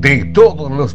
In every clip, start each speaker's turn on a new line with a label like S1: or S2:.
S1: de todos los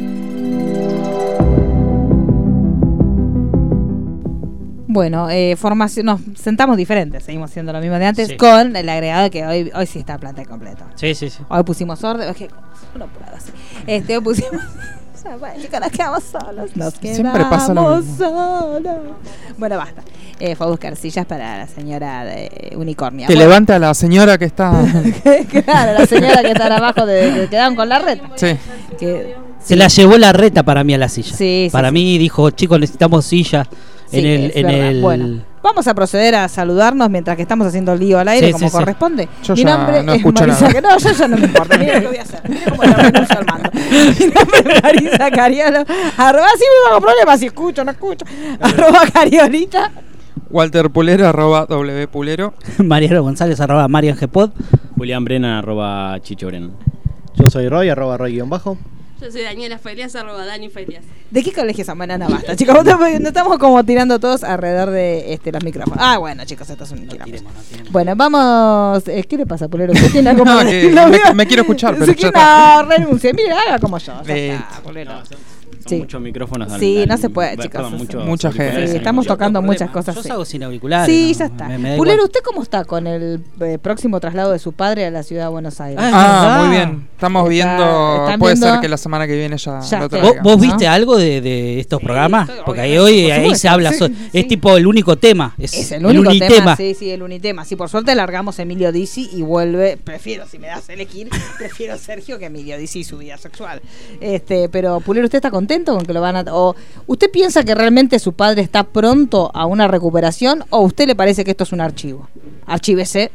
S2: Bueno, eh, formación, nos sentamos diferentes, seguimos siendo lo mismo de antes,
S3: Sí.
S2: con el agregado que hoy, hoy sí está planta completo.
S3: Sí, sí, sí.
S2: Hoy pusimos orden, es que no puedo así. Este, hoy pusimos. O sea, bueno, chicos, nos quedamos solos. Nos quedamos
S4: Siempre pasa lo mismo.
S2: solos. Bueno, basta. Eh, fue a buscar sillas para la señora de Unicornia.
S4: Te
S2: Bueno,
S4: levanta la señora que está.
S2: claro, la señora que está abajo de, que quedaron con la red.
S4: sí.
S2: Que,
S3: Se la llevó la reta para mí a la silla.
S2: Sí, sí,
S3: para
S2: sí.
S3: mí dijo, chicos, necesitamos sillas
S2: Sí,
S3: en el...
S2: es
S3: En
S2: verdad.
S3: el...
S2: Bueno, vamos a proceder a saludarnos mientras que estamos haciendo lío al aire
S3: Sí,
S2: como
S3: sí, sí.
S2: corresponde.
S4: Yo
S2: Mi
S4: ya
S2: nombre
S4: no
S2: es
S4: escucho
S2: Marisa.
S4: nada.
S2: No, yo ya no me importa. Mira lo que voy a hacer. Mira cómo la renuncio al mando. Mi nombre es Marisa Cariolo. Arroba si me hago problemas si escucho, no escucho. Arroba Cariolita.
S4: Walter Pulero, arroba W Pulero.
S3: Mariano González, arroba Marian G. Pod.
S5: Julián Brennan arroba Chicho Brennan.
S6: Yo soy Roy, arroba Roy guión bajo.
S7: Yo soy Daniela Felias, arroba Dani Felias.
S2: ¿De qué colegio son? Bueno, no basta, chicos. No estamos- no estamos como tirando todos alrededor de este, los micrófonos. Ah, bueno, chicos, esto es un quilombo. Bueno, vamos. eh, ¿Qué le pasa, Pulero? ¿Usted tiene algo
S4: No,
S2: para
S4: que
S2: decirlo?
S4: me-
S2: Mira,
S4: me quiero escuchar, pero
S2: sí
S4: ya
S2: que
S4: está.
S2: no, renuncie. Mire, haga como yo. ya
S4: Eh,
S2: está, Pulero.
S5: Son
S2: Sí.
S5: muchos micrófonos.
S2: Sí, no se puede, chicos.
S5: muchos
S4: Mucha gente.
S5: auriculares
S2: Sí,
S5: al mismo
S2: estamos
S5: tiempo.
S2: tocando muchas
S3: Problema.
S2: cosas,
S3: Yo
S2: sí.
S3: salgo sin auriculares.
S2: sí,
S3: no,
S2: ya está.
S3: me- me da
S2: Pulero,
S3: igual.
S2: ¿usted cómo está con el eh, próximo traslado de su padre a la ciudad de Buenos Aires?
S3: Ah,
S4: Ah,
S3: verdad.
S4: muy bien. Estamos
S2: Está-
S4: viendo.
S2: están
S4: puede ser
S2: viendo-
S4: que la semana que viene ya, lo
S2: Ya está.
S3: ¿Vos,
S4: traiga.
S3: vos
S2: ¿no?
S3: viste algo de, de estos programas?
S2: obvio,
S3: Porque ahí
S2: por
S3: hoy ahí
S2: supuesto,
S3: se habla.
S2: sí,
S3: so-
S2: sí.
S3: Es tipo el único tema. Es,
S2: Es el único tema,
S3: unitema.
S2: sí, sí, el unitema. Sí, por suerte largamos Emilio Dizzi y vuelve. Prefiero, si me das a elegir, prefiero Sergio que Emilio Dizzi y su vida sexual. Este, pero Pulero, ¿usted está contento con que lo van a.? ¿O usted piensa que realmente su padre está pronto a una recuperación o a usted le parece que esto es un archivo? Archívese.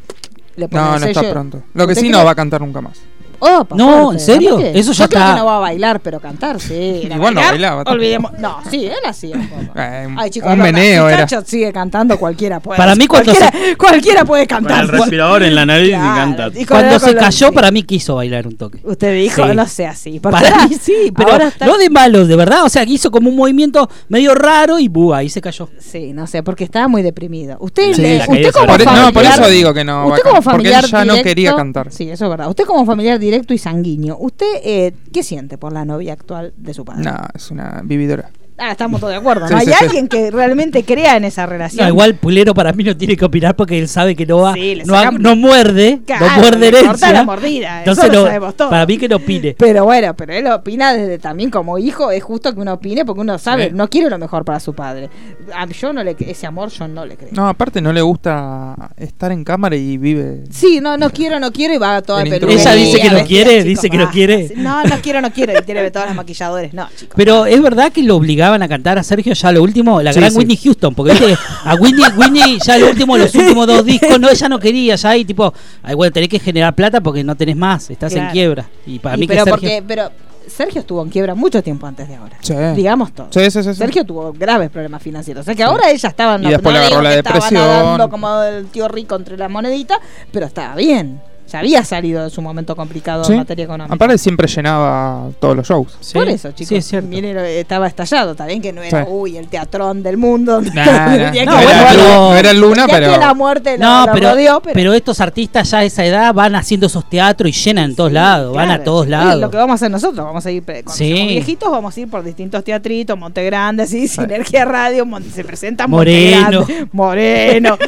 S2: Le pone
S4: No,
S2: el
S4: no está
S2: sello.
S4: pronto. Lo que
S2: ¿Usted
S4: sí
S2: cree-
S4: no va a cantar nunca más.
S2: Opa,
S3: No,
S2: fuerte,
S3: ¿en serio?
S2: aparte.
S3: Eso ya
S2: Yo creo
S3: está.
S2: que no va a bailar, pero cantar, sí.
S4: Igual no bailaba tampoco.
S2: Olvidemos. No, sí, él hacía. un poco.
S4: Eh,
S2: Ay, chicos,
S4: un
S2: no, no,
S4: meneo
S2: si
S4: era.
S2: Chacho sigue cantando, cualquiera puede.
S3: Para mí cuando
S2: cualquiera, cualquiera puede cantar.
S5: Con el respirador en la nariz y canta.
S2: y con-
S3: Cuando
S2: con
S3: se
S2: los-
S3: cayó, para mí quiso bailar un toque.
S2: Usted dijo,
S3: Sí.
S2: no sea así. porque
S3: Para
S2: ahora-
S3: mí sí, pero
S2: ahora está-
S3: no de malos, de verdad. O sea, que hizo como un movimiento medio raro y buah, ahí se cayó.
S2: Sí, no sé, porque estaba muy deprimido. Usted,
S5: Sí,
S2: le-
S5: la
S2: usted
S5: caída
S2: como
S4: Por e-
S2: familiar,
S4: no, por eso digo que no va
S2: Usted
S4: a
S2: como
S4: cantar, porque él
S2: familiar
S4: ya no
S2: directo-
S4: quería cantar.
S2: Sí, eso es verdad. Usted como familiar directo y sanguíneo, ¿usted eh, qué siente por la novia actual de su padre?
S4: No, es una vividora.
S2: Ah, estamos todos de acuerdo.
S4: Sí,
S2: ¿no?
S4: sí,
S2: Hay
S4: sí.
S2: alguien que realmente crea en esa relación.
S3: No, igual Pulero para mí no tiene que opinar porque él sabe que no va,
S2: Sí, le
S3: no, ha-
S2: sacamos-
S3: no muerde,
S2: Claro,
S3: no muerde
S2: le corta
S3: herencia.
S2: la mordida, eso
S3: Entonces
S2: lo
S3: no-
S2: sabemos todos.
S3: para mí que no opine.
S2: Pero bueno, pero él opina desde también como hijo, es justo que uno opine porque uno sabe,
S3: Sí.
S2: no quiere lo mejor para su padre. A- Yo no le ese amor yo no le creo.
S4: No, aparte no le gusta estar en cámara y vive.
S2: Sí, no, no quiero, no quiero y va toda
S4: El
S2: peluda.
S4: Ella dice que no
S3: quiere, dice que no quiere.
S2: No, no quiero, no quiero. Y tiene todas las maquilladores. No, chicos.
S3: Pero es verdad que lo obligaban a cantar a Sergio ya lo último, la
S4: Sí,
S3: gran
S4: sí.
S3: Whitney Houston, porque viste, a Whitney, Whitney ya lo último, los últimos dos discos, no, ella no quería, ya ahí tipo, ay, bueno, tenés que generar plata porque no tenés más, estás
S2: Claro.
S3: en quiebra. Y para
S2: Y
S3: mí que
S2: pero
S3: Sergio...
S2: porque, pero Sergio estuvo en quiebra mucho tiempo antes de ahora.
S4: Sí.
S2: Digamos todo.
S4: Sí, sí, sí, sí.
S2: Sergio tuvo graves problemas financieros. O sea que ahora ella estaba
S4: Y después le
S2: digo
S4: agarró la
S2: que estaba
S4: depresión.
S2: nadando como el tío rico entre la monedita, pero estaba bien. Ya había salido de su momento complicado
S4: Sí.
S2: en materia económica.
S4: Aparte siempre llenaba todos los shows.
S3: Sí.
S2: Por eso, chicos.
S3: Sí, es cierto.
S2: Miren, eh, estaba estallado. También que no era,
S4: Sí.
S2: uy, el teatrón del mundo.
S4: Nah, nah.
S2: El día
S4: No,
S2: que-
S3: bueno,
S4: era,
S3: pero-
S4: Lu- no era Luna,
S2: el día que
S4: pero.
S2: la muerte lo-
S3: No,
S2: lo
S3: pero,
S2: rodeó,
S3: pero... estos artistas ya a esa edad van haciendo esos teatros y llenan en todos lados, van
S2: Claro,
S3: a todos
S2: sí,
S3: lados.
S2: Lo que vamos a hacer nosotros, vamos a ir pre- cuando
S3: Sí.
S2: seamos viejitos, vamos a ir por distintos teatritos, Monte Grande, así, Sinergia Radio, Mon- se presenta
S3: Moreno.
S2: Moreno,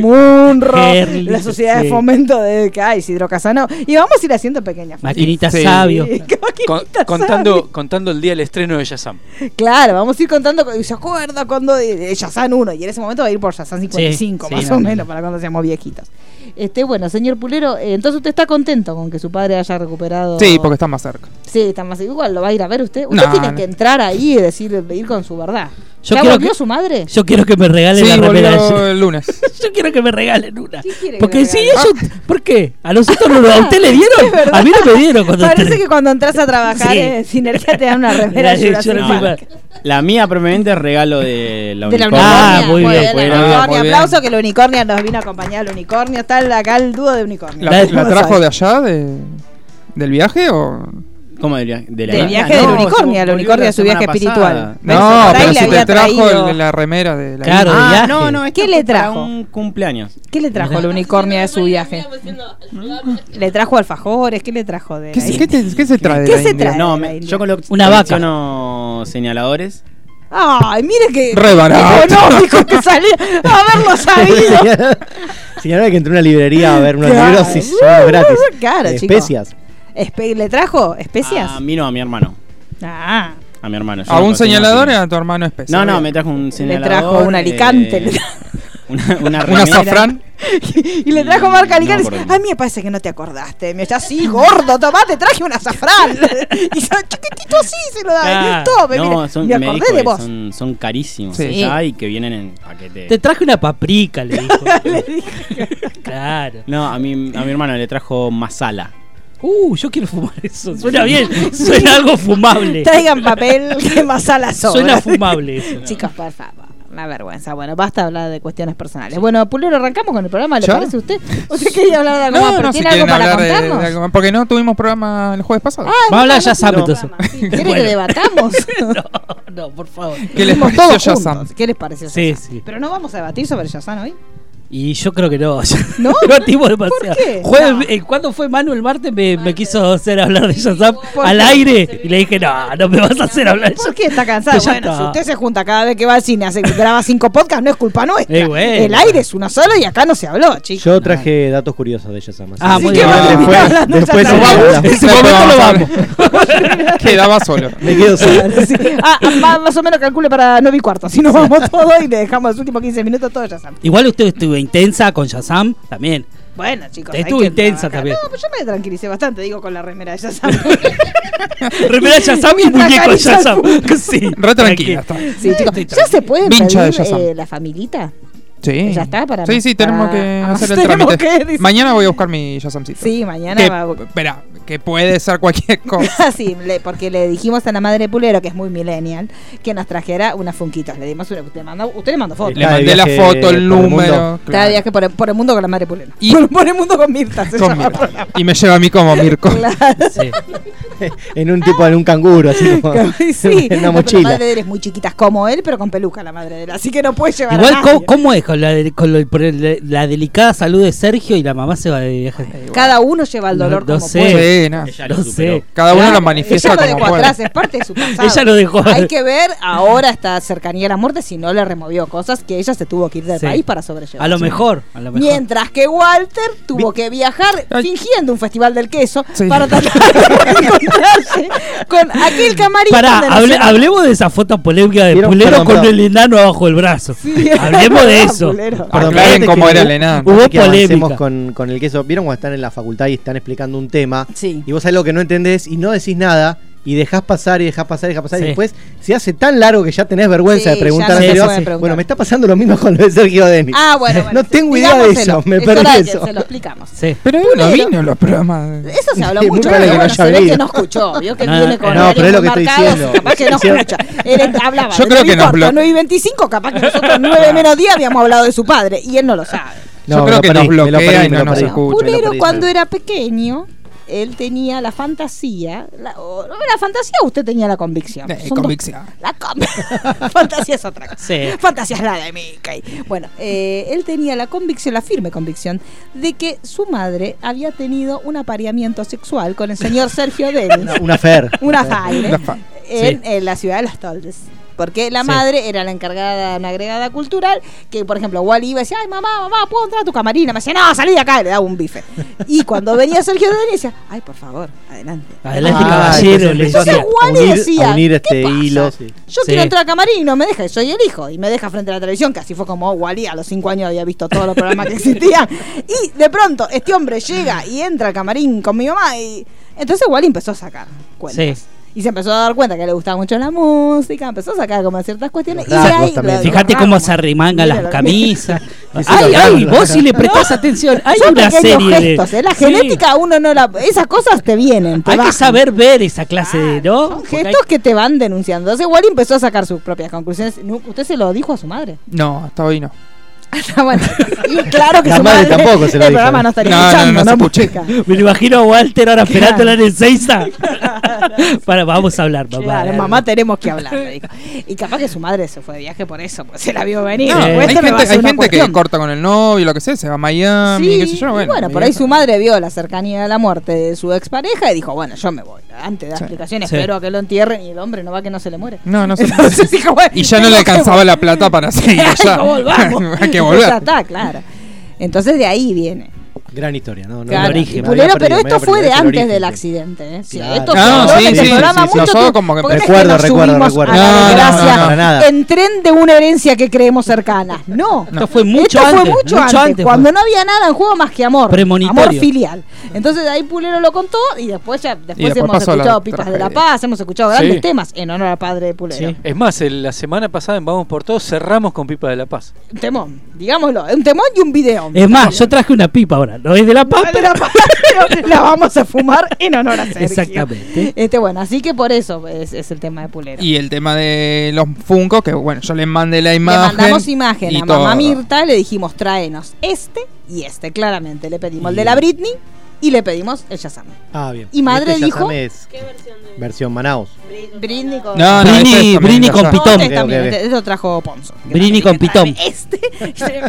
S2: Munro,
S3: Herli,
S2: la Sociedad de
S3: sí.
S2: Fomento de ah, Isidro Casano, y vamos a ir haciendo pequeñas
S3: Maquinita
S8: Sí.
S3: sabio.
S8: Con- contando, contando el día del estreno de Yazam.
S2: Claro, vamos a ir contando. con- ¿Se acuerda cuando eh, Yazán 1? Y en ese momento va a ir por Yazán 55,
S3: Sí, sí,
S2: más
S3: no,
S2: o
S3: no,
S2: menos, para cuando seamos viejitos. Este, bueno, señor Pulero, eh, entonces usted está contento con que su padre haya recuperado.
S4: Sí, porque está más cerca.
S2: Sí, está más igual, lo va a ir a ver usted. Usted
S4: No,
S2: tiene
S4: no.
S2: que entrar ahí y decir, ir con su verdad.
S3: Yo
S2: ¿Ya
S3: quiero,
S2: volvió
S3: que,
S2: su madre?
S3: yo quiero que me regalen
S4: Sí,
S3: la remera.
S4: volvió
S3: esa.
S4: el lunes.
S3: Yo quiero que me regalen una.
S2: ¿Quién quiere que
S3: Porque
S2: le
S3: si
S2: regalen?
S3: ellos. ¿Por qué? ¿A nosotros no lo- a usted le
S2: Es
S3: dieron?
S2: verdad.
S3: A mí no me dieron cuando
S2: Parece
S3: entré.
S2: que cuando entras a trabajar
S3: Sí.
S2: eh, Sinergia te da una remera
S3: La de
S2: Jurassic
S3: Jurassic
S2: Park.
S3: Park.
S5: La mía propiamente es regalo de la
S2: De la
S5: unicornio.
S3: Ah,
S2: unicornia.
S3: muy bien,
S2: la
S5: muy bien, pues,
S2: unicornia.
S4: muy bien.
S2: Aplauso que el unicornio nos vino a acompañar. El unicornio está el- acá el dúo de unicornio.
S4: ¿La,
S3: de-
S4: la trajo
S2: ¿Cómo
S4: de allá, de, del viaje o...?
S5: ¿Cómo del viaje? De la
S2: Del
S5: mía?
S2: viaje
S5: No,
S2: del unicornio, el
S5: volvió
S2: unicornio
S5: la
S2: a su viaje
S5: semana
S2: espiritual.
S5: pasada.
S4: No,
S2: por ahí
S4: pero
S2: le
S4: si te
S2: había
S4: trajo
S2: traído.
S4: el- la remera de la
S3: Claro, de
S5: Ah,
S3: viaje.
S5: no, no, esta
S2: ¿Qué le
S5: fue para
S2: trajo?
S5: un cumpleaños.
S2: ¿Qué le trajo el unicornio de su viaje? ¿Le trajo alfajores? ¿Qué le trajo de
S4: ¿Qué,
S2: la
S4: se-
S2: India?
S4: qué te- qué se trae de
S2: ¿Qué
S4: la
S2: se
S4: India?
S2: trae?
S5: No,
S2: de la
S5: me-
S2: India.
S5: yo colo-
S3: Una vaca.
S5: colecciono señaladores.
S2: Ay, mire que
S4: Re barato.
S2: económico que salió. Haberlo sabido.
S6: Señora que entró a una librería a ver unos
S2: Claro. Uh,
S6: libros y son unos gratis. Eh,
S2: Claro,
S6: De
S2: chico.
S6: Especias.
S2: Espe- ¿Le trajo especias?
S5: A mí no, a mi hermano.
S2: Ah,
S5: A mi hermano. yo
S4: ¿A
S5: no
S4: un
S5: lo tengo
S4: señalador Ah, y
S5: así.
S4: a tu hermano especial?
S5: No, no, me trajo un señalador.
S2: trajo un alicante, le
S5: eh,
S2: trajo-
S5: una, una
S4: ¿Un
S5: remera.
S4: azafrán?
S2: y le trajo marca Alicanes.
S5: Mm, No, por-
S2: a mí me parece que no te acordaste. Me está así, gordo, tomá, te traje un azafrán. y son chiquitito así, se lo da.
S5: Ah,
S2: Tome,
S5: no,
S2: mira,
S5: son,
S2: me
S5: me
S2: acordé
S5: dijo
S2: de
S5: que
S2: vos.
S5: Son, son carísimos.
S4: Sí.
S5: allá y que vienen en paquete.
S3: Te traje una paprika, le dijo. claro.
S5: No, a mi, a mi hermano le trajo masala.
S3: Uh, yo quiero fumar eso. Suena bien. Suena algo fumable.
S2: Traigan papel que más a la sobra.
S3: Suena fumable eso.
S2: Chicos, por favor. Una vergüenza. Bueno, basta hablar de cuestiones personales. Bueno, Pulero, arrancamos con el programa, ¿le
S4: ¿Ya?
S2: parece a usted? ¿Usted quería hablar de algo más?
S4: No,
S2: ¿Pero
S4: no, si
S2: tiene algo
S4: quieren
S2: para
S4: hablar de, de
S2: contarnos?
S4: algo- Porque no tuvimos programa el jueves pasado.
S2: Ah,
S3: Vamos a hablar
S2: no,
S3: ya sabe
S2: no,
S3: entonces.
S2: sí, ¿Quiere
S3: Bueno.
S2: que debatamos?
S3: No, no, por favor.
S4: ¿Qué les
S2: Fuimos
S4: pareció
S2: todos
S4: Shazam?
S2: juntos. ¿Qué les pareció
S3: Sí,
S2: Shazam?
S3: sí.
S2: Pero no vamos a debatir sobre Shazam hoy.
S3: Y yo creo que no.
S2: ¿No?
S3: Debatimos
S2: ¿Por
S3: demasiado.
S2: qué?
S3: Jueves-
S2: No.
S3: eh, ¿Cuándo fue Manu el martes? Me, me
S7: Martes.
S3: quiso hacer hablar de Shazam
S7: ¿Por
S3: al
S7: qué?
S3: aire. Y le dije, no, no me vas a hacer hablar de
S2: ¿Por
S3: Shazam.
S2: qué está cansado?
S3: Pero ya
S2: Bueno,
S3: está.
S2: si usted se junta cada vez que va al cine, hace, graba cinco podcasts, no es culpa nuestra.
S3: Eh, bueno.
S2: El aire es una sola y acá no se habló, chicos.
S6: Yo traje datos curiosos de Shazam. así
S3: Ah,
S6: que
S3: muy
S6: si
S3: bien.
S6: quieren,
S3: Ah,
S2: mira,
S6: Después,
S2: hablando de
S6: después
S2: Shazam.
S6: hablamos.
S3: En ese momento lo vamos.
S4: Quedaba solo.
S6: Me quedo solo.
S2: Sí. Ah, ah, más, más o menos calcule para 9 y cuarto. Si nos vamos todos y le dejamos los últimos 15 minutos todo Shazam.
S3: Igual usted estuvo intensa con Shazam también.
S2: Bueno, chicos. hay
S3: Estuvo
S2: que
S3: intensa
S2: trabajar.
S3: también.
S2: No, pues yo me tranquilicé bastante, digo, con la remera de Shazam.
S3: Remera Shazam y
S2: Mientras
S3: muñeco de
S2: acaricia al
S3: Shazam. Sí.
S4: Re tranquila está.
S2: sí, chicos. ¿Ya se puede
S4: Vincha de
S2: pedir
S4: Shazam.
S2: eh, la familita?
S4: Sí.
S2: Ya está, para-
S4: Sí, sí, tenemos
S2: para-
S4: que
S2: Ah,
S4: hacer el
S2: tenemos
S4: trámite.
S2: que, dice.
S4: Mañana voy a buscar mi Shazamcito.
S2: Sí, mañana
S4: Que-
S2: va a...
S4: Espera, que puede ser cualquier cosa.
S2: Ah, sí, le- porque le dijimos a la madre de Pulero, que es muy millennial, que nos trajera unas funquitas. Le dimos una, usted, mandó, usted le mandó fotos.
S4: Le
S6: Está de
S4: mandé la
S6: viaje
S4: foto,
S6: por
S4: el
S6: el
S4: número.
S6: mundo.
S2: Cada
S4: claro,
S2: viaje por el, por el mundo con la madre de Pulero.
S4: Y-
S2: por, por el mundo con Mirta. se
S4: con
S2: llama el
S4: Mirko.
S2: programa.
S4: Y me lleva a mí como Mirko.
S2: Claro.
S3: Sí.
S6: en un tipo, en un canguro, así como.
S2: sí,
S6: en una
S2: La
S6: mochila.
S2: madre de él es muy chiquitas como él, pero con peluca la madre de él. Así que no puede llevar
S3: Igual,
S2: a nadie.
S3: ¿cómo, cómo es con, la, de- con lo- por el- la delicada salud de Sergio y la mamá se va de viaje?
S2: Cada uno lleva el dolor
S3: No- no
S2: como
S3: sé.
S2: puede.
S4: Sí, nada.
S5: Ella lo
S3: No
S5: superó.
S3: sé.
S4: Cada uno lo
S2: Ella
S4: manifiesta
S2: lo
S4: como
S2: dejó
S4: puede.
S2: atrás, es parte de su pasado.
S3: Ella lo dejó.
S2: Hay que ver ahora esta cercanía a la muerte si no le removió cosas que ella se tuvo que ir del
S3: Sí.
S2: país para sobrellevar.
S3: A lo
S2: Sí.
S3: mejor. A lo mejor.
S2: Mientras que Walter tuvo que viajar
S4: Ay.
S2: fingiendo un festival del queso
S4: Sí.
S2: para tratar de encontrarse con aquel camarín.
S3: Pará,
S2: donde
S3: hable-
S2: nació-
S3: hablemos de esa foto polémica de
S6: ¿Vieron?
S3: Pulero
S6: Perdón,
S3: con
S6: perdón.
S3: el enano abajo del brazo.
S2: Sí.
S3: Hablemos de eso.
S2: Pulero.
S3: Ah,
S6: Perdón,
S4: Aclaren
S6: antes
S4: cómo
S6: que-
S4: era el enano.
S3: Hubo
S6: Antes que avancemos
S3: polémica.
S6: Con, con el queso. ¿Vieron cuando están en la facultad y están explicando un tema?
S2: Sí.
S6: Y vos algo que no entendés y no decís nada. Y dejás pasar y dejás pasar y dejás pasar.
S3: Sí.
S6: Y después se hace tan largo que ya tenés vergüenza
S2: Sí,
S6: de preguntar
S2: ya no
S6: en
S3: se
S6: serio.
S2: puede preguntar.
S6: Bueno, me está pasando lo mismo con lo de Sergio Denis.
S2: Ah, bueno, bueno,
S6: No tengo idea de
S2: digámoselo.
S6: eso, me
S2: Es
S6: perdí
S2: hora de que
S6: eso.
S2: Se lo explicamos.
S3: Sí.
S4: Pero él no vino en los programas.
S2: Eso se habló
S6: Sí, muy probable que
S2: mucho, pero
S6: no
S2: bueno,
S6: haya
S2: se ve que
S6: venido.
S2: no escuchó. Vio que
S3: No,
S2: viene con
S6: no,
S2: horarios
S6: pero es lo que estoy
S2: marcados,
S6: diciendo.
S2: Capaz que no
S6: Sí.
S2: escucha. Él est- hablaba.
S4: Yo creo
S2: de nueve
S4: que
S2: y
S4: nos
S2: cuarto,
S4: blo-
S2: nueve y 25, capaz que nosotros 9 menos 10 habíamos hablado de su padre y él no lo sabe.
S4: Yo creo
S6: me lo
S4: que nos
S6: perdí, me lo
S4: bloquea
S6: perdí,
S4: y
S6: me
S4: no
S6: lo
S4: nos
S6: perdí.
S4: escucha. Pucha,
S2: Pulero
S6: Me lo
S2: cuando
S6: perdí.
S2: era pequeño, él tenía la fantasía, la, o, no, la fantasía o usted tenía la convicción.
S4: Eh,
S2: Son dos-
S4: convicción.
S2: la con- fantasía es otra cosa.
S3: Sí.
S2: Fantasía es la de Mickey. Bueno, eh, él tenía la convicción, la firme convicción, de que su madre había tenido un apareamiento sexual con el señor Sergio Denis.
S6: Una fer. Ah,
S2: Una faire
S4: Una fa-
S3: Sí.
S2: en, eh, la ciudad de Los Toldes. Porque la
S3: Sí.
S2: madre era la encargada de una agregada cultural que, por ejemplo, Wally iba y decía, ay, mamá, mamá, ¿puedo entrar a tu camarina? Me decía, no, salí de acá, y le daba un bife. Y cuando venía Sergio Denis decía, ay, por favor, adelante.
S3: Adelante,
S6: Ah,
S3: caballero.
S6: entonces
S3: le
S6: empezó a
S2: Entonces
S3: decía.
S6: hacer-
S2: Wally
S6: a unir-
S2: decía,
S6: a unir
S2: "¿Qué
S6: este
S2: pasa?
S6: hilo, sí.
S3: Sí.
S2: Yo quiero entrar a camarín y no me deja, y soy el hijo. Y me deja frente a la televisión, que así fue como Wally a los cinco años había visto todos los programas que existían. Y de pronto, este hombre llega y entra al camarín con mi mamá y... Entonces Wally empezó a sacar cuentas.
S3: Sí.
S2: Y se empezó a dar cuenta que le gustaba mucho la música, empezó a sacar como ciertas cuestiones.
S6: Los rasgos
S2: y ahí,
S6: también, ¿no?
S3: Fíjate cómo se
S2: arrimanga
S3: arremangan las camisas.
S6: Sí, sí,
S3: ay,
S6: los
S3: ay,
S6: rasgos.
S3: vos si le prestás atención. Hay
S2: Son
S3: una
S2: pequeños
S3: serie
S2: gestos,
S3: de.
S2: ¿eh? La
S3: Sí.
S2: genética uno no la... Esas cosas te vienen. te
S3: Hay
S2: bajan.
S3: que saber ver esa clase de. ¿no?
S2: Son
S3: Porque hay-
S2: gestos que te van denunciando. Entonces Wally empezó a sacar sus propias conclusiones. Nu- Usted se lo dijo a su madre.
S4: No, hasta hoy no. Eh,
S2: Está bueno. Y claro que
S6: La
S2: su
S6: madre
S2: madre
S6: tampoco se lo
S2: El
S6: dijo,
S2: programa
S6: ¿eh?
S2: no estaría
S4: No, no, no
S2: escuchando,
S4: se escucha.
S2: Chica.
S3: Me lo imagino a Walter ahora
S2: Claro.
S3: esperándola en el Seiza. Para, vamos a hablar, papá.
S2: Claro, mamá, tenemos que hablar. le dijo. Y capaz que su madre se fue de viaje por eso, pues se la vio venir.
S4: No,
S3: Eh,
S4: hay
S2: Después te me
S4: gente,
S2: va a hacer
S4: hay
S2: una
S4: gente que
S2: cuestión.
S4: corta con el novio, lo que sea, se va a Miami,
S2: Sí,
S4: qué sé yo.
S2: y
S4: Bueno,
S2: bueno, por ahí su madre vio la cercanía de la muerte de su expareja y dijo, bueno, yo me voy. Antes de las
S4: Sí.
S2: explicaciones,
S3: Sí.
S2: espero a que lo entierren y el hombre no va que no se le muere.
S4: No, no sé.
S2: Entonces dijo, bueno,
S4: Y ya no
S2: tengo
S4: le
S2: que
S4: alcanzaba la plata para seguir allá.
S2: ¿Cómo volvamos?
S4: Hay que
S2: Ya
S4: volver.
S2: está, claro. Entonces de ahí viene.
S6: Gran historia, ¿no? no
S2: Claro.
S6: no,
S3: el origen.
S2: Y
S6: me
S2: Pulero,
S6: había
S2: pero
S6: perdido, me
S2: esto
S6: había
S2: fue de
S6: perdido, es el
S2: antes
S6: origen,
S2: del
S6: sí.
S2: accidente. ¿eh? Sí,
S6: Claro.
S2: Esto
S6: No,
S2: fue
S4: Ah, sí,
S2: este
S4: sí,
S2: programa
S4: sí, sí.
S2: mucho
S4: Nosotros
S2: tiempo,
S4: como que
S2: porque no es
S6: Recuerdo,
S2: nos
S6: recuerdo,
S2: subimos
S6: recuerdo.
S2: a la
S4: No, no, no,
S2: desgracia
S6: no, para nada.
S2: en tren de una herencia que creemos cercana. No.
S3: Esto fue mucho
S2: Esto
S3: antes.
S2: fue mucho, antes, cuando no había nada en juego más que amor,
S3: Premonitorio.
S2: amor filial. Entonces ahí Pulero lo contó y después ya después,
S4: Y después
S2: hemos
S4: pasó la
S2: escuchado Pipas de la
S4: tragedia.
S2: Paz, hemos escuchado grandes
S8: Sí.
S2: temas en honor al padre de Pulero.
S3: Sí.
S8: Es más, el- la semana pasada en Vamos por Todos cerramos con Pipa de la Paz.
S2: Un temón, digámoslo, un temón y un video.
S3: Es más, yo traje una pipa ahora. No es de la paz,
S2: Ah, Pero, pero la vamos a fumar en honor a Sergio.
S3: Exactamente.
S2: Este, bueno, así que por eso es, es el tema de Pulero.
S4: Y el tema de los Funko, que bueno, yo les mandé la
S2: le
S4: imagen.
S2: mandamos imagen
S4: y
S2: a mamá
S4: todo.
S2: Mirta, le dijimos tráenos este y este, claramente. Le pedimos el de la Britney y le pedimos el Shazam.
S6: Ah, bien.
S2: Y madre
S6: Este
S2: dijo-
S6: Shazam es
S7: ¿Qué versión de
S6: versión Manaus.
S2: Britney con...
S4: No, no, ese
S3: Brini-
S4: es también,
S3: Brini
S4: ya
S3: con
S4: está.
S3: pitón.
S2: No, este
S6: Ok,
S2: también,
S6: ok, ok.
S2: este- este lo trajo Ponzo. que
S3: Brini
S2: también
S3: con
S2: que trae
S3: pitón.
S2: Este,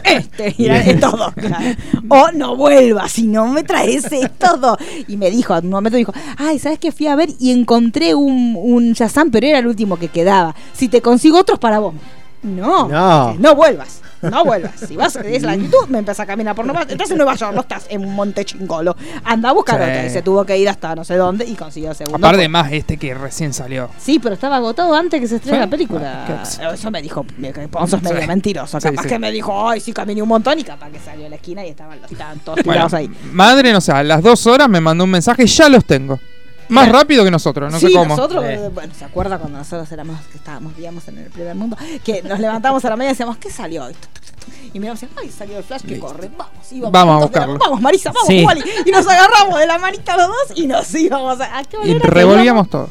S2: este, y era- es todo. claro. O no vuelvas, si no me traes estos dos. Y me dijo, en un momento dijo, ay, ¿sabes qué? Fui a ver y encontré un, un Shazam, pero era el último que quedaba. Si te consigo otros para vos. No,
S6: No.
S2: no vuelvas, no vuelvas. Si vas, es la actitud, me empezás a caminar por Nueva Estás en Nueva York, no estás en Montechingolo. Anda a buscar
S4: Sí.
S2: otra. Y se tuvo que ir hasta no sé dónde y consiguió el segundo.
S4: Aparte más este que recién salió.
S2: Sí, pero estaba agotado antes que se estrene
S4: Sí.
S2: la película. Eh,
S4: Ah, qué-
S2: Eso me dijo, me- que Ponzo es medio
S4: Sí.
S2: mentiroso.
S4: Sí,
S2: Capaz
S4: sí.
S2: que me dijo, ay, sí caminé un montón y capaz que salió a la esquina y estaban los estaban todos tirados ahí.
S4: madre, no sé, a las dos horas me mandó un mensaje, ya los tengo. Más rápido que nosotros, no
S2: sí,
S4: sé cómo.
S2: nosotros,
S6: Eh.
S2: bueno, ¿se acuerda cuando nosotros éramos, que estábamos, vivíamos en el primer mundo? Que nos levantamos a la media y decíamos, ¿qué salió hoy? Y miramos y decíamos, ay, salió el flash que corre, vamos, íbamos
S4: Vamos a
S2: juntos de la-
S4: buscarlo.
S2: vamos, Marisa, vamos,
S3: Sí.
S2: Wally. Y nos agarramos de la manita los dos y nos íbamos a. ¿a qué hora
S4: Y
S2: era que
S4: revolvíamos
S2: íbamos?
S4: todo.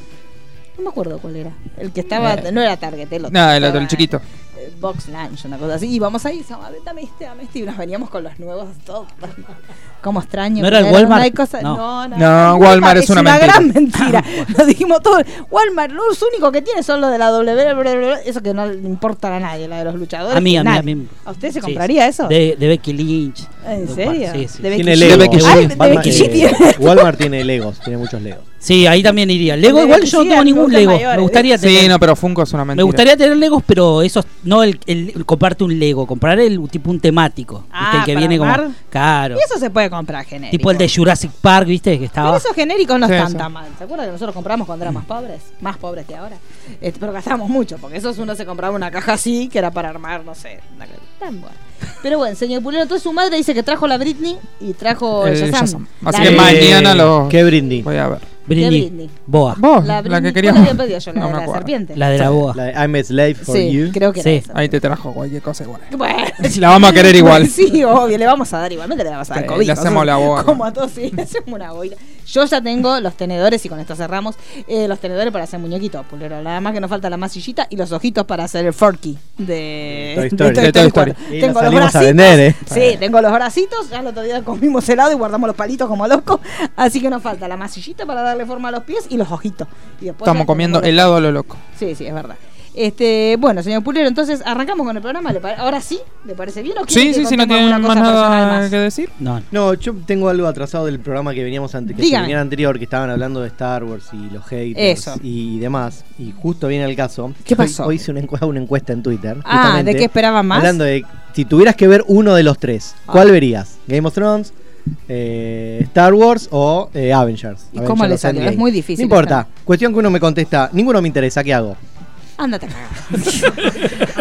S2: No me acuerdo cuál era. El que estaba, no era Target, el otro.
S4: Nada, Eh. el otro, el
S2: Estaba-
S4: chiquito.
S2: eh, Box Lunch, una cosa así. Y vamos ahí, y decíamos, "A ver, dame este, dame este", Y nos veníamos con los nuevos todos. Como extraño.
S3: ¿No era el
S2: que
S3: Walmart?
S2: hay cosas-
S3: No.
S2: No,
S4: No, Walmart es una mentira.
S2: gran mentira. Nos dijimos todo. Walmart, los únicos que tiene son los de la W. Eso que no le importan a nadie, la de los luchadores.
S3: A mí, a mí,
S2: Nadie.
S3: a mí.
S2: ¿A usted se
S3: Sí,
S2: compraría eso?
S3: De, de Becky Lynch.
S2: ¿En
S3: De un par-
S2: serio?
S3: Sí, sí.
S2: De
S6: Tiene
S2: Becky
S6: Legos.
S4: Becky G.
S2: Ay, de
S6: Batman-
S2: Becky G
S6: eh,
S2: tiene-
S6: Walmart tiene Legos, tiene muchos Legos.
S3: Sí, ahí también iría. Lego,
S2: De
S3: igual
S2: Becky
S3: yo no
S2: G,
S3: tengo ningún
S2: adultos
S3: Lego.
S2: mayores.
S3: Me gustaría tener.
S4: Sí, no, pero Funko es una
S3: me
S4: mentira.
S3: gustaría tener Legos, pero esos no el, el- el comprarte un Lego, comprar el tipo un temático, ¿viste?
S2: Ah,
S3: el que
S2: ¿para
S3: viene
S2: armar?
S3: como caro.
S2: Y eso se puede comprar genérico.
S3: Tipo el de Jurassic Park, ¿viste? Que estaba.
S2: Pero esos genéricos no
S4: Sí, Mm.
S2: están
S4: sí.
S2: tan mal. ¿Se acuerdan que nosotros compramos cuando éramos pobres? Más pobres que ahora. Este, pero gastamos mucho, porque esos uno se compraba una caja así, que era para armar, no sé. una cosa Tan bueno. Pero bueno, señor Pulero, entonces su madre dice que trajo la Britney y trajo el
S4: El
S2: Shazam.
S4: Shazam. Así
S2: La
S4: que
S2: de-
S4: mañana los-
S6: Qué brindis.
S4: Voy a ver.
S3: Britney.
S2: Britney.
S3: Boa.
S4: Vos,
S2: La
S4: la,
S2: Britney,
S4: que
S2: ¿cuál
S4: queríamos.
S2: había pedido yo? La de la serpiente.
S3: La de la boa.
S6: La de I'm a slave for
S2: sí,
S6: you.
S2: creo que
S3: Sí.
S2: era esa.
S4: Ahí te trajo cualquier cosa igual.
S2: Bueno.
S4: La vamos a querer igual.
S2: Sí, obvio, le vamos a dar igualmente, le vamos a dar
S4: Sí,
S2: COVID.
S4: le hacemos la boa.
S2: Como a todos, sí, le hacemos una boina. Yo ya tengo los tenedores, y con esto cerramos, eh, los tenedores para hacer muñequitos, pulero. Nada más que nos falta la masillita y los ojitos para hacer el forky de
S6: Toy Story.
S4: De Toy
S2: cuatro.
S6: Story. Y
S2: Tengo
S6: la
S2: los
S6: salimos a
S2: bracitos.
S6: vender, ¿eh?
S2: Sí, tengo los bracitos, ya el otro día comimos helado y guardamos los palitos como locos. Así que nos falta la masillita para darle forma a los pies y los ojitos. Y después ya
S4: Estamos
S2: tenemos
S4: comiendo
S2: los-
S4: helado a lo loco.
S2: Sí, sí, es verdad. Este, bueno, señor Pulero, entonces arrancamos con el programa. ¿Le pare- Ahora sí, ¿le parece bien? ¿O quiere
S4: Sí,
S2: que
S4: sí, sí, no
S2: contemos
S4: tienen
S2: alguna
S4: más
S2: cosa personal
S4: nada
S2: más? Ah,
S4: que decir.
S3: No, no.
S6: No, yo tengo algo atrasado del programa que veníamos antes, que
S2: Dígame.
S6: se venía anterior, que estaban hablando de Star Wars y los haters
S2: Eso.
S6: y demás. Y justo viene el caso.
S2: ¿Qué
S6: Hoy-
S2: pasó?
S6: Hoy, hice una, encu- una encuesta en Twitter.
S2: Ah, ¿de
S6: justamente,
S2: qué esperaban más?
S6: Hablando de si tuvieras que ver uno de los tres, ¿cuál
S2: Ah.
S6: verías? ¿Game of Thrones? eh, Star Wars o eh, Avengers.
S2: ¿Y cómo le
S6: Avengers
S2: salió?
S6: Endgame.
S2: Es muy difícil
S6: No importa. Cuestión que uno me contesta, ninguno me interesa, ¿qué hago?
S2: Ándate a cagar.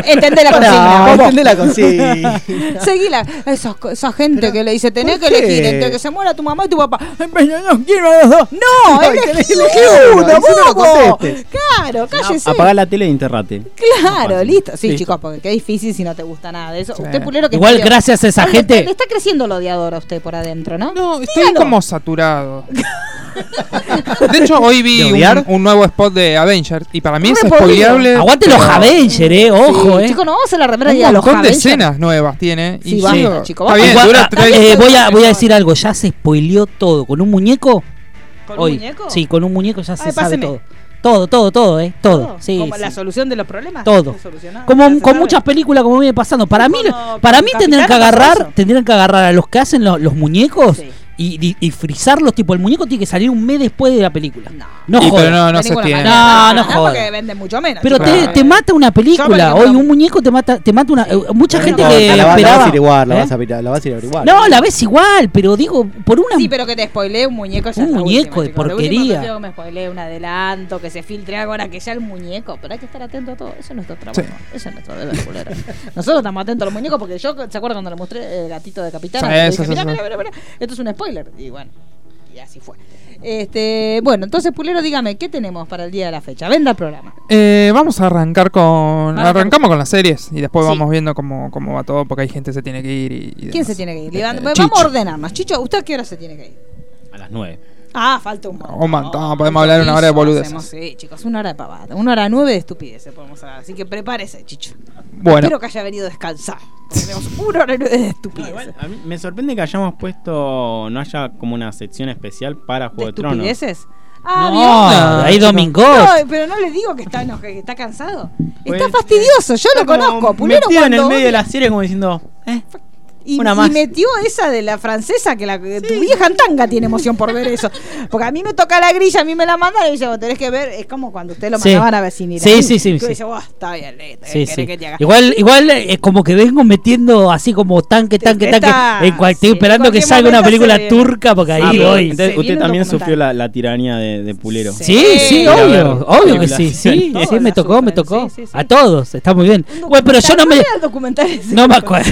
S2: Entendé la
S6: Pará,
S2: consigna. bobo.
S6: entendé la consigna.
S2: Seguila. Esa, esa gente que le dice, tenés que
S6: ¿por
S2: elegir
S6: qué?
S2: entre que se muera tu mamá y tu papá. Ay, pero yo no quiero a los dos. No,
S6: Ay,
S2: elegí,
S6: que elegí uno,
S2: uno,
S6: y si no lo
S2: bobo.
S6: contestes.
S2: Claro, cállese.
S5: Apagar la tele e interrate.
S2: Claro,
S5: Fácil.
S2: listo. Sí,
S5: Listo.
S2: chicos, porque qué difícil si no te gusta nada de eso. Usted pulero que
S9: Igual
S2: estudió.
S9: gracias a esa
S2: Ay, le-
S9: gente-
S2: Le está creciendo el odiador a usted por adentro, ¿no?
S4: No, estoy
S2: Dígalo.
S4: como saturado. De hecho, hoy vi
S6: ¿De
S4: un,
S6: odiar?
S4: un nuevo spot de Avengers y para mí es
S2: Repodrido.
S4: spoileable.
S9: Aguante los Avengers, eh. Ojo,
S2: Sí,
S9: eh.
S2: Chicos, no vamos a hacer la remera
S4: Hay
S2: de
S4: un
S2: a los
S4: montón de
S2: Avengers.
S4: escenas nuevas tiene.
S2: Sí,
S4: y
S2: basta,
S4: digo,
S2: chicos,
S4: Está
S2: basta.
S4: bien,
S9: Igual-
S4: dura
S9: ah,
S4: tres.
S9: eh, voy, a, voy a decir algo. Ya se spoileó todo. Con un muñeco.
S2: ¿Con
S9: hoy.
S2: un muñeco?
S9: Sí, con un muñeco ya se
S2: Ay,
S9: sabe
S2: páseme.
S9: todo. Todo, todo, todo, eh. Todo. Sí,
S2: Como
S9: sí.
S2: la solución de los problemas.
S9: Todo.
S2: ¿Se solucionó? ¿Ya
S9: Como
S2: se
S9: con
S2: sabe?
S9: muchas películas como viene pasando. Para mí,
S2: Como
S9: para mí tendrían que
S2: Capitana
S9: agarrar,
S2: Payaso.
S9: tendrían que agarrar a los que hacen lo- los muñecos
S2: Sí.
S9: y, y, y frizarlos. Tipo, el muñeco tiene que salir un mes después de la película.
S2: No.
S9: No
S4: Sí,
S9: jodas.
S4: pero no, no
S2: De
S4: se
S2: ninguna
S4: tiene.
S2: manera.
S9: No, no
S2: Porque
S9: joda.
S2: venden mucho menos.
S9: Pero
S2: chicos.
S9: te,
S4: Claro.
S9: te mata una película.
S2: ejemplo,
S9: Hoy
S2: no-
S9: un muñeco te mata, te mata una. eh, Mucha gente
S6: No, la,
S9: que
S6: va- la vas a
S9: esperaba.
S6: ir igual, la
S9: ¿Eh?
S6: vas a ir- la vas a ir a averiguar.
S9: No, la ves igual, pero digo, por una.
S2: Sí, pero que te spoileé un muñeco ya
S9: Un
S2: es la
S9: muñeco
S2: última,
S9: de
S2: chicos. La última
S9: porquería.
S2: prefiero que me spoileé un adelanto, que se filtre algo ahora que ya el muñeco. Pero hay que estar atento a todo. Eso es nuestro trabajo. Eso es nuestro deber, culero. Nosotros estamos atentos a los muñecos porque yo, ¿se acuerdan cuando le mostré el gatito de Capitán?
S4: Sí,
S2: Le
S4: sí,
S2: dije,
S4: sí,
S2: mirá,
S4: sí.
S2: mirá, mirá, mirá, Esto es un spoiler. Y bueno, y así fue. Este, bueno, entonces, Pulero, dígame, ¿qué tenemos para el día de la fecha? Venda el programa.
S4: Eh, vamos a arrancar con.
S2: Arrancamos.
S4: Arrancamos con las series y después
S2: Sí.
S4: vamos viendo cómo, cómo va todo porque hay gente que se tiene que ir. Y, y
S2: ¿Quién
S4: demás.
S2: se tiene que ir?
S4: Eh,
S2: Levan- Vamos
S4: Chicho.
S2: a ordenarnos. Chicho, ¿usted a qué hora se tiene que ir?
S5: A las 9.
S2: Ah, falta un montón.
S4: Un montón, podemos hablar una hora de boludeces.
S2: Hacemos, Sí, chicos, una hora de pavada. Una hora nueve de estupideces podemos hablar. Así que prepárese, chicho.
S4: Bueno,
S2: Espero que haya venido a descansar. porque Tenemos una hora nueve de
S5: No,
S2: estupideces.
S5: Ah, igual, a mí me sorprende que hayamos puesto, no haya como una sección especial para
S2: ¿De
S5: Juego de, Tronos.
S2: estupideces?
S9: No,
S2: Ah,
S4: No,
S9: ahí
S4: chicos.
S9: Domingo.
S2: No, pero no le digo que está, enojado, que está cansado. Está
S5: Pues,
S2: fastidioso, yo lo
S5: Está como
S2: conozco. Pulero
S5: metido en el
S2: cuando
S5: medio de
S2: odia-
S5: la serie como diciendo, eh,
S2: y,
S5: una
S2: y
S5: más.
S2: metió esa de la francesa que la que tu vieja antanga tiene emoción por ver eso. Porque a mí me toca la grilla, a mí me la mandan y me dice, vos tenés que ver, es como cuando ustedes lo
S9: Sí.
S2: mandaban a vecinar.
S9: Sí, sí, sí,
S2: Y tú
S9: sí.
S2: dices, vos, "Oh, está bien, listo, ¿qué
S9: Sí,
S2: Eh, querés
S9: sí.
S2: que te haga?
S9: Igual, igual eh, como que vengo metiendo así como tanque, tanque, tanque.
S2: Está-
S9: en cual- estoy
S2: sí,
S9: esperando
S2: en
S9: que
S2: cualquier
S9: salga una
S2: momento se
S9: película
S2: viene.
S9: turca porque ahí
S5: ah,
S2: Sí,
S5: pero
S9: voy.
S2: se
S5: Entonces,
S2: viene
S5: usted
S2: un
S5: también
S2: documental.
S5: sufrió la, la tiranía de, de Pulero.
S2: Sí.
S9: Sí, sí,
S2: Sí,
S9: obvio,
S5: la
S9: obvio que
S5: verdad.
S9: sí, sí,
S2: Todos
S9: sí, me
S2: la
S9: tocó, me
S2: sufren,
S9: tocó.
S2: sí, sí, sí.
S9: A todos, está muy bien.
S2: Un
S9: Bueno, pero yo no
S2: documental,
S9: me...
S2: era el documental ese?
S9: No me acuerdo.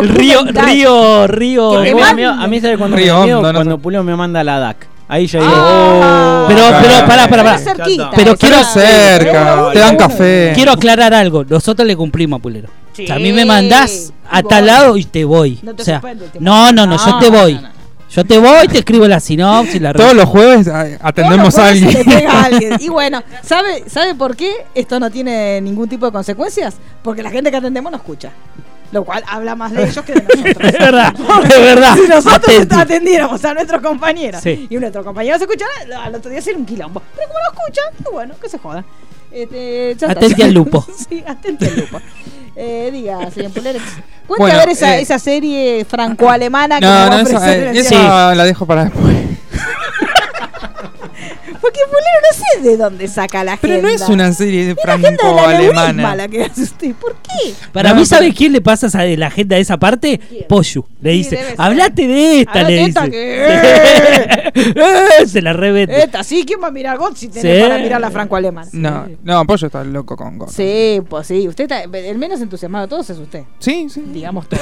S2: Un
S9: Río,
S2: documental.
S9: río,
S2: Que
S9: río.
S2: te
S5: A mí,
S9: Bueno,
S5: a
S2: mande.
S5: mí- a mí sabe cuando, me
S4: Río
S5: da miedo,
S4: Hondo, no
S5: cuando Pulero me manda la DAC. Ahí ya digo,
S2: Ah,
S5: oh,
S9: Pero- pero, pará, pará, pará.
S2: cerquita,
S9: Pero quiero-
S2: esa.
S4: pero cerca,
S2: Pero
S4: te dan
S2: bueno.
S4: café.
S9: Quiero aclarar algo. Nosotros le cumplimos a Pulero. O sea, a mí me
S2: Sí,
S9: mandás a
S2: voy.
S9: tal lado y te voy.
S2: No te
S9: o sea,
S2: suspende, te
S9: no, no, no, yo
S2: No,
S9: te
S2: no,
S9: voy.
S2: no, no.
S9: Yo te voy, te escribo la sinopsis, la
S4: Todos
S9: re-
S4: los jueves a- atendemos
S2: Todos
S4: a
S2: los jueves
S4: alguien.
S2: se le pega a alguien. Y bueno, ¿sabe, ¿sabe por qué esto no tiene ningún tipo de consecuencias? Porque la gente que atendemos no escucha. Lo cual habla más de ellos que de nosotros.
S9: Es verdad, es verdad.
S2: Si nosotros
S9: Atenti.
S2: atendiéramos a nuestros compañeros
S9: Sí.
S2: y nuestros compañeros escucharan, al otro día sería un quilombo. Pero como no escuchan, y bueno, que se joda. Este, ya está.
S9: Atenti al lupo.
S2: sí, atenti al lupo. Eh, diga, señor Pulerex. Cuente
S4: Bueno,
S2: a ver esa,
S4: eh,
S2: esa serie franco-alemana que
S4: No,
S2: nos va
S4: no,
S2: a
S4: esa,
S2: ofrecer
S4: eh,
S2: el
S4: esa
S2: señor-
S4: la dejo para después.
S2: Porque Pulero no sé de dónde saca la
S4: Pero no
S2: agenda.
S4: es una serie
S2: La agenda de la neurisma
S4: franco-alemana.
S2: la que hace usted. ¿Por qué?
S9: Para
S4: No,
S9: mí,
S4: pero-
S9: ¿sabes quién le pasa esa- la agenda de esa parte?
S2: ¿Quién?
S9: Pollo. Le
S2: Sí,
S9: dice,
S2: debe ser.
S9: hablate de esta,
S2: Hablate
S9: le
S2: de
S9: dice.
S2: esta que-
S9: Eh, Se la revende.
S2: Esta, sí, ¿quién va a mirar God si tenés
S9: Sí.
S2: para mirar la franco-alemana?
S4: No, no, Pollo está loco con Gon.
S2: Sí, pues sí. Usted está, el menos entusiasmado de todos es usted.
S4: Sí, sí.
S2: Digamos todo.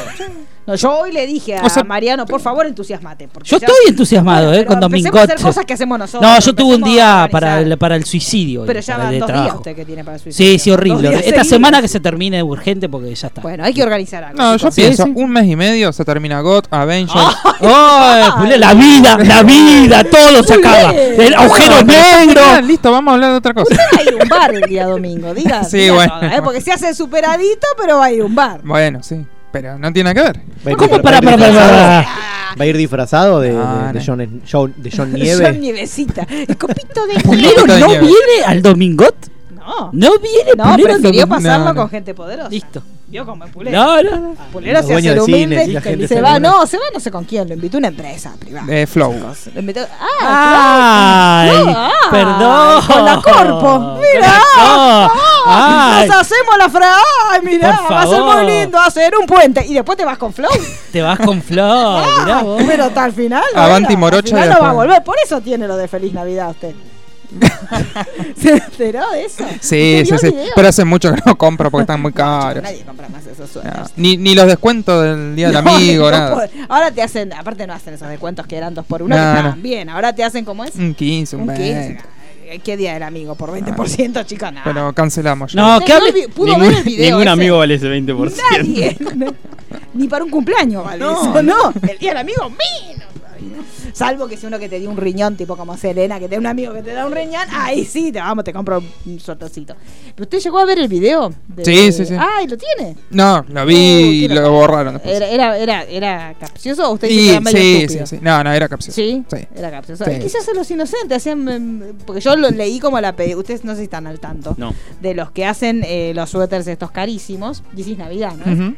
S2: No, yo hoy le dije a
S4: O sea,
S2: Mariano, por favor, entusiasmate. porque
S9: Yo
S2: ya-
S9: estoy entusiasmado,
S2: Bueno,
S9: eh, con
S2: pero empecemos a
S9: Domingote.
S2: hacer cosas que hacemos nosotros.
S9: No, yo tuve un
S2: empecemos
S9: día
S2: a
S9: para el,
S2: organizar.
S9: para el suicidio. hoy,
S2: Pero ya
S9: para el
S2: van
S9: de
S2: dos días
S9: trabajo.
S2: usted que tiene para suicidio.
S9: Sí, sí, horrible.
S2: Dos días
S9: Esta
S2: seguidos.
S9: semana que se termine urgente porque ya está.
S2: Bueno, hay que organizar algo.
S4: No, yo
S2: chicos.
S9: Sí,
S4: pienso,
S9: sí.
S4: un mes y medio se termina God, Avengers.
S2: Ah,
S9: ¡Ay, Julián, la vida, la vida, todo se
S2: Muy
S9: acaba.
S2: bien.
S9: El agujero
S4: No, Ah,
S9: negro.
S4: listo, vamos a hablar de otra cosa.
S2: Va a ir un bar el día domingo, diga.
S4: Sí,
S2: diga
S4: bueno.
S2: toda, ¿eh? Porque se hace superadito, pero va a ir un bar.
S4: Bueno, sí, pero no tiene nada que ver.
S6: Va a ir
S9: ¿Cómo?
S6: disfra-
S9: Para,
S6: va a
S9: para,
S6: ir
S9: para,
S6: disfrazado-
S9: para.
S6: Va a ir disfrazado de, de-
S4: No,
S6: de
S4: no.
S6: John, John- de John
S2: Son
S6: Nieve.
S2: nievecita. El copito de
S9: ¿Pulero
S2: hielo.
S4: Puta
S9: no
S4: nieve.
S9: viene al Domingot?
S2: No.
S9: No viene
S2: No,
S9: Pulero al
S2: prefirió
S9: Domingot.
S2: pasarlo
S4: no, no.
S2: con gente poderosa.
S9: Listo.
S2: Vio como el pulero.
S9: No, no, no.
S2: Pulero
S6: Los
S2: se hace
S6: dueños
S2: el
S6: de cine,
S2: humilde.
S6: la gente
S2: se
S6: se
S2: va,
S6: reúne.
S2: no, se va no sé con quién. Lo invitó una empresa privada.
S4: De Eh, Flow.
S2: Lo invitó. Ah,
S9: Ay,
S2: claro. Ah,
S9: perdón.
S2: Con la corpo.
S9: Con
S2: Mira.
S9: la cor- Ay.
S2: Nos hacemos la fra. Ay, mira,
S9: Ah. Por
S2: va a ser muy
S9: favor.
S2: lindo hacer un puente. Y después te vas con Flow.
S9: Te vas con Flor, mirá vos.
S2: Pero hasta el final.
S4: Avanti
S2: bueno,
S4: Morocha
S2: Al
S4: y
S2: final no va a
S4: después-
S2: volver. Por eso tiene lo de Feliz Navidad usted. ¿Se enteró de eso?
S4: Sí, sí,
S2: ¿Vio el
S4: sí.
S2: video?
S4: Pero hace mucho que no compro porque están muy caros.
S2: Nadie compra más esos suéteres.
S4: No, Ni, ni los descuentos del día del
S2: No,
S4: amigo,
S2: no
S4: nada.
S2: pod- Ahora te hacen, aparte no hacen esos descuentos que eran dos por uno,
S4: No,
S2: que
S4: no.
S2: estaban bien. Ahora te hacen como es.
S4: Un Ah. 15, un
S2: Un 15.
S4: 20.
S2: Ay, ¿Qué día del amigo? Por 20%, chicos, nada.
S4: Pero cancelamos ya.
S3: No,
S2: Usted
S3: que hable-
S2: vi- pudo
S5: ningún
S2: ver el video
S5: ningún
S2: ese.
S5: amigo vale ese 20%.
S2: Nadie. Ni para un cumpleaños vale
S4: No.
S2: eso, ¿no? El día del amigo, menos. todavía. Salvo que sea uno que te dio un riñón, tipo como Serena, que te un amigo que te da un riñón, ahí sí, te vamos, te compro un- un sortecito. ¿Pero usted llegó a ver el video? de-
S4: Sí, sí, sí.
S2: Ah, ¿y lo tiene?
S4: No, lo vi
S2: Uh,
S4: y
S2: qué
S4: lo
S2: loco.
S4: borraron después.
S2: ¿Era, era, era, era capcioso o usted dice que
S4: Y,
S2: era medio
S4: sí, sí,
S2: estúpido?
S4: sí. No, no, era capcioso.
S2: Sí,
S4: Sí.
S2: era capcioso.
S4: Sí.
S2: Es que se hacen los inocentes, hacían. em, Porque yo lo leí como la pedí. Ustedes no sé si están al tanto.
S5: No.
S2: De los que hacen eh, los suéteres estos carísimos. Dices Navidad, ¿no?
S4: Ujú.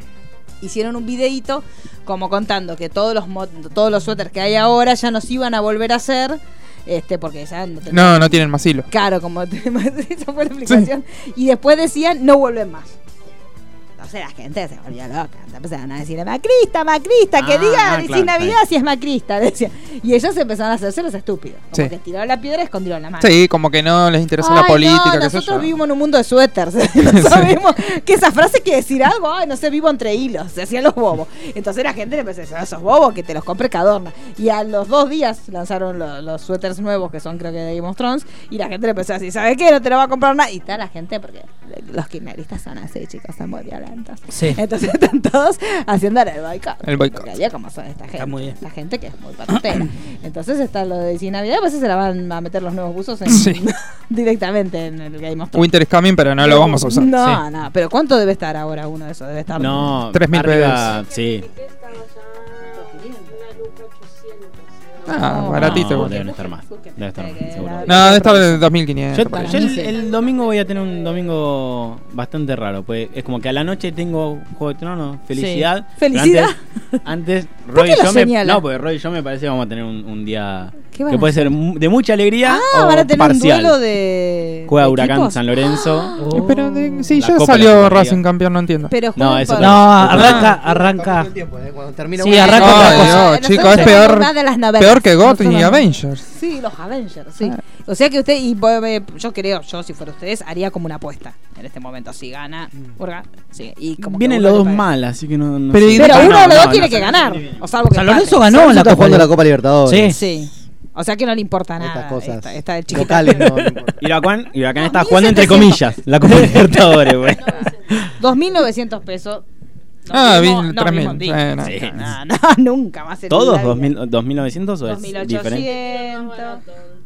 S2: Hicieron un videíto como contando que todos los mo- todos los suéteres que hay ahora ya nos iban a volver a hacer. Este, porque ya no tenían-
S4: No, no tienen más hilo.
S2: Claro, como esa fue la explicación. Y después decían, no vuelven más. Entonces la gente se volvió loca. Empezaron a decir, macrista, macrista, que
S5: Ah,
S2: diga,
S5: ah,
S2: decís
S5: claro,
S2: Navidad
S5: está bien.
S2: si es macrista. Decían. Y ellos empezaron a hacerse los estúpidos. Como
S4: Sí.
S2: que tiraron la piedra y escondieron la mano.
S4: Sí, como que no les interesa
S2: Ay,
S4: la política, qué sé
S2: no,
S4: yo.
S2: nosotros vivimos en un mundo de suéteres. no sabemos que esa frase que decir algo, ay, no sé, vivo entre hilos. Se hacían los bobos. Entonces la gente le empezó a decir, "Ah, esos bobos que te los compre Cadorna. Y a los dos días lanzaron lo- los suéteres nuevos, que son creo que de Game of Thrones, y la gente le empezó a decir, ¿sabes qué? No te lo va a comprar nada. Y está la gente, porque los kirchneristas son así, chicos, son muy violentos.
S3: Sí.
S2: Entonces están todos haciendo el boicot.
S4: El boicot.
S2: Porque había como son esta gente.
S3: muy bien.
S2: La gente que es muy partera. Entonces está lo de sin Navidad, pues se la van a meter los nuevos buzos en-
S4: Sí.
S2: directamente en el Game of Thrones.
S4: Winter is coming, pero no lo vamos a usar.
S2: No,
S4: Sí.
S2: no, pero ¿cuánto debe estar ahora uno de esos? Debe estar.
S5: No,
S4: 3.000
S5: arriba, Sí.
S4: Ah,
S2: No,
S4: baratito.
S5: No,
S4: No,
S5: deben estar más. Deben estar
S2: Eh, que
S5: más, seguro.
S2: la-
S4: debe estar de 2500.
S5: Yo,
S4: por ahí.
S5: yo
S2: mí
S5: el,
S2: sí.
S5: el domingo voy a tener un domingo bastante raro, pues es como que a la noche tengo Juego de Tronos, felicidad. pero
S2: Felicidad.
S5: Antes, antes
S2: qué
S5: Roy y
S2: lo
S5: yo me,
S2: señala?
S5: no, porque Roy y yo me parece que vamos a tener un, un día
S2: ¿Qué van
S5: que
S2: a
S5: puede ser mu- de mucha alegría
S2: Ah,
S5: o
S2: van a tener
S5: parcial.
S2: un duelo de.
S5: Juega
S2: de
S5: Huracán
S2: equipos.
S5: San Lorenzo.
S4: Eh, Pero de- sí,
S5: La
S4: ya
S5: Copa de la
S4: salió
S5: Superliga.
S4: Racing campeón, no entiendo.
S2: Pero
S5: No,
S2: juegan
S5: eso
S2: por-
S5: no.
S3: No, arranca, arranca.
S6: Todo el tiempo, eh, Cuando termina
S3: Sí,
S6: una-
S3: arranca otra
S4: Ay,
S3: cosa.
S4: Dios,
S2: Nosotros
S4: chicos, es
S2: somos
S4: peor,
S2: más de las novelas.
S4: peor que GOT
S2: Nosotros
S4: y
S2: no.
S4: Avengers.
S2: Sí, los Avengers, sí. O sea que usted, y eh, yo creo, yo si fuera ustedes, haría como una apuesta en este momento. Si gana,
S5: Mm.
S2: Burga, sí. Y como que
S5: Vienen
S2: uno
S5: los
S2: le
S5: dos
S2: paga.
S5: mal, así que no. no
S4: Pero
S5: sé.
S4: y-
S2: Pero
S5: No,
S2: uno de los
S5: no,
S2: dos
S5: no
S2: tiene
S5: sé.
S2: que ganar. O salvo que
S3: San Lorenzo
S2: empate.
S3: ganó
S6: Está
S3: la Copa
S6: jugando la Copa
S3: Sí.
S6: Libertadores.
S2: Sí. O sea que no le importa
S6: Estas
S2: nada.
S6: cosas
S2: Esta, esta del chiquito.
S6: Locales, no, no importa.
S5: Huracán, Huracán
S2: No,
S5: está jugando entre
S2: 1700.
S5: comillas la Copa Libertadores, pues. güey.
S2: 2.900 pesos. No
S4: Ah,
S2: mismo-
S4: vi-
S2: no
S4: tres
S2: mismo
S4: mil.
S2: día.
S4: Eh, no.
S2: Sí,
S5: Sí.
S2: no, no, nunca más. en
S5: ¿Todos
S2: la vida.
S5: 2000 2.900 o es diferente?
S2: 2.800.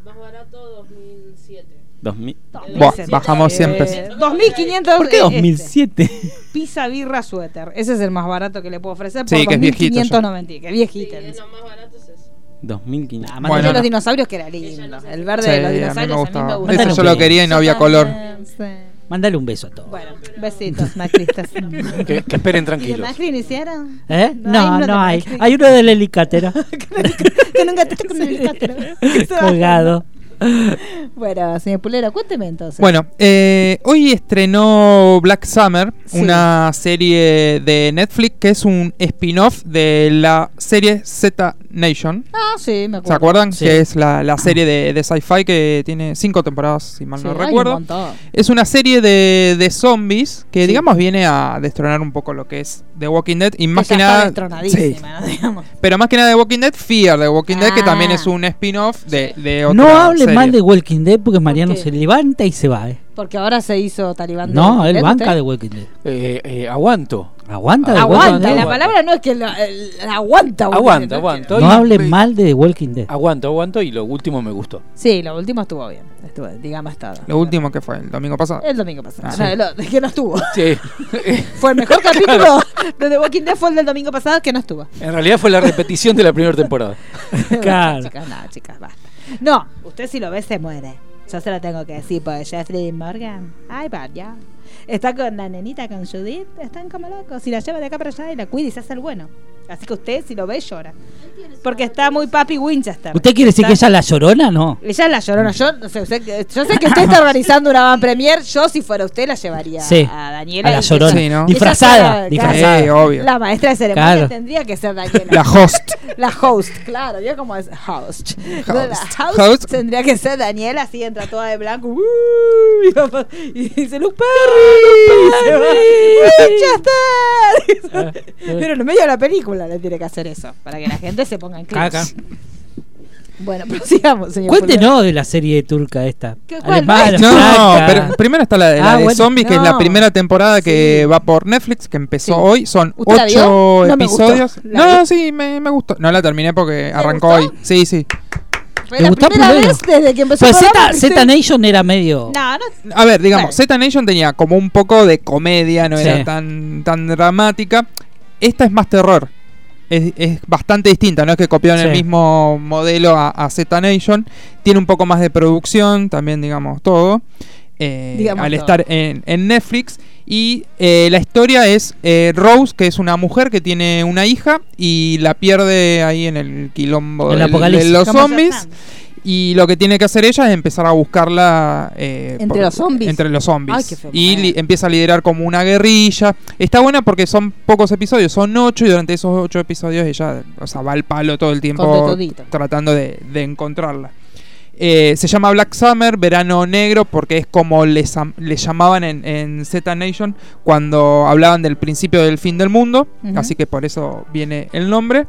S7: Más barato 2007.
S5: 2000.
S4: Buah, bajamos 100 pesos.
S2: Eh, 2.500.
S5: ¿Por qué
S2: eh,
S5: 2007?
S2: este, pizza, birra, suéter. Ese es el más barato que le puedo ofrecer. Por
S4: Sí, que es viejito ya.
S2: 2.590. Que viejito.
S7: Sí, es lo más barato es eso.
S5: 2015.
S3: Ah,
S2: El
S4: Bueno,
S2: de los
S4: no.
S2: dinosaurios que era lindo.
S4: Sí, a mí
S2: El verde de los
S4: me
S2: dinosaurios a mí me
S4: gustaba.
S2: gusta.
S4: Ese yo lo quería y no había color.
S2: Sí.
S3: Mándale un beso a todos.
S2: Bueno, besitos, macristas.
S8: Que, que esperen
S2: ¿Y de
S8: tranquilos.
S2: Macri no hicieron?
S3: ¿Eh? No,
S2: No, hay uno de
S3: no hay.
S2: Macri.
S3: Hay uno del helicóptero
S2: que nunca te con el helicóptero.
S3: colgado.
S2: Bueno, señor Pulero, cuénteme entonces.
S4: Bueno, eh, hoy estrenó Black Summer,
S2: Sí.
S4: una serie de Netflix que es un spin-off de la serie Z Nation.
S2: Ah, sí,
S4: ¿Se
S2: me acuerdo.
S4: acuerdan?
S3: Sí.
S4: Que es la, la serie de, de sci-fi que tiene cinco temporadas, si mal
S2: Sí,
S4: no
S2: hay un
S4: recuerdo.
S2: montón.
S4: Es una serie de, de zombies que,
S2: Sí.
S4: digamos, viene a destronar un poco lo que es The Walking Dead. Y más
S2: Que
S4: que
S2: ya está
S4: nada.
S2: destronadísima,
S4: Sí.
S2: ¿no? Digamos.
S4: Pero más que nada de Walking Dead, Fear The Walking Dead, que
S2: Ah.
S4: también es un spin-off de, de otra
S3: No hable
S4: serie.
S3: mal de Walking Dead porque Mariano
S2: qué?
S3: se levanta y se va. eh.
S2: Porque ahora se hizo talibán. de
S3: No,
S2: Walking
S3: él
S2: Dead,
S3: banca
S2: ¿usted?
S3: de Walking Dead.
S8: Eh, eh, aguanto.
S3: Aguanta de Walking
S2: Aguanta,
S3: Dead.
S2: la palabra no es que la, el- la aguanta. Walking
S8: Aguanta,
S2: Dead,
S8: aguanta.
S2: quiero.
S3: No
S8: Estoy-
S3: hable
S8: eh,
S3: mal de The Walking Dead.
S8: Aguanto, aguanto y lo último me gustó.
S2: Sí, lo último estuvo bien. Estuvo, digamos todo.
S4: Lo último que fue el domingo pasado.
S2: El domingo pasado.
S4: Ah,
S2: No, lo- que no estuvo.
S8: Sí. eh,
S2: Fue el mejor capítulo de The Walking Dead fue el del domingo pasado que no estuvo.
S8: en realidad fue la repetición de la primera temporada.
S3: Claro.
S2: Basta, chicas, no, chicas, basta. No, usted si lo ve se muere. Yo se lo tengo que decir, porque Jeffrey Dean Morgan, ay, vaya. Está con la nenita, con Judith, están como locos. Y la lleva de acá para allá y la cuida y se hace el bueno. Así que usted si lo ve llora.
S7: Él tiene
S2: Porque está muy papi Winchester.
S3: ¿Usted quiere decir que
S2: Está-
S3: ella es la llorona? No.
S2: Ella es la llorona. Yo, no sé, usted- yo sé que usted está organizando una van premier. Yo, si fuera usted, la llevaría
S3: Sí.
S2: a Daniela.
S3: A la
S2: y-
S3: llorona.
S4: Sí, ¿no?
S2: Esa
S3: Disfrazada.
S2: es la-
S3: Disfrazada.
S4: Eh, obvio.
S2: La maestra de ceremonia
S3: Claro.
S2: tendría que ser Daniela.
S4: La host.
S2: La host, claro, yo como es host. No, la
S4: Host.
S2: host
S4: Host.
S2: tendría que ser Daniela, así entra toda de blanco. ¡uh! y, vamos- y dice, ¡Luz Perry! se va, ¡Winchester! Pero en el medio de la película le tiene que hacer eso, para que la gente se ponga en
S3: Caca.
S2: clics. Bueno, prosigamos, señor. Pulgar.
S3: Cuéntenos de la serie turca esta.
S2: ¿Qué- cuál?
S3: Alemana,
S4: No,
S3: franca.
S4: pero primero está la de, la
S3: Ah,
S4: de
S3: bueno,
S4: zombies, que es
S2: no.
S4: la primera temporada que
S2: Sí.
S4: va por Netflix, que empezó
S2: Sí.
S4: hoy. Son
S2: ¿Usted la vio?
S4: ocho
S2: No me gustó.
S4: episodios.
S2: ¿La
S4: No,
S2: vi?
S4: sí, me, me gustó. No la terminé porque arrancó
S2: gustó?
S4: hoy. Sí, sí.
S2: Fue
S3: ¿Te
S2: la
S3: gustó
S2: primera
S3: Pulero?
S2: vez desde que empezó
S3: Pues
S2: el
S3: Z,
S2: programa que
S3: Z
S2: se-
S3: Nation era medio.
S2: No, no.
S4: A ver, digamos,
S2: Bueno.
S4: Z Nation tenía como un poco de comedia, no
S3: Sí.
S4: era tan, tan dramática. Esta es más terror. Es, es bastante distinta, no es que copiaron el
S3: Sí.
S4: mismo modelo a, a Z Nation. Tiene un poco más de producción, también, digamos, todo. eh,
S2: Digamos
S4: al
S2: todo.
S4: estar en, en Netflix. Y eh, la historia es eh, Rose, que es una mujer que tiene una hija y la pierde ahí en el quilombo
S3: En el
S4: del- de,
S3: apocalipsis.
S4: los
S2: Como
S4: zombies.
S2: Tarzán.
S4: Y lo que tiene que hacer ella es empezar a buscarla eh,
S2: ¿Entre los zombies?
S4: Entre los
S2: Ay,
S4: zombies.
S2: qué feo.
S4: y li- empieza a liderar como una guerrilla. Está buena porque son pocos episodios, son ocho, y durante esos ocho episodios ella o sea, va al palo todo el
S2: Con de
S4: tiempo
S2: todito.
S4: tratando de, de encontrarla. Eh, se llama Black Summer, verano negro, porque es como le sam- le llamaban en, en Z Nation cuando hablaban del principio del fin del mundo.
S2: Ujú.
S4: Así que por eso viene el nombre.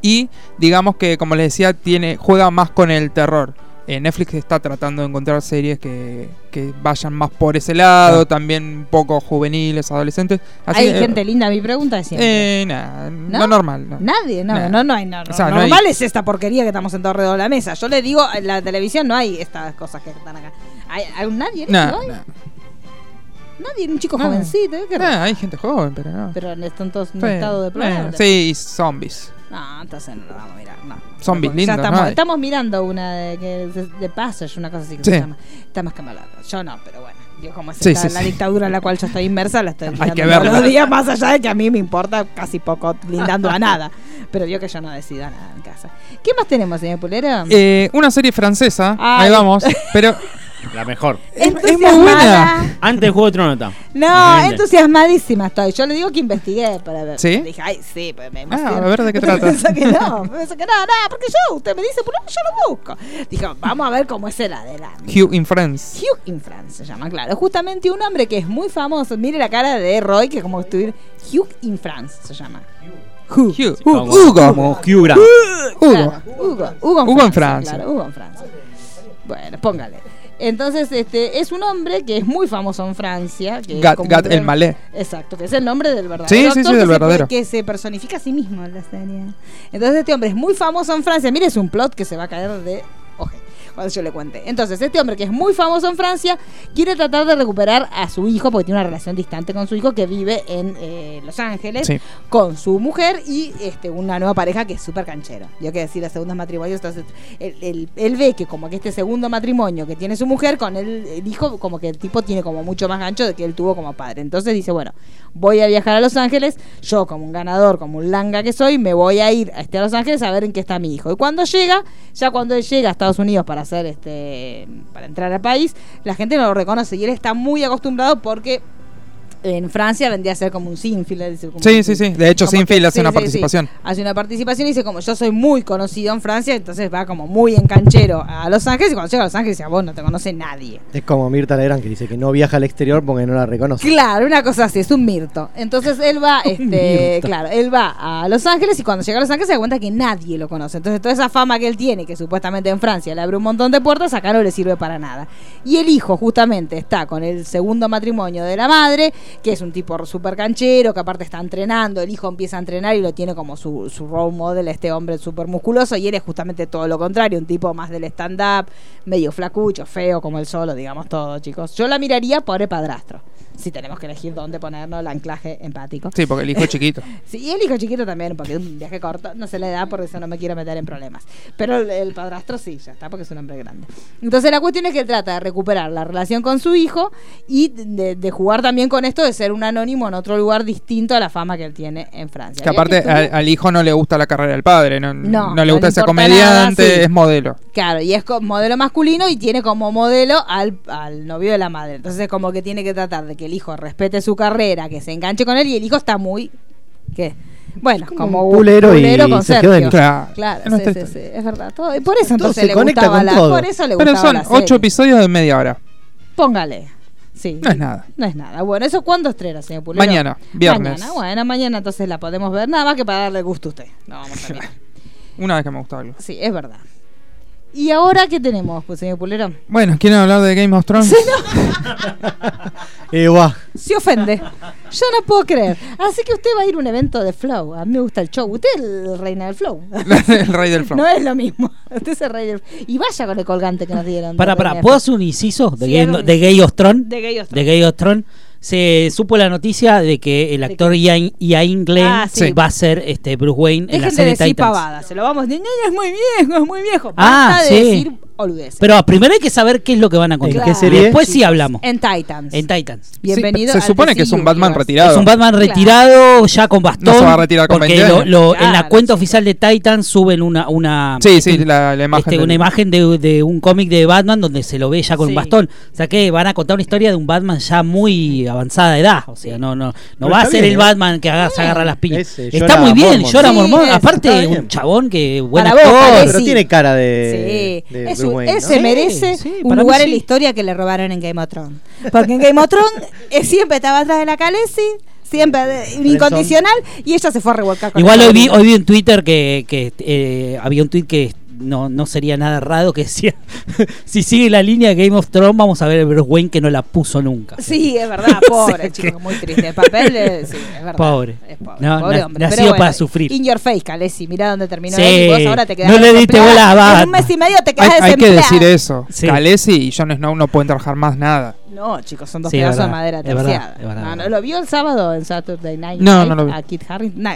S4: Y digamos que, como les decía, tiene, juega más con el terror. Eh, Netflix está tratando de encontrar series que, que vayan más por ese lado, también un poco juveniles, adolescentes. Así
S2: Hay
S4: que,
S2: gente linda, mi pregunta es siempre.
S4: eh, nada, lo normal. no.
S2: Nadie, no,
S4: Nah.
S2: no, no hay no, no.
S4: O sea, no
S2: Normal
S4: hay-
S2: es esta porquería que estamos sentados alrededor de la mesa. Yo le digo, en la televisión no hay estas cosas que están acá. ¿Hay, hay- nadie? ¿no?
S4: Nah,
S2: ¿Hay?
S4: nah.
S2: Nadie, un chico
S4: No.
S2: jovencito. ¿eh? Qué raro.
S4: Nah, hay gente joven, pero no.
S2: Pero están todos en
S4: Sí,
S2: un estado de
S4: eh, sí, y zombies.
S2: No, entonces no lo vamos a mirar. No.
S4: Zombies
S2: Ya
S4: lindos,
S2: Estamos,
S4: ¿no?
S2: estamos mirando una de, que, de, de Passage, una cosa así que
S4: Sí.
S2: se llama. Está más que mal. Yo no, pero bueno. Yo como es
S4: Sí,
S2: esta-
S4: sí,
S2: la
S4: sí.
S2: dictadura en la cual yo estoy inmersa, la estoy mirando
S4: que
S2: todos
S4: verla.
S2: los días, más allá de que a mí me importa casi poco lindando a nada. Pero yo que yo no decido nada en casa. ¿Qué más tenemos, señor Pulero?
S4: Eh, una serie francesa,
S2: Ay.
S4: ahí vamos, pero
S5: La mejor.
S4: es- es muy
S2: Entusiasmada.
S5: Antes del juego de Trono está.
S2: No,
S5: Excelente.
S2: entusiasmadísima estoy. Yo le digo que investigué para ver.
S4: ¿Sí?
S2: Dije, ay, sí, pues me
S4: Ah,
S2: emociono.
S4: a ver de qué
S2: Usted
S4: trata.
S2: Pensó que no, pensó que no, no, porque yo, usted me dice, pero yo lo busco. Dije, vamos a ver cómo es el adelante.
S4: Hugh in France.
S2: Hugh in France se llama, claro. Justamente un hombre que es muy famoso. Mire la cara de Roy, que como estuviera. Hugh in France se llama. Hugh.
S4: Hugh.
S5: Como- Como
S4: Hugo.
S5: Hugh Grant.
S4: Hugo.
S2: Claro, Hugo, Hugo en
S4: Hugo en
S2: Francia,
S4: Francia.
S2: claro, Hugo en Francia. Bueno, póngale. Entonces, este es un hombre que es muy famoso en Francia. Que es
S4: Gat,
S2: como
S4: Gat
S2: un-
S4: el malé.
S2: Exacto, que es el nombre del verdadero.
S4: Sí, sí, sí,
S2: actor
S4: del
S2: que se-
S4: verdadero.
S2: que se personifica a sí mismo en la serie. Entonces, este hombre es muy famoso en Francia. Mire, es un plot que se va a caer de. Oje, cuando yo le cuente. Entonces, este hombre que es muy famoso en Francia quiere tratar de recuperar a su hijo porque tiene una relación distante con su hijo que vive en eh, Los Ángeles
S4: Sí.
S2: con su mujer y este una nueva pareja que es súper canchera. Yo que decir, los segundos matrimonios, entonces él, él- él ve que como que este segundo matrimonio que tiene su mujer con el, el hijo, como que el tipo tiene como mucho más gancho de que él tuvo como padre. Entonces dice, bueno, voy a viajar a Los Ángeles, yo como un ganador, como un langa que soy, me voy a ir a, este, a Los Ángeles a ver en qué está mi hijo. Y cuando llega, ya cuando él llega a Estados Unidos para hacer este para entrar al país, la gente no lo reconoce y él está muy acostumbrado porque en Francia vendría a ser como un sinfil. es decir, como
S4: Sí,
S2: un-
S4: sí, sí. De hecho,
S2: como
S4: Sinfield
S2: que-
S4: hace
S2: sí,
S4: una
S2: sí, sí.
S4: participación.
S2: Hace una participación y dice, como yo soy muy conocido en Francia, entonces va como muy en canchero a Los Ángeles y cuando llega a Los Ángeles dice, a vos no te conoce nadie.
S6: Es como Mirta Legrand que dice que no viaja al exterior porque no la reconoce.
S2: Claro, una cosa así, es un mirto. Entonces él va, este,
S6: mirto.
S2: claro, él va a Los Ángeles y cuando llega a Los Ángeles se da cuenta que nadie lo conoce. Entonces toda esa fama que él tiene, que supuestamente en Francia le abre un montón de puertas, acá no le sirve para nada. Y el hijo justamente está con el segundo matrimonio de la madre, que es un tipo súper canchero, que aparte está entrenando, el hijo empieza a entrenar y lo tiene como su, su role model, este hombre súper musculoso, y él es justamente todo lo contrario, un tipo más del stand-up, medio flacucho, feo como el solo, digamos todo, chicos. Yo la miraría pobre padrastro. si tenemos que elegir dónde ponernos el anclaje empático.
S4: Sí, porque el hijo es chiquito.
S2: Sí, y el hijo chiquito también, porque un viaje corto no se le da porque eso no me quiero meter en problemas. Pero el, el padrastro sí, ya está, porque es un hombre grande. Entonces la cuestión es que trata de recuperar la relación con su hijo y de, de jugar también con esto de ser un anónimo en otro lugar distinto a la fama que él tiene en Francia.
S4: Que
S2: Había
S4: aparte
S2: estudiar-
S4: al, al hijo no le gusta la carrera del padre, no,
S2: No,
S4: no le
S2: no
S4: gusta
S2: le
S4: ser
S2: importa
S4: comediante,
S2: nada, sí.
S4: es modelo.
S2: Claro, y es co- modelo masculino y tiene como modelo al, al novio de la madre. Entonces es como que tiene que tratar de que el hijo respete su carrera, que se enganche con él y el hijo está muy... ¿Qué? Bueno,
S3: Como
S2: como
S3: un
S2: un
S3: pulero y Sergio Denis.
S4: Claro.
S2: Claro,
S4: Es nuestra
S2: sí, sí,
S4: historia.
S2: sí, es verdad. Todo- y por eso
S3: Todo
S2: entonces
S3: se
S2: le
S3: conecta
S2: gustaba
S3: con
S2: la,
S3: todo.
S2: Por eso le
S4: Pero
S2: gustaba
S4: son
S2: la
S4: ocho
S2: serie.
S4: episodios de media hora.
S2: Póngale. Sí.
S4: No es nada.
S2: No es nada. Bueno, ¿eso cuándo estrena, señor Pulero?
S4: Mañana, viernes.
S2: Mañana, bueno, mañana entonces la podemos ver. Nada más que para darle gusto a usted. No, vamos a mirar.
S4: Una vez que me gustó algo.
S2: Sí, es verdad. ¿Y ahora qué tenemos, pues, señor Pulero?
S4: Bueno, ¿quieren hablar de Game of Thrones?
S3: Eh, guau.
S2: Se ofende. Yo no puedo creer. Así que usted va a ir a un evento de Flow. A mí me gusta el show. Usted es el reina del Flow.
S4: el rey del flow.
S2: No es lo mismo. Usted es el rey del Y vaya con el colgante que nos dieron.
S9: Para, para, ¿puedo hacer un inciso de,
S2: Sí,
S9: Game-
S2: haga un
S9: de Gay of Thrones?
S2: De Gay of
S9: De
S2: Thrones.
S9: Gay of Thrones. Se supo la noticia de que el actor Ian, Ian Glenn
S2: Ah, sí.
S9: va a ser este Bruce Wayne en la
S2: Dejen de
S9: serie
S2: decir
S9: Titans.
S2: pavadas, se lo vamos. Niña es muy viejo, es muy viejo.
S9: Ah,
S2: Basta de
S9: sí.
S2: decir boludeces.
S9: Pero primero hay que saber qué es lo que van a
S3: qué
S9: contar.
S3: serie?
S9: Después sí hablamos.
S2: en Titans.
S9: En Titans.
S2: Bienvenido.
S4: Se
S2: al
S4: supone que es
S2: DCU
S4: un Batman
S2: Universe.
S4: retirado.
S9: Es un Batman
S2: Claro.
S9: retirado ya con bastón.
S4: No se va a retirar con
S9: porque
S4: 20
S9: lo- lo- en la
S2: Claro,
S9: cuenta
S2: sí.
S9: oficial de Titan suben una una
S4: Sí, sí, la, la imagen.
S9: este,
S4: del-
S9: una imagen de, de un cómic de Batman donde se lo ve ya con un
S2: Sí.
S9: bastón. O sea que van a contar una historia de un Batman ya muy avanzada de edad. O sea, no, no, no
S3: Pero
S9: va a
S3: está
S9: ser el
S3: bien, ¿eh?
S9: Batman que agarra, se agarra las piñas.
S3: Ese,
S9: está
S3: llora
S9: muy bien,
S3: Mormon.
S9: llora
S2: Sí,
S9: mormón.
S2: es-
S3: está
S9: Aparte,
S3: bien.
S9: un chabón que buen
S2: Para vos,
S9: actor.
S6: Oh,
S2: parece-
S3: Pero
S2: Sí.
S3: tiene cara de.
S2: Sí,
S3: de
S2: Es
S3: Bruce
S2: un-
S3: Wayne,
S2: él
S3: ¿no?
S2: se merece
S9: sí,
S2: un
S9: para mí
S2: lugar en
S9: sí.
S2: la historia que le robaron en Game of Thrones. Porque en Game of Thrones eh, siempre estaba atrás de la Khaleesi, siempre de- incondicional, y ella se fue a revolcar con
S9: Igual
S2: el
S9: hoy vi,
S2: marido.
S9: hoy vi en Twitter que, que, eh, había un tweet que no, no sería nada errado que decía si sigue la línea de Game of Thrones vamos a ver el Bruce Wayne que no la puso nunca.
S2: Sí, es verdad, pobre
S9: Sí,
S2: chico,
S9: que-
S2: muy triste. El papel, eh, sí, es verdad.
S9: Pobre.
S2: Es pobre,
S9: No,
S2: pobre
S9: na-
S2: hombre.
S9: nacido
S2: Pero
S9: para sufrir.
S2: In your face, Calesi, mirá dónde terminó
S9: Sí,
S2: él y vos ahora te quedás
S9: no le diste
S2: desempleada.
S9: bola a Batman.
S2: En un mes y medio te
S4: Hay,
S2: quedás
S4: hay que
S2: desempleada.
S4: decir eso.
S9: Sí.
S4: Khaleesi y Jon Snow no pueden trabajar más nada.
S2: No, chicos, son dos
S9: Sí, es
S2: pedazos de
S9: verdad,
S2: madera
S9: es verdad,
S2: terciada.
S9: es verdad,
S2: No,
S9: es
S2: no,
S9: verdad.
S2: ¿Lo vio el sábado en Saturday Night?
S4: No,
S2: Live
S4: no lo vi.
S2: A Kid Harris.
S4: No,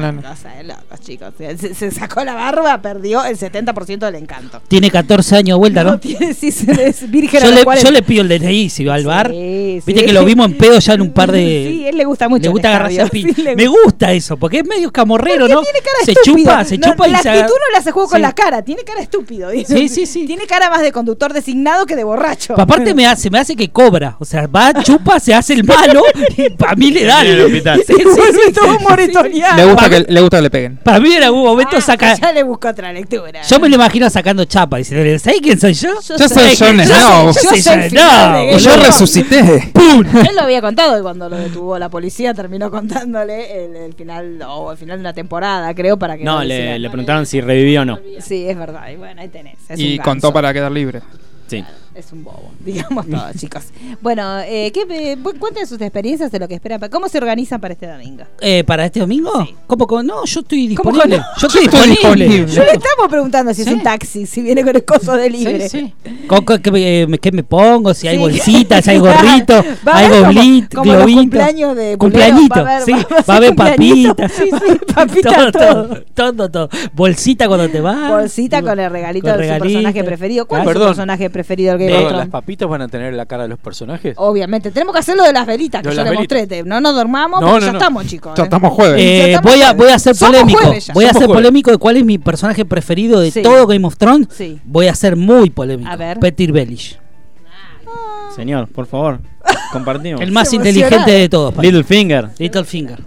S4: no, no.
S2: Cosa de locos, chicos. Se, se sacó la barba, perdió el 70% del encanto.
S9: Tiene 14 años de vuelta, ¿no?
S2: tiene, sí, se es virgen
S9: Yo
S2: a los
S9: le, yo
S2: 40.
S9: le pido el DNI si va al
S2: Sí,
S9: bar.
S2: sí.
S9: Viste que lo vimos en pedo ya en un par de.
S2: Sí, él le gusta mucho.
S9: Le gusta
S2: el
S9: agarrarse
S2: estadio.
S9: a piña.
S2: Sí, le
S9: Me gusta eso, porque es medio camorrero,
S2: Porque
S9: ¿no?
S2: tiene cara de
S9: se
S2: estúpido.
S9: chupa, se
S2: No,
S9: chupa y
S2: La
S9: se
S2: actitud
S9: agarra-
S2: no la hace juego con
S9: Sí.
S2: la cara, tiene cara de estúpido. dice.
S9: Sí, sí, sí.
S2: Tiene cara más de conductor designado que de borracho.
S9: Pa- Aparte me hace, me hace que cobra. O sea, va, chupa, se hace el malo y para mí le da.
S5: En el hospital.
S9: Sí, sí,
S2: Vuelve
S9: sí.
S2: todo moretoneado.
S4: Le gusta,
S9: para-
S4: que, le gusta que le peguen.
S9: Para mí en algún momento
S2: Ah,
S9: saca.
S2: Ya le busco otra lectura.
S9: Yo me lo imagino sacando chapa, diciéndole, ¿sabes quién soy yo?
S2: Yo
S4: Yo soy Jon Snow.
S2: yo soy el final de
S9: no,
S2: Game
S4: Yo
S2: Boludo.
S4: resucité.
S2: Él lo había contado y cuando lo detuvo la policía terminó contándole el, el final o el final de una temporada, creo, para que
S5: No,
S2: lo hiciera.
S5: le, le preguntaron si revivió o no.
S2: Sí, es verdad. Y bueno, ahí tenés. Es un
S4: Y
S2: ganso.
S4: contó para quedar libre.
S5: Sí.
S2: Es un bobo, digamos todo, chicos. Bueno, eh, ¿qué, eh, bu- cuenten sus experiencias de lo que esperan. pa- ¿Cómo se organizan para este domingo?
S9: Eh, ¿Para este domingo? ¿Cómo, cómo? No, yo estoy
S2: ¿Cómo
S9: disponible.
S2: que no?
S9: Yo estoy
S4: estoy
S9: disponible.
S4: disponible.
S2: Yo le estamos preguntando si
S9: Sí.
S2: es un taxi, si viene con el coso de libre.
S9: Sí, sí. ¿Con- con- qué, me- eh, qué me pongo? Si hay
S2: Sí.
S9: bolsitas, si hay
S2: Claro.
S9: gorrito,
S2: Va a
S9: hay
S2: haber como-
S9: globito.
S2: como los cumpleaños de Pulero,
S9: Cumpleañito,
S2: va a haber-
S9: sí.
S2: va a haber
S9: Va a haber
S2: cumpleañito.
S9: papitas.
S2: Sí, sí, papita,
S9: todo,
S2: todo.
S9: todo, todo, todo. Bolsita cuando te vas.
S2: Bolsita con el regalito
S9: Con
S2: de su
S9: regalito.
S2: personaje preferido. ¿Cuál es
S8: Perdón.
S2: su personaje preferido del Game
S8: Perdón,
S2: of
S8: ¿Las
S2: Thrones?
S8: papitas van a tener la cara de los personajes?
S2: Oh. Obviamente, tenemos que hacer lo de las velitas que
S8: Lo de
S2: yo
S8: las
S2: le mostré. te- No nos dormamos,
S8: No,
S2: porque
S8: no,
S2: ya
S8: no.
S2: estamos, chicos.
S4: Ya
S2: ¿eh?
S4: estamos jueves.
S2: Eh,
S9: Eh,
S2: Ya estamos
S9: voy, a,
S2: jueves.
S9: voy a ser
S2: Somos
S9: polémico.
S2: jueves ya.
S9: Voy a
S8: Somos
S9: ser
S8: jueves.
S9: polémico de cuál es mi personaje preferido de
S2: Sí.
S9: todo Game of Thrones.
S2: Sí.
S9: Voy a ser muy polémico.
S2: A ver.
S9: Petir Bellish.
S5: Señor, por favor, compartimos.
S9: El más
S2: Se
S9: inteligente
S2: emocionaron.
S9: de todos. para mí.
S5: Littlefinger.
S9: Littlefinger.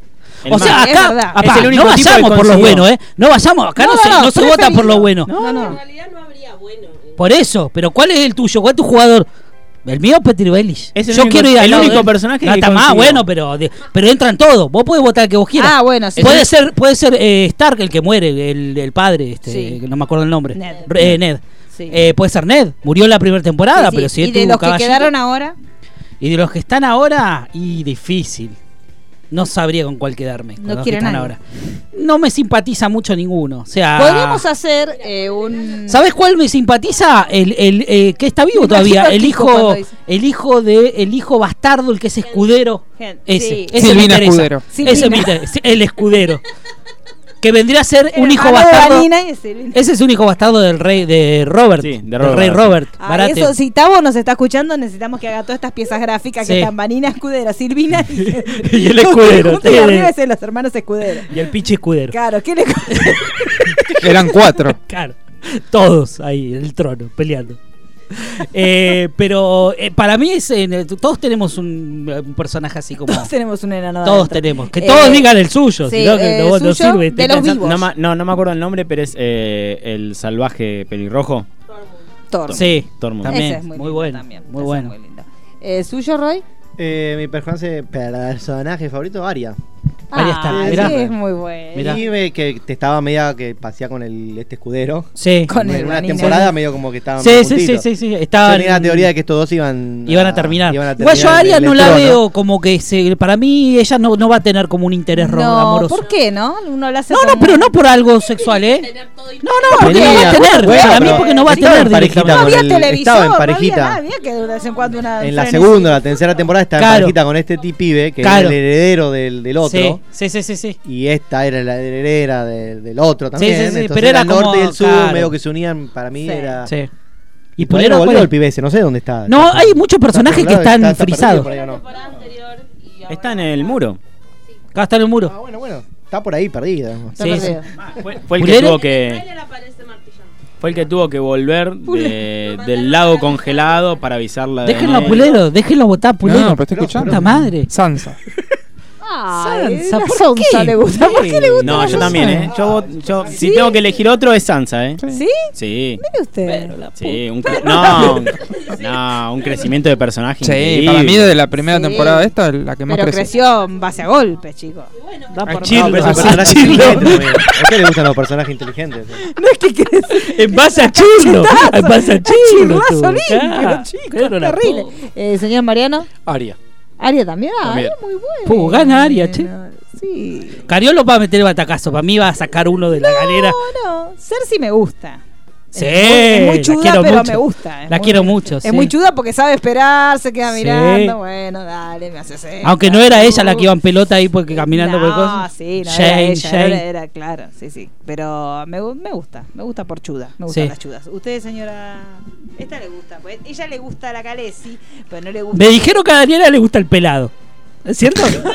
S5: El
S9: O
S5: más.
S9: sea,
S2: Es verdad.
S9: acá, apá,
S5: Es el único
S9: no
S5: tipo que
S9: vayamos por lo
S5: consiguió.
S9: bueno, ¿eh? No vayamos, acá no,
S2: No,
S9: se,
S2: no,
S9: no se vota
S2: preferido.
S9: por lo bueno.
S2: No, no.
S10: En realidad no habría bueno. eh.
S9: Por eso, pero ¿cuál es el tuyo? ¿Cuál es tu jugador? ¿El mío o Petri Bellis?
S5: Es el
S9: Yo
S5: único-
S9: quiero ir al
S5: el
S9: lado
S5: único
S9: de él.
S5: personaje
S9: No,
S5: que
S9: está más
S5: consiguió.
S9: bueno, pero, de- pero entran todos. Vos podés votar el que vos quieras.
S2: Ah, bueno, sí.
S9: Puede ser, puede ser eh, Stark el que muere, el, el padre, este,
S2: Sí.
S9: que no me acuerdo el nombre.
S2: Ned.
S9: Re- eh, Ned.
S2: Sí.
S9: Eh, puede ser Ned. Murió la primera temporada,
S2: Sí, sí.
S9: pero si él
S2: Y de
S9: tuvo
S2: los que
S9: caballito-
S2: quedaron ahora.
S9: Y de los que están ahora, y difícil.
S3: no sabría con cuál quedarme. con
S2: No
S3: los que
S2: quiero
S3: están
S2: nadie.
S3: No me simpatiza mucho ninguno. O sea,
S2: Podríamos hacer eh, un.
S3: ¿Sabes cuál me simpatiza? El, el, eh, que está vivo
S2: Me
S3: todavía.
S2: imagino a
S3: El
S2: Kiko
S3: hijo,
S2: cuando dice.
S3: el hijo de, el hijo bastardo, el que es escudero.
S2: Gen-
S3: Ese,
S2: sí.
S3: ese me
S4: Silvina
S3: interesa.
S4: Escudero.
S3: Ese me
S2: Silvina.
S3: interesa, el escudero. Que vendría a ser
S2: El
S3: un hijo
S2: hermano de
S3: bastardo. Eh,
S2: Vanina y Silvina.
S3: Ese es un hijo bastardo del rey de Robert.
S5: Sí, de
S3: del
S5: Robert
S3: rey
S5: Baratheon.
S3: Robert.
S2: Ah,
S3: Baratheon.
S2: eso, si Tavo nos está escuchando, necesitamos que haga todas estas piezas gráficas
S3: Sí.
S2: que están Vanina Escudera, Silvina y,
S3: Y el escudero.
S2: Justo ahí arriba es los hermanos Escudero.
S3: Y el pinche escudero.
S2: Claro, ¿qué le
S4: Eran cuatro.
S3: Claro. Todos ahí, en el trono, peleando. Eh, pero eh, para mí es eh, todos tenemos un, un personaje así como
S2: Todos tenemos un enano.
S3: todos
S2: adentro.
S3: tenemos que
S2: Eh,
S3: todos digan el suyo
S2: sí,
S3: si no, que
S2: eh,
S3: no- no
S2: suyo
S3: sirve este
S2: de
S3: Estoy
S2: los
S3: pensando-
S2: vivos.
S5: No, ma- no, no me acuerdo el nombre, pero es eh, el salvaje pelirrojo.
S2: Thor.
S3: sí
S5: Tormund.
S3: También.
S2: Ese es muy,
S3: Muy
S2: lindo
S3: bueno,
S2: también.
S3: muy
S2: Ese es
S3: bueno.
S2: lindo. Eh, ¿Suyo, Roy?
S6: Eh, mi personaje, personaje favorito, Aria.
S3: Ahí está,
S2: Ah,
S3: mirá.
S2: sí, es muy bueno.
S3: Mirá.
S6: Y me- que te estaba media que pasea con el este escudero.
S3: sí
S2: Con
S6: en
S2: el
S6: una
S2: Vanina.
S6: temporada medio como que estaban
S3: sí sí, sí
S6: juntitos.
S3: sí sí
S6: Yo
S3: estaban-
S6: tenía la teoría de que estos dos iban
S3: iban a terminar
S6: iban a
S3: igual yo a
S6: terminar en
S3: Aria
S6: el
S3: no la
S6: trono.
S3: veo como que se, para mí ella no, no va a tener como un interés ro-
S2: No,
S3: amoroso
S2: ¿por qué, no? Uno lo hace
S3: no no
S2: como-
S3: pero no por algo sexual eh no no porque no va
S6: Tenía,
S3: a tener
S6: bueno,
S3: para mí
S6: pero
S3: porque no va a
S6: estaba
S3: tener
S6: en parejita
S3: directamente.
S2: No
S6: con
S2: había
S6: el-
S2: televisor,
S6: estaba en
S2: no había
S6: parejita.
S2: nada, había que de vez en cuando una
S6: En la
S2: frenesí.
S6: segunda, la tercera temporada está
S3: Claro.
S6: en parejita con este ti pibe, que
S3: Claro.
S6: es el heredero del, del otro.
S3: sí sí sí sí
S6: Y esta era la heredera de- del otro también.
S3: sí, sí,
S6: Entonces
S3: pero era
S6: el norte
S3: como-
S6: y el sur,
S3: claro.
S6: medio que se unían para mí.
S2: Sí.
S6: Era...
S3: sí y
S6: Todavía
S3: Pulero
S6: no volvió
S3: ¿cuál
S6: el
S3: es?
S6: pibe ese, no sé dónde está.
S3: no
S6: Está-
S3: hay muchos personajes
S6: está
S3: que
S6: por lado,
S3: están
S6: está- está
S3: frisados
S6: perdido por ahí, ¿o no?
S5: Está en el muro.
S3: acá está en el
S6: Ah,
S3: muro
S6: bueno, bueno. Está por ahí perdida.
S2: Está
S3: Sí,
S2: perdido.
S5: Ah, Fue, fue el que tuvo
S3: Pulero.
S7: En el
S5: que
S7: trailer aparece martillando.
S5: fue el que tuvo que volver de-
S7: Pulero.
S5: del lago congelado para avisarla de
S3: déjenlo a
S5: Daenerys.
S3: Pulero déjenlo votar a Pulero
S4: No, pero estoy
S3: puta
S4: escuchando.
S3: madre
S4: Sansa.
S2: Ay,
S3: Sansa,
S2: la
S3: ¿por
S2: Sansa
S3: qué?
S2: le gusta. ¿Por qué le gusta?
S5: No,
S2: la
S5: yo
S2: Sansa?
S5: también, ¿eh? Yo, vot- yo- Si tengo que elegir otro, es Sansa, ¿eh?
S2: ¿Sí?
S5: Sí.
S2: Mire usted.
S5: Sí, un cre- no, un- no, un crecimiento de personaje.
S4: Sí,
S5: increíble.
S4: para mí de la primera
S2: Sí.
S4: temporada esta es la que más
S2: Pero
S4: creció.
S2: creció en base a golpes, chicos. Da por-
S5: Chirlo.
S6: No, pero es un
S5: Ah,
S6: personaje
S5: Chirlo.
S6: inteligente también. ¿A usted le gustan los personajes inteligentes?
S2: No es que querés.
S3: En base a Chilo. En base a Chilo. tú.
S2: Chirlazo limpio,
S3: Claro,
S2: chicos,
S3: claro, la
S2: terrible.
S3: po-
S2: Eh, señor Mariano,
S8: Aria.
S2: Aria también. Ah,
S8: También.
S2: Aria muy bueno.
S3: Puh, gana Aria, che.
S2: Sí.
S3: Cariolo va a meter el batacazo. Para mí va a sacar uno de la galera.
S2: No, no. Cersei me gusta.
S3: Sí,
S2: es muy
S3: la
S2: chuda,
S3: quiero
S2: pero
S3: mucho.
S2: me gusta. es
S3: La
S2: muy-
S3: quiero mucho.
S2: Es
S3: sí.
S2: muy chuda porque sabe esperar, se queda
S3: Sí.
S2: mirando. Bueno, dale, me haces esto.
S3: Aunque no era ella la que iba en pelota ahí porque caminando por
S2: Ah,
S3: cosas.
S2: sí, no era
S3: Shane,
S2: ella,
S3: Shane.
S2: Era, era, claro, sí, sí. Pero me, gu- me gusta, me gusta por chuda, me gustan
S3: Sí.
S2: las chudas. Usted, señora, esta le gusta, pues ella le gusta la Calesi, pero no le gusta.
S3: Me dijeron que a Daniela le gusta el pelado. ¿Es cierto? ¿No?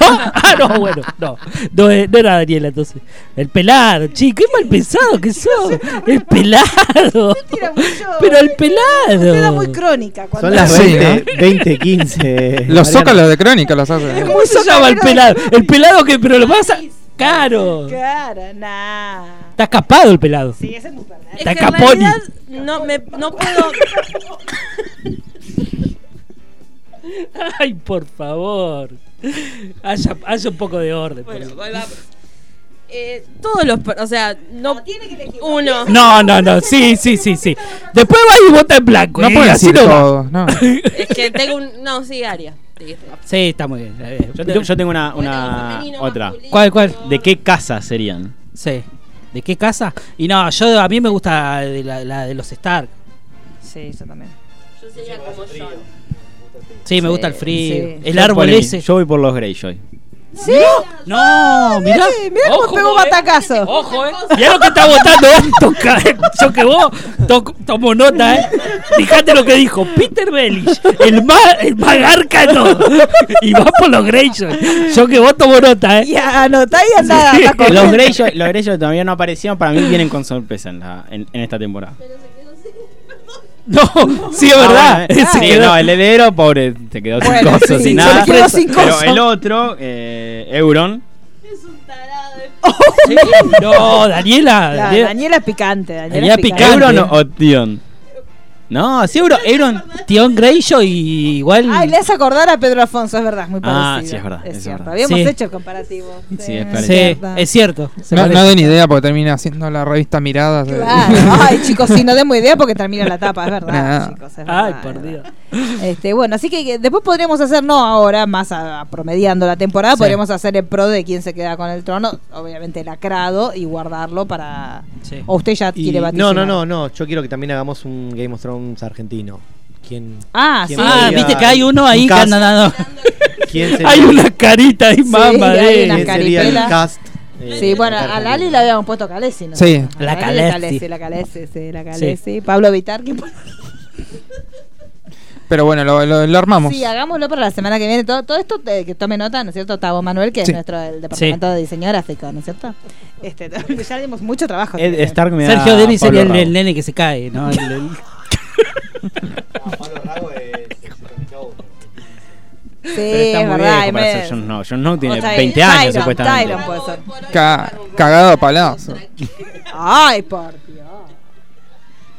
S3: Ah, no, bueno, no. No, eh, no era Daniela entonces. El pelado, chico, qué mal pensado que sos. El pelado.
S2: Tira mucho-
S3: Pero el
S2: Usted da
S3: pelado.
S2: muy crónica. Cuando
S6: Son las
S4: Sí,
S6: 20, 20, 15.
S4: Los
S6: Mariano.
S4: zócalos de crónica los hace.
S3: ¿Cómo se llama el pelado? El pelado que, pero lo pasa. Caro.
S2: Cara, nah.
S3: Está escapado el pelado.
S2: Sí, ese es muy verdad.
S7: Es
S3: Está
S7: que en
S3: Caponi.
S7: realidad no, me, no puedo.
S3: Ay, por favor. Haya, haya un poco de orden. por
S7: Bueno,
S3: favor.
S7: va- va- eh, todos los. per- O sea, no. Uno.
S3: No, no, no. Sí, sí, sí, sí. Después va y vota en blanco.
S4: No
S3: y
S4: puedo
S3: así
S4: decir
S3: no va.
S4: todo. No.
S7: Es que tengo un. No, sí, Aria. Sí,
S3: Sí, está muy bien. Eh,
S5: Yo, te- yo tengo una,
S7: Bueno,
S5: una
S7: femenino,
S5: otra.
S7: masculino.
S3: ¿Cuál, cuál?
S5: ¿De qué casa serían?
S3: Sí. ¿De qué casa? Y no, yo a mí me gusta de la, la de los Stark.
S2: Sí, yo también.
S7: Yo sería como John.
S3: Sí, me
S2: Sí,
S3: gusta el frío.
S2: sí.
S3: El árbol
S5: Yo voy-
S3: ese.
S5: Yo voy por los Greyjoy.
S2: ¿Sí?
S3: No, mirá.
S2: Mirá cómo
S3: Ojo,
S2: pegó
S3: eh.
S2: batacazo.
S3: Ojo, eh. Mirá lo que está votando. vos, Toca, eh. Yo que vos to- tomo nota, eh. Fijate lo que dijo Peter Bellish, el más, el más gárcano. Y va por los Greyjoy. Yo que vos tomo nota,
S2: Y
S3: eh.
S2: anotá y andá.
S3: Sí.
S2: Paco.
S5: Los Greyjoy, los Greyjoy todavía no aparecieron. Para mí vienen con sorpresa en, la- en- en esta temporada.
S3: No, sí, es
S5: Ah,
S3: verdad.
S5: bueno, eh.
S3: Se
S5: Sí,
S3: quedó-
S5: no, el heredero, pobre, se quedó sin
S2: Bueno,
S5: cosas,
S2: sí,
S5: sin
S2: se
S5: nada.
S2: quedó sin
S5: Pero
S2: cosas.
S5: el otro, eh, Euron.
S7: Es un tarado. de-
S3: Sí, no, Daniela.
S2: La-
S3: Daniela.
S2: Daniela es picante. Daniela,
S3: Daniela
S2: es picante.
S3: picante.
S5: ¿Euron o Tion? No, sí, Euron. Euron
S9: Tion Greyjoy y igual.
S2: Ay, le hace acordar a Pedro Alfonso, es verdad, es muy parecido.
S5: Ah, sí, es verdad,
S2: Es,
S5: es
S2: cierto.
S5: verdad.
S2: Habíamos
S9: Sí.
S2: hecho el comparativo.
S5: Sí, es
S9: Sí,
S2: verdad.
S9: es cierto. se
S4: No,
S9: parece.
S4: no den idea porque termina haciendo la revista Miradas.
S2: Claro. Ay, chicos, si no demos idea porque termina la tapa, es verdad,
S4: Nah.
S2: chicos. es
S9: Ay,
S2: verdad,
S9: por
S2: es
S9: Dios.
S2: verdad. Este, bueno, así que que después podríamos hacer, no ahora, más a- a promediando la temporada,
S4: Sí.
S2: podríamos hacer el pro de quién se queda con el trono, obviamente lacrado, y guardarlo para.
S9: Sí.
S2: O usted ya
S6: Y-
S2: quiere batir.
S6: no, no, no, no. Yo quiero que también hagamos un Game of Thrones argentino. ¿Quién,
S2: Ah, sí.
S6: ¿Quién
S9: Ah,
S6: podría-
S9: viste que hay uno ahí
S6: un
S9: que
S6: cast?
S9: anda dando.
S6: quién sería,
S3: Hay una carita ahí, mamá.
S2: hay
S3: de-
S2: una-
S6: quién sería el
S2: caripela.
S6: cast? eh,
S2: Sí, bueno,
S6: acá
S2: a
S6: argentino?
S2: Lali le habíamos puesto Calesi, ¿no?
S4: Sí.
S2: A
S9: La
S2: Lali,
S9: Calesi.
S2: La Calesi, sí, la Calesi. Pablo Vitar, que
S4: Pero bueno, lo, lo- lo armamos.
S2: Sí, hagámoslo para la semana que viene. Todo, todo esto eh, que tome nota, ¿no es cierto? Tavo Manuel, que
S4: Sí.
S2: es nuestro el departamento de diseño gráfico, ¿no es cierto? Este, ya dimos mucho trabajo.
S5: Ed Stark me da
S9: Sergio Denis
S5: Pablo
S9: sería el,
S5: Rago.
S9: el nene que se cae, ¿no? El- el-
S2: Sí,
S5: Pero está
S2: es
S5: muy
S2: verdad.
S5: viejo
S2: y
S5: para
S2: me-
S5: ser Jon Snow. Jon Snow tiene
S2: O sea,
S5: 20
S2: Tyrion,
S5: años supuestamente.
S2: Tyrion puede ser.
S4: Ca- cagado a palazo.
S2: Ay, por Dios.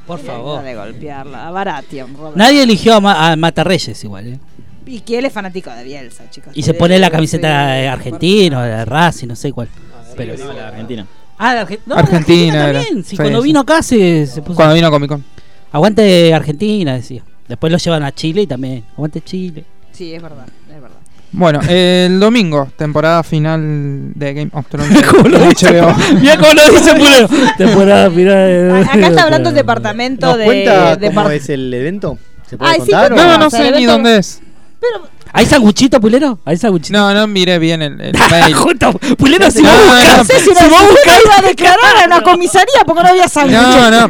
S9: Por favor.
S2: De golpearla. A Baratheon, Robert.
S9: Nadie eligió a, Ma- a Matarreyes igual, ¿eh?
S2: Y que él es fanático de Bielsa, chicos.
S9: Y se pone la camiseta de argentino, de Racing, no sé cuál. Pero
S5: No, la Argentina.
S9: Ah, de Arge- no, de
S4: Argentina
S9: Argentina
S4: era.
S9: también. Sí,
S4: Sí,
S9: cuando
S4: sí.
S9: vino acá se, se puso.
S4: Cuando vino Comic Con.
S9: Aguante Argentina, decía. Después lo llevan a Chile y también. Aguante Chile.
S2: Sí, es verdad, es verdad.
S4: Bueno, el domingo, temporada final de Game of Thrones.
S3: ¿Cómo lo
S4: de
S3: dice?
S4: HBO.
S3: Mirá cómo lo dice Pulero. Temporada final de-
S2: A-
S9: eh,
S2: Acá está hablando el departamento
S6: ¿Nos
S2: de.
S6: cuenta
S2: de
S6: cómo
S2: par-
S6: es el evento? ¿Se puede
S2: Ay, sí,
S6: contar?
S2: ¿cómo
S6: o-
S4: No, no, no
S2: O sea,
S4: sé
S2: el
S4: ni
S2: evento-
S4: dónde es.
S2: Pero
S9: ¿Hay sanguchito, Pulero? ¿Hay sanguchito?
S4: No, no miré bien el, el mail.
S3: Jota, Pulero si
S4: No,
S3: va a buscar.
S4: no,
S2: no sé si
S3: si
S2: la
S3: va a
S2: Argentina
S3: buscar.
S2: iba a declarar a la comisaría porque no había sangre.
S4: No, no,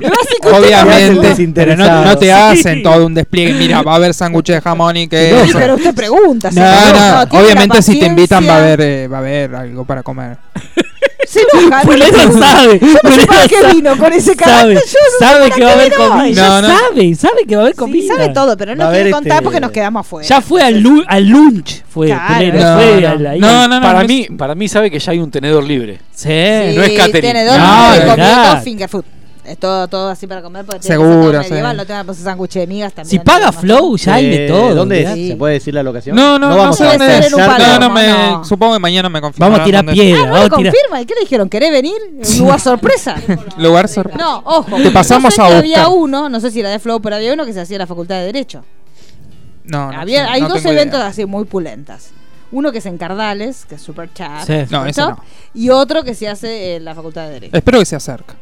S4: obviamente. Pero no, no te
S3: Sí.
S4: hacen todo un despliegue. Mira, va a haber sándwiches de jamón y que.
S2: Sí, pero usted pregunta.
S4: No,
S2: señor.
S4: no,
S2: tiene la
S4: obviamente si te invitan va a
S2: paciencia.
S4: haber, eh, va a haber algo para comer.
S2: Sí, ojalá.
S3: Pulero sabe.
S2: No sé
S3: Pulero
S2: para qué
S3: sabe.
S2: vino con ese
S3: Sabe,
S2: carácter. yo no sé
S3: sabe
S2: para
S3: que va a
S2: qué
S3: haber
S2: vino.
S3: comida.
S4: No,
S9: Ya
S4: no.
S9: sabe, sabe que va a haber
S2: Sí,
S9: comida.
S2: sabe todo, pero
S6: Va
S2: no
S6: a
S2: quiere
S6: haber
S2: contar
S6: este-
S2: porque nos quedamos afuera.
S9: Ya fue al, lu- al lunch, fue
S2: Claro.
S9: Pulero.
S4: No,
S9: fue
S4: no.
S9: a la-
S4: No, no, no,
S8: para,
S4: no
S8: mí,
S4: es-
S8: para mí sabe que ya hay un tenedor libre.
S9: Sí.
S2: Sí,
S8: no es catering.
S2: Tenedor,
S9: No,
S2: no,
S9: de verdad.
S2: finger food. Es todo, todo así para comer. Porque
S4: Seguro,
S2: Seguro,
S4: sí.
S2: sí. No te van a poner sándwich de migas también.
S9: Si
S2: no
S9: paga
S2: tenemos-
S9: Flow, ya hay de
S6: Eh,
S9: todo.
S6: ¿Dónde
S9: olvidate.
S6: es? ¿Se puede decir la locación?
S4: No, no, no,
S6: vamos
S4: sé
S6: a
S4: dónde
S2: hacer
S4: es.
S2: en un
S4: No, no,
S2: palomo,
S4: me,
S2: no.
S4: supongo que mañana me confirman.
S9: Vamos a tirar
S2: Ah,
S9: piedra.
S2: no le
S9: Vamos a tirar.
S2: confirma. ¿Y qué le dijeron? ¿Querés venir? Lugar sorpresa.
S4: Lugar sorpresa.
S2: No, ojo.
S4: Te pasamos
S2: yo sé
S4: a
S2: que había
S4: buscar.
S2: uno, no sé si era de Flow, pero había uno que se hacía en la Facultad de Derecho.
S4: No, no
S2: Había-
S4: sé,
S2: hay
S4: no
S2: dos
S4: tengo idea.
S2: eventos así muy pulentas. Uno que es en Cardales, que es super chat.
S9: Sí.
S4: No, ese no.
S2: Y otro que se hace en la Facultad de Derecho.
S4: Espero que se acerque.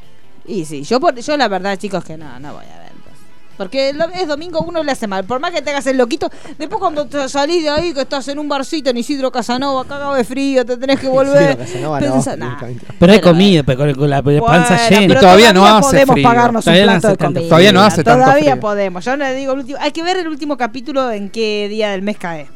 S2: Y sí, yo, por- yo la verdad, chicos, que no, no voy a ver. pues. Porque lo- es domingo, uno le hace mal. Por más que te hagas el loquito, después cuando te salís de ahí, que estás en un barcito en Isidro Casanova, cagado de frío, te tenés que volver.
S6: Casanova, no,
S2: Pensás, nah.
S6: nunca.
S9: Pero hay
S2: Pero,
S9: comida, pero con, con la con la
S2: Bueno,
S9: panza llena.
S2: pero
S4: Todavía no hace
S2: podemos
S4: frío.
S2: pagarnos
S9: Todavía
S2: un
S9: no
S2: plato
S9: hace
S2: de
S9: tanto
S2: comida.
S9: frío.
S4: Todavía no hace tanto
S2: Todavía
S4: frío.
S2: podemos. Yo no le digo el último. Hay que ver el último capítulo en qué día del mes cae.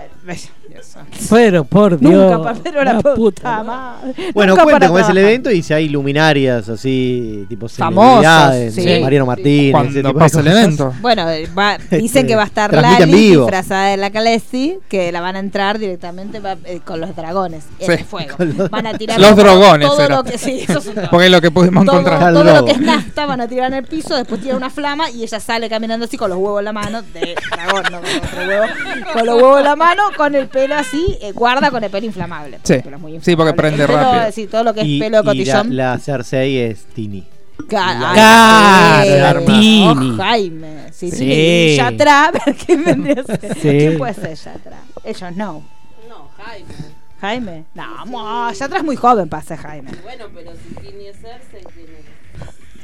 S2: Ay, ves, Dios santo.
S9: Pero por Dios.
S2: Nunca pa- pero la, puta,
S9: madre.
S2: madre.
S6: Bueno,
S2: Nunca
S6: cuenta
S2: para
S6: cómo es el
S2: trabajar.
S6: evento y si hay luminarias así, tipo
S2: Famosas,
S6: celebridades,
S2: sí.
S6: tipo Mariano Martínez, ese
S4: Cuando
S6: tipo de
S4: pasa el
S6: cosas.
S4: evento.
S2: Bueno, eh, va- dicen que va a estar
S6: Transmite en
S2: Lali
S6: vivo.
S2: disfrazada de la Calesi, que la van a entrar directamente va- eh, con los dragones en
S4: Sí.
S2: el fuego. Van a tirar
S4: Los
S2: todo-
S4: drogones
S2: todo
S4: era.
S2: lo que sí, eso es un dragón.
S4: Porque es lo que pudimos
S2: todo,
S4: encontrar.
S2: todo lo
S6: Drogo.
S2: que es nafta van a tirar en el piso, después tira una flama y ella sale caminando así con los huevos en la mano, de dragón, no con otro huevo, con los huevos en la mano, con el pelo así, eh, guarda con el pelo inflamable.
S4: Sí.
S2: el pelo es muy
S4: Sí, porque prende
S2: El pelo,
S4: rápido.
S2: sí, todo lo que es
S6: Y,
S2: pelo
S6: y la,
S2: cotillón.
S6: la Cersei es Tini.
S2: Ca-
S9: Claro,
S2: ay,
S9: Martini.
S2: oh, Jaime. Sí, sí.
S9: Sí.
S2: Y Yatra, ¿quién vendría a ser?
S9: Sí.
S2: ¿Quién puede ser Yatra? Ellos no.
S7: No, Jaime.
S2: Jaime. No, mo, Yatra es muy joven para ser Jaime.
S7: Bueno, pero si tiene Cersei, tiene.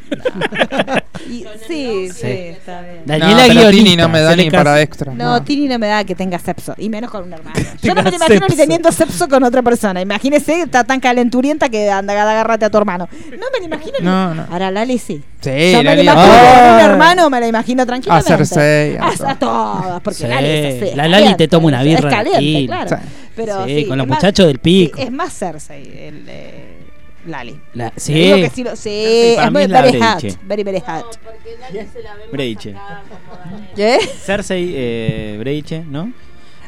S2: Y- sí, sí, está bien.
S9: Daniela
S4: pero
S9: Guionista,
S4: Tini no me da
S9: se le
S4: ni
S9: casa.
S4: para extra.
S2: No,
S4: no.
S2: Tini no me da que tenga sepso, y menos con un hermano. Yo no me
S9: tenga
S2: lo imagino ni
S9: sepso.
S2: teniendo sepso con otra persona. Imagínese, está tan calenturienta que anda, agárrate a tu hermano. No me lo imagino. ni-
S4: No, no.
S2: Ahora Lali sí.
S4: Sí,
S2: Yo
S4: la
S2: me la
S4: li-
S2: imagino
S4: Ah.
S2: con un hermano, me la imagino tranquilamente.
S4: A Cersei, a
S2: A,
S4: todas.
S2: a todas, porque
S9: Sí,
S2: Lali es así, es
S9: la Lali te
S2: caliente,
S9: toma una birra
S2: Es caliente,
S9: tranquila.
S2: claro.
S4: Sí.
S2: Pero
S9: Sí, con los
S2: es más-
S9: muchachos del pico.
S2: sí, es más Cersei, el, eh, Lali.
S9: La-
S2: Te digo
S9: sí.
S2: que sí, lo- sí,
S5: para
S2: es
S5: mí
S2: muy
S5: es la
S2: very hot,
S5: Breche.
S2: very, very hot.
S7: Porque Dani se la ve
S5: Breiche.
S7: más sacada como Daniel.
S2: ¿Qué?
S5: Cersei, eh, Breiche, ¿no?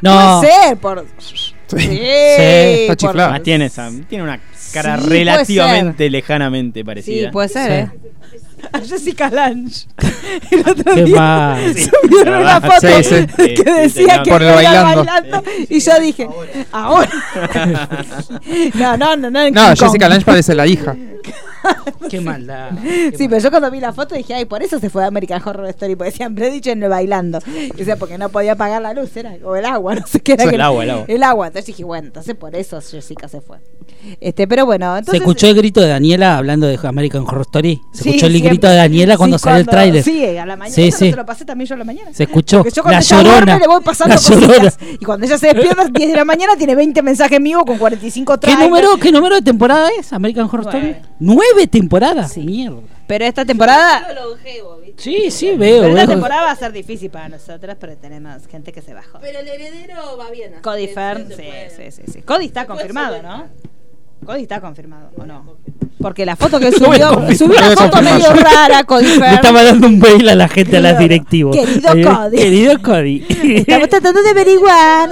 S9: No.
S2: Puede ser, por... Sí,
S9: está
S2: por-
S4: chiflado.
S5: Ah, tiene, esa- tiene una cara
S2: Sí, puede
S5: relativamente lejanamente
S2: Sí,
S5: parecida.
S2: puede ser,
S9: Sí.
S2: ¿eh? a Jessica Lange. El otro
S9: Qué
S2: día
S9: mal.
S2: subieron
S5: Ah, la
S9: Ah,
S2: una
S5: verdad,
S2: foto
S4: sí, sí.
S5: Sí,
S2: que
S5: sí,
S2: decía
S5: tenía-
S2: que
S4: Por el
S2: era
S4: bailando.
S2: y yo dije, ahora. no, no, no, no. en
S4: No,
S2: King Kong.
S4: Jessica Lange parece la hija.
S9: Qué maldad.
S2: Sí, pero yo cuando vi la foto dije, ay, por eso se fue a American Horror Story, porque siempre he dicho en bailando. Y, o sea, porque no podía pagar la luz, era, o el agua, no sé qué era.
S4: Sí,
S2: que-
S5: el agua, el agua.
S2: El agua. Entonces dije, bueno, entonces por eso Jessica se fue. Este, pero bueno,
S9: ¿Se
S2: entonces.
S9: escuchó el grito de Daniela hablando de American Horror Story? ¿Se
S2: Sí,
S9: escuchó el
S2: siempre.
S9: grito de Daniela
S2: Sí,
S9: cuando salió el tráiler?
S2: Sí, a la mañana.
S9: Sí,
S2: Eso no
S9: sí.
S2: te lo pasé también yo a la mañana.
S9: Se escuchó.
S2: Porque yo cuando
S9: La
S2: ella duerme
S9: llorona.
S2: le voy pasando
S9: La llorona.
S2: cositas. Y cuando ella se despierta a las 10 de la mañana tiene 20 mensajes míos con 45
S9: ¿Qué
S2: trailers.
S9: número, ¿Qué número de temporada es American Horror
S2: Nueve.
S9: Story? ¿Nueve temporadas? Mierda.
S2: Pero esta temporada...
S7: longevo, ¿viste?
S9: Sí, sí, veo.
S2: Pero esta
S9: veo.
S2: temporada va a ser difícil para nosotras porque tenemos gente que se bajó.
S7: Pero el heredero va bien. así
S2: Cody
S7: que
S2: Fern,
S7: no se
S2: sí,
S7: puede.
S2: sí, sí, sí. Cody está
S7: No puede
S2: confirmado,
S7: ser
S2: ¿no?
S7: verdad.
S2: Cody está confirmado, ¿o no? Porque la foto que él subió,
S4: confirmar. Lo
S2: subió
S4: voy
S2: una
S4: a
S2: foto
S4: confirmar.
S2: medio rara, Cody
S9: Le
S2: Fern.
S9: estaba dando un mail a la gente, a las
S2: Claro.
S9: directivos.
S2: Querido
S9: Eh,
S2: Cody.
S9: Querido Cody.
S2: Estamos tratando de averiguar.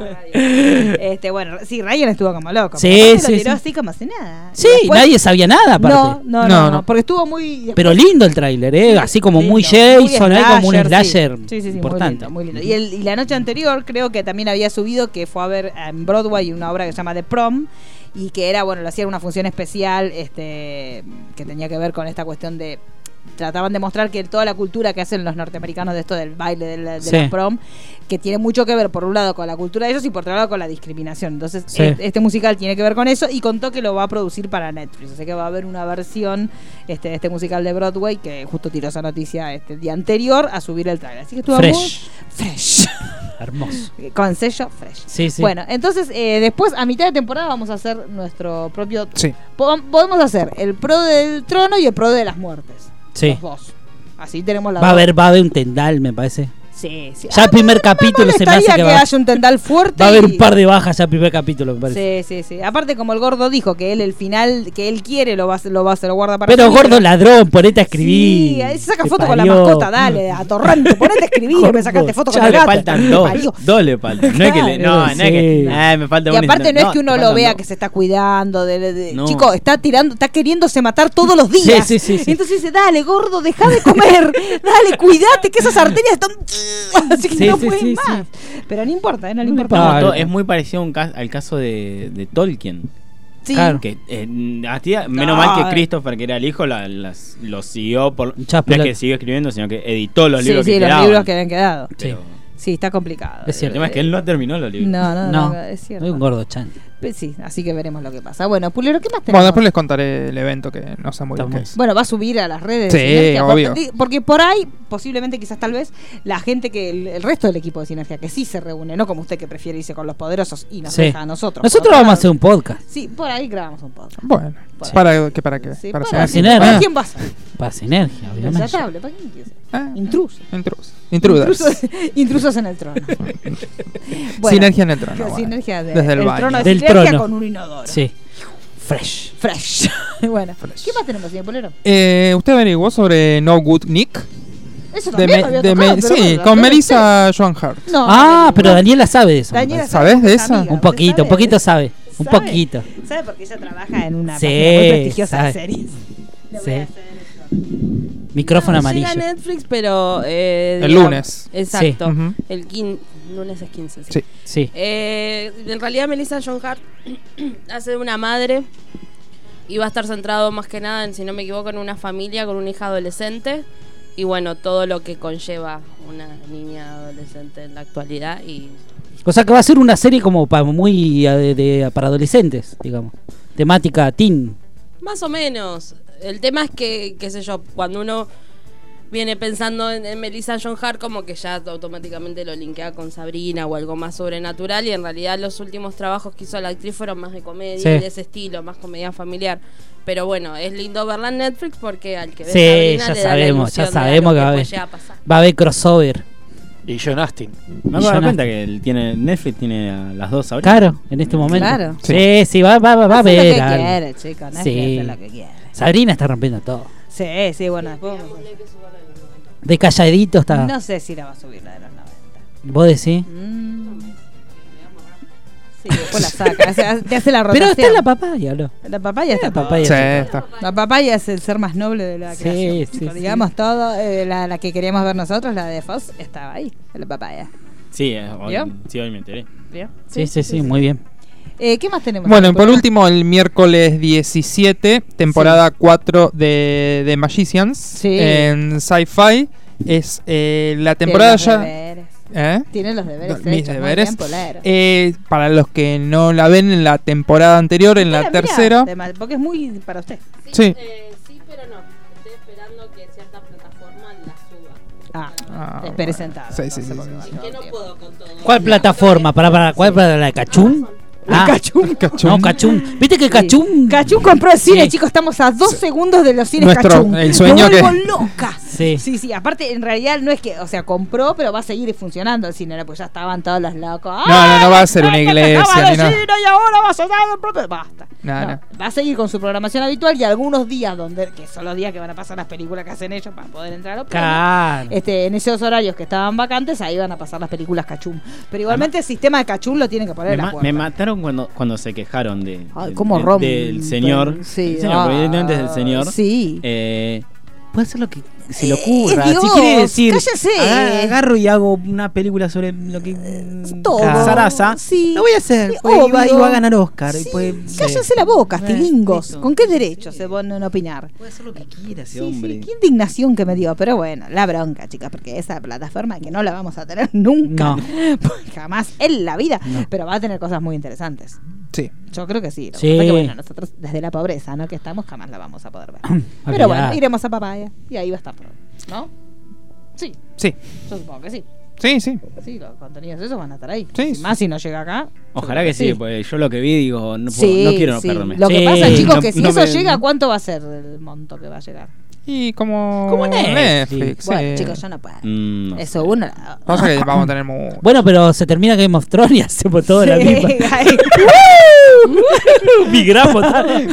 S7: Ay,
S2: Este, bueno, sí, Ryan estuvo como loco.
S9: Sí,
S2: pero aparte
S9: sí,
S2: Lo tiró
S9: sí.
S2: así como si nada.
S9: Sí,
S2: Después-
S9: nadie sabía nada, aparte.
S2: No, no,
S4: No,
S2: no, no,
S4: no.
S2: porque estuvo muy.
S9: Pero lindo el tráiler, ¿eh? Así como muy
S2: Lindo,
S9: Jason,
S2: muy
S9: ahí como un
S2: slasher, sí.
S9: slasher
S2: Sí, sí, sí, muy
S9: importante.
S2: lindo, muy lindo. Y, el- y la noche anterior creo que también había subido que fue a ver en Broadway una obra que se llama The Prom y que era, bueno, lo hacía una función especial este que tenía que ver con esta cuestión de trataban de mostrar que toda la cultura que hacen los norteamericanos de esto del baile del de
S9: Sí.
S2: la prom que tiene mucho que ver por un lado con la cultura de ellos y por otro lado con la discriminación entonces
S9: Sí.
S2: e- este musical tiene que ver con eso y contó que lo va a producir para Netflix así que va a haber una versión este de este musical de Broadway que justo tiró esa noticia este el día anterior a subir el trailer así que estuvo
S9: Fresh.
S2: muy fresh
S9: Hermoso.
S2: con sello fresh
S9: Sí, sí.
S2: bueno entonces eh, después a mitad de temporada vamos a hacer nuestro propio
S4: Sí.
S2: Po- podemos hacer el pro del trono y el pro de las muertes
S9: sí.
S2: los dos así tenemos la
S9: Va a haber, va a haber un tendal, me parece.
S2: sí, sí.
S9: Ya el primer capítulo se me hace
S2: molestaría
S9: que
S2: que
S9: va,
S2: haya un tendal fuerte
S9: va a haber
S2: y-
S9: un par de bajas ya el primer capítulo, me parece.
S2: Sí, sí, sí. Aparte, como el gordo dijo que él el final que él quiere lo va a, lo va a se lo guarda para
S9: Pero
S2: sí,
S9: gordo ladrón, ponete a escribir.
S2: Sí, ahí se saca
S9: Te
S2: foto con la
S9: parió.
S2: mascota, dale, atorrante, ponete a escribir, me sacaste foto con
S5: Ya
S2: el
S5: le
S2: gato.
S5: faltan
S2: Te
S5: dos.
S2: parió.
S5: Dos le faltan. No es que le- No, no es que.
S9: Sí.
S5: Ah, me falta
S2: Y
S5: uno
S2: aparte no es que
S5: te
S2: uno lo
S5: faltan
S2: vea
S5: dos.
S2: que se está cuidando, de, de- de-
S5: No.
S2: chico, está tirando, está queriéndose matar todos los días.
S9: Sí, sí, sí, sí.
S2: Entonces dice, dale, gordo, deja de comer, dale, cuidate, que esas arterias están así que
S9: Sí,
S2: no
S9: sí,
S2: pueden
S9: sí,
S2: más. Pero no importa, eh, no le
S9: No le
S2: importa.
S9: pasa.
S5: Estamos
S9: Ah,
S5: todos-
S9: algo.
S5: es muy parecido a un ca- al caso de, de Tolkien.
S2: Sí.
S9: Claro.
S5: Que, eh, a ti- menos
S2: Ah,
S5: mal
S2: eh.
S5: que Christopher, que era el hijo, la, las- lo siguió. Por, no
S9: Ya,
S5: es
S9: pero-
S5: que siguió escribiendo, sino que editó los
S2: Sí,
S5: libros
S2: sí,
S5: que
S2: los
S5: quedaban.
S2: libros que habían quedado.
S9: Sí.
S2: Sí, está complicado.
S9: Es
S5: El
S9: cierto.
S5: tema es que él no terminó los libros.
S2: No, no, no,
S9: No,
S2: es cierto.
S9: no hay un gordo chan.
S2: Pe- Sí, así que veremos lo que pasa. Bueno, Pulero, ¿qué más
S4: Bueno,
S2: tenemos?
S4: después les contaré el evento que no sé muy bien qué es.
S2: Bueno, va a subir a las redes.
S4: Sí,
S2: de Sinergia,
S4: obvio.
S2: porque- Porque por ahí, posiblemente, quizás tal vez, la gente que, el, el resto del equipo de Sinergia, que sí se reúne, no como usted que prefiere irse con los poderosos y nos
S9: Sí.
S2: deja a nosotros.
S9: Nosotros vamos a hacer un podcast.
S2: Sí, por ahí grabamos un podcast.
S4: Bueno,
S2: Sí.
S4: ¿para qué? ¿Para qué?
S2: Sí,
S4: para
S2: para,
S4: hacer-
S9: cenar.
S2: ¿para
S4: Ah,
S2: quién vas?
S9: Para sinergia, obviamente.
S2: Desatable, ¿para quién quieres?
S4: ah,
S2: Intruso.
S4: Intrus. Intruders.
S2: Intrusos, intrusos en el trono. Bueno,
S4: Sinergia en el trono. bueno.
S2: Sinergia de-
S4: Desde el,
S2: el
S4: baño.
S2: trono de
S9: Del
S2: sinergia
S9: trono.
S2: con un inodoro.
S9: Sí. Fresh.
S2: Fresh. bueno,
S4: Fresh.
S2: ¿qué más tenemos, señor Polero?
S4: Eh, ¿Usted averiguó sobre No Good Nick?
S2: Eso
S4: De
S2: también
S4: Me-
S2: lo había
S4: de
S2: tocado,
S4: Me-
S2: pero
S4: sí,
S2: bueno,
S4: con
S2: pero
S4: Melissa Joan Hart.
S2: usted- No,
S9: Ah,
S2: no,
S9: pero
S2: no.
S9: Daniela sabe de eso. me
S2: Daniela
S9: parece.
S2: sabe
S4: ¿Sabes de
S2: porque es
S4: esa?
S2: amiga,
S9: Un poquito,
S2: ¿sabe?
S9: un poquito sabe. Un
S2: ¿Sabe?
S9: poquito.
S2: ¿Sabe? Porque ella trabaja en una
S9: Sí,
S2: página muy prestigiosa de
S9: sabe.
S2: series.
S9: Sí. Micrófono amarillo.
S7: Llega Netflix, pero. eh,
S4: El
S7: digamos-
S4: lunes.
S7: Exacto.
S4: Ujú.
S7: El quin lunes es 15. sí.
S4: Sí.
S9: Sí.
S7: Eh, en realidad, Melissa John Hart hace de una madre y va a estar centrado más que nada, en, si no me equivoco, en una familia con una hija adolescente y bueno, todo lo que conlleva una niña adolescente en la actualidad. Y
S9: O sea que va a ser una serie como para muy eh, de, de- para adolescentes, digamos. Temática teen.
S7: más o menos, el tema es que, qué sé yo, cuando uno viene pensando en, en Melissa John Hart, como que ya automáticamente lo linkea con Sabrina o algo más sobrenatural, y en realidad los últimos trabajos que hizo la actriz fueron más de comedia
S9: Sí.
S7: y de ese estilo, más comedia familiar. Pero bueno, es lindo verla en Netflix porque al que ve
S9: Sí,
S7: Sabrina
S9: ya
S7: le da la
S9: sabemos,
S7: ilusión
S9: ya
S7: de algo
S9: sabemos que va a
S7: puede
S9: haber.
S7: llegar a pasar.
S9: Va a haber crossover.
S8: Y John Astin.
S5: Me
S9: Y
S5: acabo de dar
S9: Jonathan.
S5: cuenta que él tiene, Netflix tiene a las dos ahora.
S9: Claro, en este momento.
S2: Claro.
S9: Sí, sí, va, va, va, va a
S2: Hace
S9: haber.
S2: lo que
S9: algo.
S2: quiere, chico, no es
S9: Sí.
S2: que hace lo que quiere.
S9: Sabrina está rompiendo todo.
S2: Sí, sí, bueno, después.
S9: De calladito está.
S2: No
S9: Mm.
S2: sé si la va a subir la de los 90.
S9: Vos decís.
S2: Mm. Sí, Después la saca, hace- te hace la
S9: Pero
S2: rotación.
S9: está la papaya, ¿no?
S2: La papaya está.
S9: La papaya.
S4: Sí, está.
S2: La papaya es el ser más noble de la
S9: Sí,
S2: creación.
S9: sí,
S2: chicos.
S9: sí.
S2: Digamos todo, eh, la, la que queríamos ver nosotros, la de Foss, estaba ahí, la papaya.
S5: Sí, eh, hoy,
S2: ¿Vio?
S5: sí, hoy me enteré.
S9: Sí, sí, sí, muy bien.
S2: Eh, ¿Qué más tenemos?
S4: Bueno, y por último, el miércoles 17, temporada 4 de, de Magicians
S2: Sí.
S4: en Sci-Fi. Es eh, la temporada
S2: Tiene los
S4: ya.
S2: deberes.
S4: ¿Eh?
S2: Tiene los deberes.
S4: Mis
S2: hechos, muy
S4: deberes.
S2: bien, Polero.
S4: Eh, para los que no la ven en la temporada anterior, en la
S2: Mira, mira,
S4: tercera.
S2: de mal- porque es muy para usted.
S4: Sí.
S7: eh, sí, pero no. Estoy esperando que cierta plataforma la suba.
S2: Ah,
S4: Ah,
S2: espere
S4: bueno.
S2: sentado.
S4: Sí, sí,
S2: entonces,
S4: sí,
S2: porque
S4: sí,
S2: va a
S4: sí.
S2: llevar
S7: Que no
S2: tiempo.
S7: puedo con todo.
S9: ¿Cuál plataforma? ¿Para, para, ¿Cuál para la de Cachum?
S2: La
S9: Ah,
S2: Cachum.
S4: Cachum.
S9: No, Cachum. ¿Viste que
S2: Sí.
S9: Cachum?
S2: Cachum compró el cine,
S9: Sí.
S2: chicos. Estamos a dos segundos de los cines
S4: Nuestro-
S2: Cachum.
S4: el sueño
S2: Me vuelvo
S4: que-
S2: loca.
S9: Sí.
S2: Sí, sí, aparte en realidad no es que, o sea, compró, pero va a seguir funcionando el cine, pues ya estaban todos los locos.
S4: no,
S2: ¡Ay,
S4: no va a ser una
S2: ay, que se
S4: iglesia,
S2: acaba de
S4: ni nada.
S2: cine Y ahora va a sonar el propio. Basta.
S4: No,
S2: No, Va a seguir con su programación habitual y algunos días donde, que son los días que van a pasar las películas que hacen ellos para poder entrar a los planes,
S9: Claro.
S2: este, en esos horarios que estaban vacantes, ahí van a pasar las películas Cachum. Pero igualmente el sistema de Cachum lo tienen que poner
S5: Me,
S2: en la
S5: ma-
S2: puerta.
S5: me mataron cuando, cuando se quejaron de,
S2: Ay,
S5: de-
S2: cómo
S5: de-
S2: rompe.
S5: del señor.
S2: Sí,
S5: El señor, porque evidentemente es del
S2: ah,
S5: señor.
S2: Sí.
S5: Eh,
S9: Puede hacer lo que
S2: se le ocurra. Es
S9: Si
S2: Dios,
S9: quiere decir.
S2: cállese.
S9: "Ah,
S5: agarro y hago una película sobre lo que.
S2: Todo.
S5: Sarasa.
S2: Sí.
S9: Lo voy a hacer.
S2: Sí,
S9: pues, y va-
S2: obvio.
S9: y va a ganar Oscar. y pues,
S2: Sí,
S9: puede-
S2: Cállense la boca,
S9: Eh,
S2: estilingos.
S9: listo. Pues
S2: ¿Con qué derecho se ponen a opinar?
S9: Puede hacer lo que quiera.
S2: Sí,
S5: Ese
S2: sí,
S5: hombre.
S2: qué indignación que me dio. Pero bueno, la bronca, chicas, porque esa plataforma que no la vamos a tener nunca,
S9: No.
S2: jamás en la vida, pero va a tener cosas muy interesantes.
S4: Sí.
S2: Yo creo que sí. Lo que
S9: Sí.
S2: pasa es que, bueno, nosotros desde la pobreza, ¿no? Que estamos, jamás la vamos a poder ver. Pero bueno,
S9: Olvidá.
S2: iremos a Papaya y ahí va a estar todo, ¿No? Sí,
S4: Sí.
S2: yo supongo que sí.
S4: Sí, sí.
S2: Sí, los contenidos esos van a estar ahí.
S4: Sí,
S2: Más si no llega acá.
S5: Ojalá que sí,
S2: Sí.
S5: porque yo lo que vi, digo, no, puedo- no quiero no
S2: sí.
S5: perderme.
S2: Lo que
S9: Sí.
S2: pasa, chicos, que
S5: No-
S2: si
S5: no
S2: eso
S5: me-
S2: llega, ¿cuánto va a ser el monto que va a llegar?
S4: Y como.
S9: Como Netflix.
S4: sí.
S2: Bueno, chicos, yo no puedo.
S5: Mm, no.
S2: Eso uno. la-
S4: Pasa que vamos a tener mu-
S9: Bueno, pero se termina Game of Thrones y hacemos todo la
S2: Sí,
S9: misma.
S2: ahí.
S3: Migramos. tal.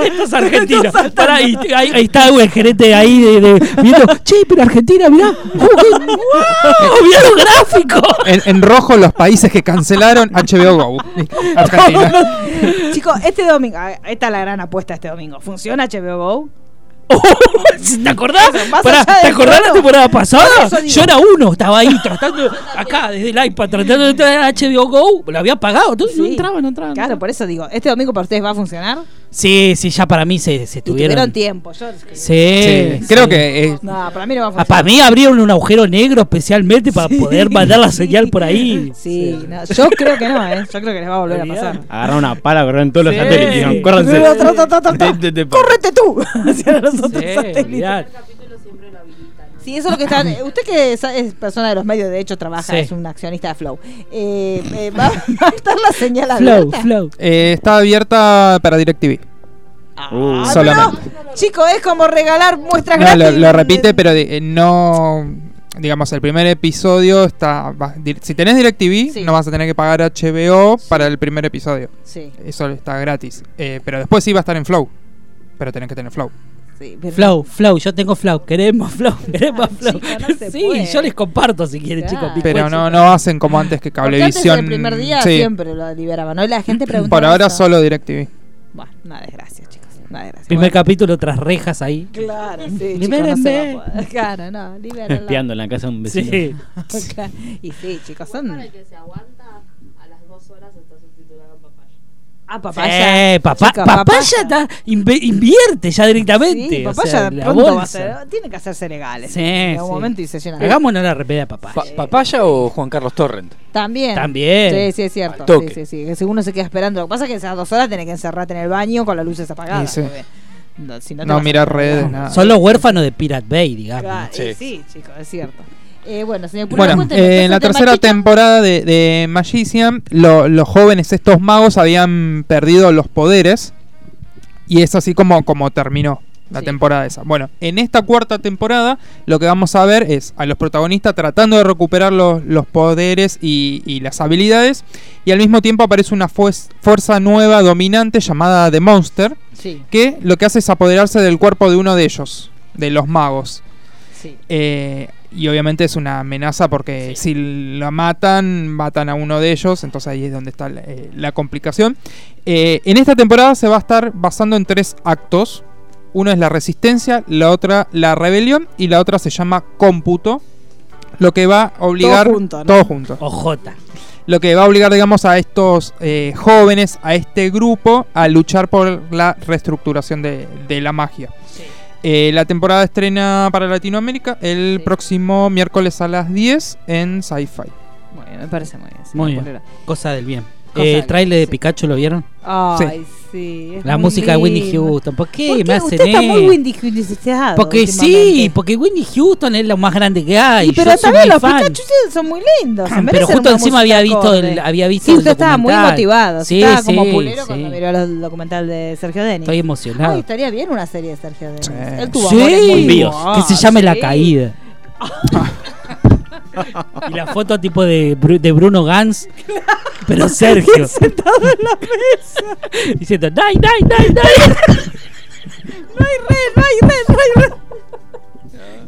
S3: Esto es Argentina. Pará, y- ahí, ahí está güey, el gerente ahí de, de- viendo. Che, pero Argentina, mirá. ¡Oh, qué- ¡Wow! ¡Mirá los gráficos!
S4: En, en rojo los países que cancelaron HBO Go. Argentina.
S2: chicos, este domingo, a ver, esta es la gran apuesta este domingo. ¿Funciona HBO Go?
S3: Oh, ¿Te acordás?
S2: Eso, más
S3: Pará,
S2: allá
S3: ¿Te
S2: del
S3: acordás la
S2: tono.
S3: temporada pasada?
S2: Por eso digo.
S3: Yo era uno, estaba ahí tratando acá desde el iPad, tratando de entrar a HBO Go, lo había pagado, entonces no
S2: Sí.
S3: entraba, no
S5: Ah,
S3: entraba. no
S2: Claro,
S3: entraba.
S2: por eso digo, este domingo para ustedes va a funcionar.
S9: Sí, sí, ya para mí se, se
S2: Y tuvieron,
S9: tuvieron.
S2: tiempo. Yo,
S9: sí,
S4: Sí, Creo que. eh,
S2: no, para mí no va a funcionar.
S9: para mí abrieron un agujero negro especialmente para poder mandar la señal por ahí.
S2: Sí, no, yo creo que no, ¿eh? Yo creo que les va a volver a
S9: Olvidá.
S2: pasar.
S5: Agarraron una pala, agarraron todos
S9: Sí.
S5: los satélites y dijeron, córranse.
S2: Tra, tra, tra, tra, tra, tra.
S5: De- de- de-
S2: ¡Córrete tú! Hacia los otros
S9: Sí,
S2: satélites.
S9: olvidá.
S2: Sí, eso es lo que están. eh, Usted que sa- es persona de los medios, de hecho trabaja,
S9: Sí.
S2: es un accionista de Flow. Eh, eh, va, va a estar la señal
S9: Flow,
S2: abierta.
S9: flow.
S4: eh, está abierta para DirecTV.
S5: Uh,
S2: Ah,
S4: solamente.
S2: pero, chico, es como regalar muestras
S4: No, lo,
S2: gratis.
S4: lo repite, pero de- eh, no. Digamos, el primer episodio está. va- di- si tenés DirecTV,
S2: Sí.
S4: no vas a tener que pagar HBO para el primer episodio.
S2: Sí,
S4: Eso está gratis. Eh, pero después sí va a estar en Flow. Pero tenés que tener Flow.
S2: sí. pero-
S9: Flow, flow, yo tengo flow, queremos flow, queremos flow.
S2: Ah, chica, no se
S9: sí,
S2: puede.
S9: yo les comparto si quieren,
S2: Claro.
S9: chicos. mi
S4: Pero
S9: cuenta.
S4: no, no hacen como antes que
S2: Porque antes
S4: Cablevisión.
S2: el primer día
S4: sí.
S2: siempre lo liberaban, ¿no? Y la gente preguntaba.
S4: Por ahora
S2: eso.
S4: solo DirecTV.
S2: Bueno, nada, gracias, chicos. Nada, gracias.
S9: Primer capítulo tras rejas ahí.
S2: Claro, sí. chicos, no se
S9: Libérenme.
S2: va a poder. Claro, no, libérenlo.
S5: Espiando en la casa de un vecino.
S9: Sí.
S2: Claro. Y sí, chicos,
S7: Para
S2: son.
S7: el que se aguanta, a las dos horas está subtitulado papaya.
S2: Ah,
S9: Eh, papá,
S2: Chicos,
S9: papá ya está, inv- invierte ya directamente.
S2: Sí,
S9: o
S2: papá
S9: sea,
S2: ya
S9: la
S2: pronto va a
S9: bolsa.
S2: ser- Tiene que hacerse legal.
S9: Sí,
S2: en algún
S9: sí.
S2: momento y se llena. de-
S9: Hagámonos la repeda de papá.
S8: Pa- ¿Papaya o Juan Carlos Torrent?
S2: También.
S9: También.
S2: Sí, sí, es cierto.
S8: Al toque.
S2: Sí, sí, sí. Que si uno se queda esperando. Lo que pasa es que esas dos horas tenés que encerrarte en el baño con las luces apagadas.
S4: Sí, sí.
S2: porque No, si no, te
S4: No
S2: vas a-
S4: mirar redes, eh, nada.
S9: Son los huérfanos de Pirate Bay, digamos.
S2: Claro, y
S8: Sí.
S2: sí, chicos, es cierto. Eh, bueno, señor Pulgar,
S4: Bueno,
S2: cuéntenos,
S4: eh, en la
S2: ¿este
S4: tercera
S2: tema, chica?
S4: temporada de, de Magician, lo- los jóvenes, estos magos, habían perdido los poderes. Y es así como, como terminó la
S2: Sí.
S4: temporada esa. Bueno, en esta cuarta temporada, lo que vamos a ver es a los protagonistas tratando de recuperar los, los poderes y, y las habilidades. Y al mismo tiempo aparece una fues- fuerza nueva dominante llamada The Monster.
S2: Sí,
S4: que lo que hace es apoderarse del cuerpo de uno de ellos, de los magos.
S2: sí.
S4: Eh, Y obviamente es una amenaza porque si la matan, matan a uno de ellos, entonces ahí es donde está la, eh, la complicación. Eh, en esta temporada se va a estar basando en tres actos. Uno es la resistencia, la otra la rebelión y la otra se llama cómputo, lo que va a obligar
S2: junto, ¿no?
S4: todo junto.
S9: OJ.
S4: Lo que va a obligar, digamos, a estos eh, jóvenes, a este grupo, a luchar por la reestructuración de, de la magia. Eh, la temporada estrena para Latinoamérica el
S11: Sí.
S4: próximo miércoles a las 10 en Sci-Fi.
S11: Muy bien, me parece muy bien. sí, la
S9: Muy bien.
S11: polera.
S9: Cosa del bien.
S11: Cosa
S9: Eh,
S11: del-
S9: trailer de
S11: sí.
S9: Pikachu, ¿lo vieron?
S2: Ay, sí. es
S9: La
S2: muy
S9: música de Winnie
S2: lindo.
S9: Houston. ¿Por qué
S2: ¿Por qué?
S9: me hacen
S2: Usted está muy
S9: esto?
S2: Winnie Houston.
S9: Porque sí, porque Winnie Houston es lo más grande que hay.
S2: Y pero
S9: yo soy
S2: también
S9: muy
S2: los
S9: fan.
S2: Pikachu son muy lindos. se
S9: Pero
S2: merecen
S9: justo
S2: una
S9: encima
S2: música
S9: había visto
S2: acorde.
S9: el, había visto
S2: Sí,
S9: el
S2: usted estaba muy
S9: documental.
S2: motivado.
S9: Sí,
S2: estaba como
S9: sí,
S2: pulero
S9: sí.
S2: cuando miró el documental de Sergio Denis.
S9: Estoy emocionado.
S2: Ay, estaría bien una serie de Sergio Denis. Él tuvo amores muy
S9: sí,
S2: guapos,
S9: que se llame La
S2: sí.
S9: Caída. y la foto tipo de, Bru- de Bruno Gans, pero Sergio.
S2: Sentado en la mesa.
S9: diciendo, ¡Dai, dai, dai, dai!
S2: No hay red, no hay red, no hay red.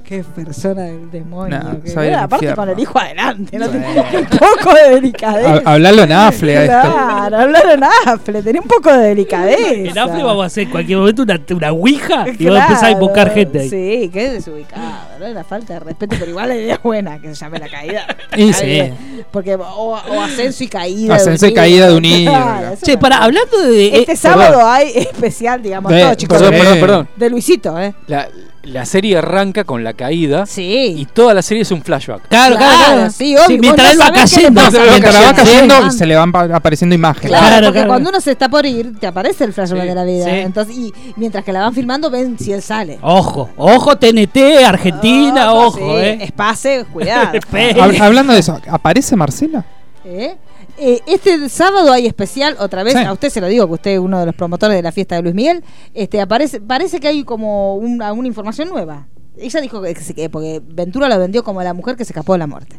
S2: Qué persona del demonio.
S4: No,
S2: que
S4: soy
S2: era,
S4: el
S2: aparte
S4: infierno.
S2: con el hijo adelante, no
S4: Sí.
S2: tenía un poco de delicadeza.
S4: Ha- Ah, Hablalo en Affle a este. esto.
S2: Claro, hablar en Affle, tenía un poco de delicadeza.
S9: En Apple vamos a hacer en cualquier momento una, una ouija y vamos a empezar a invocar gente ahí.
S2: Sí, que es desubicado, ¿no? Era falta de respeto, pero igual la idea es buena que se llame la caída.
S9: Y
S2: Está
S9: sí.
S2: bien, Porque o, o ascenso y caída.
S4: Ascenso y
S2: de un
S4: caída de
S2: ídolo.
S4: un ídolo.
S2: Claro, eso
S9: Che,
S2: era-
S9: para, hablando de.
S2: Este
S9: eh,
S2: sábado
S9: perdón.
S2: hay especial, digamos,
S4: Ve,
S2: todo, chicos.
S4: perdón,
S8: Perdón,
S4: Sí.
S8: perdón, perdón.
S2: De Luisito, ¿eh?
S8: La, la serie arranca con la caída y
S2: Sí.
S8: toda la serie es un flashback.
S9: Claro, claro,
S2: Claro,
S9: claro.
S2: sí, obvio, vos
S9: mientras
S2: no
S9: él va
S2: sabés qué le
S9: cayendo.
S2: pasa.
S4: Mientras va
S2: Sí.
S4: cayendo, se le van pa- apareciendo imágenes.
S2: Claro,
S9: Claro,
S2: porque
S9: claro.
S2: cuando uno se está por ir, te aparece el flashback
S9: Sí,
S2: de la vida.
S9: sí.
S2: Entonces, y mientras que la van filmando, ven si él sale.
S9: Ojo, ojo, TNT, Argentina,
S2: Oh,
S9: ojo,
S2: sí,
S9: eh.
S2: Espace, cuidado.
S4: Hab- hablando de eso, ¿aparece Marcela?
S2: ¿Eh? Eh, este sábado hay especial, otra vez,
S4: Sí.
S2: a usted se lo digo, que usted es uno de los promotores de la fiesta de Luis Miguel, este aparece, parece que hay como un- alguna información nueva. Ella dijo que, se- que porque Ventura la vendió como la mujer que se escapó de la muerte.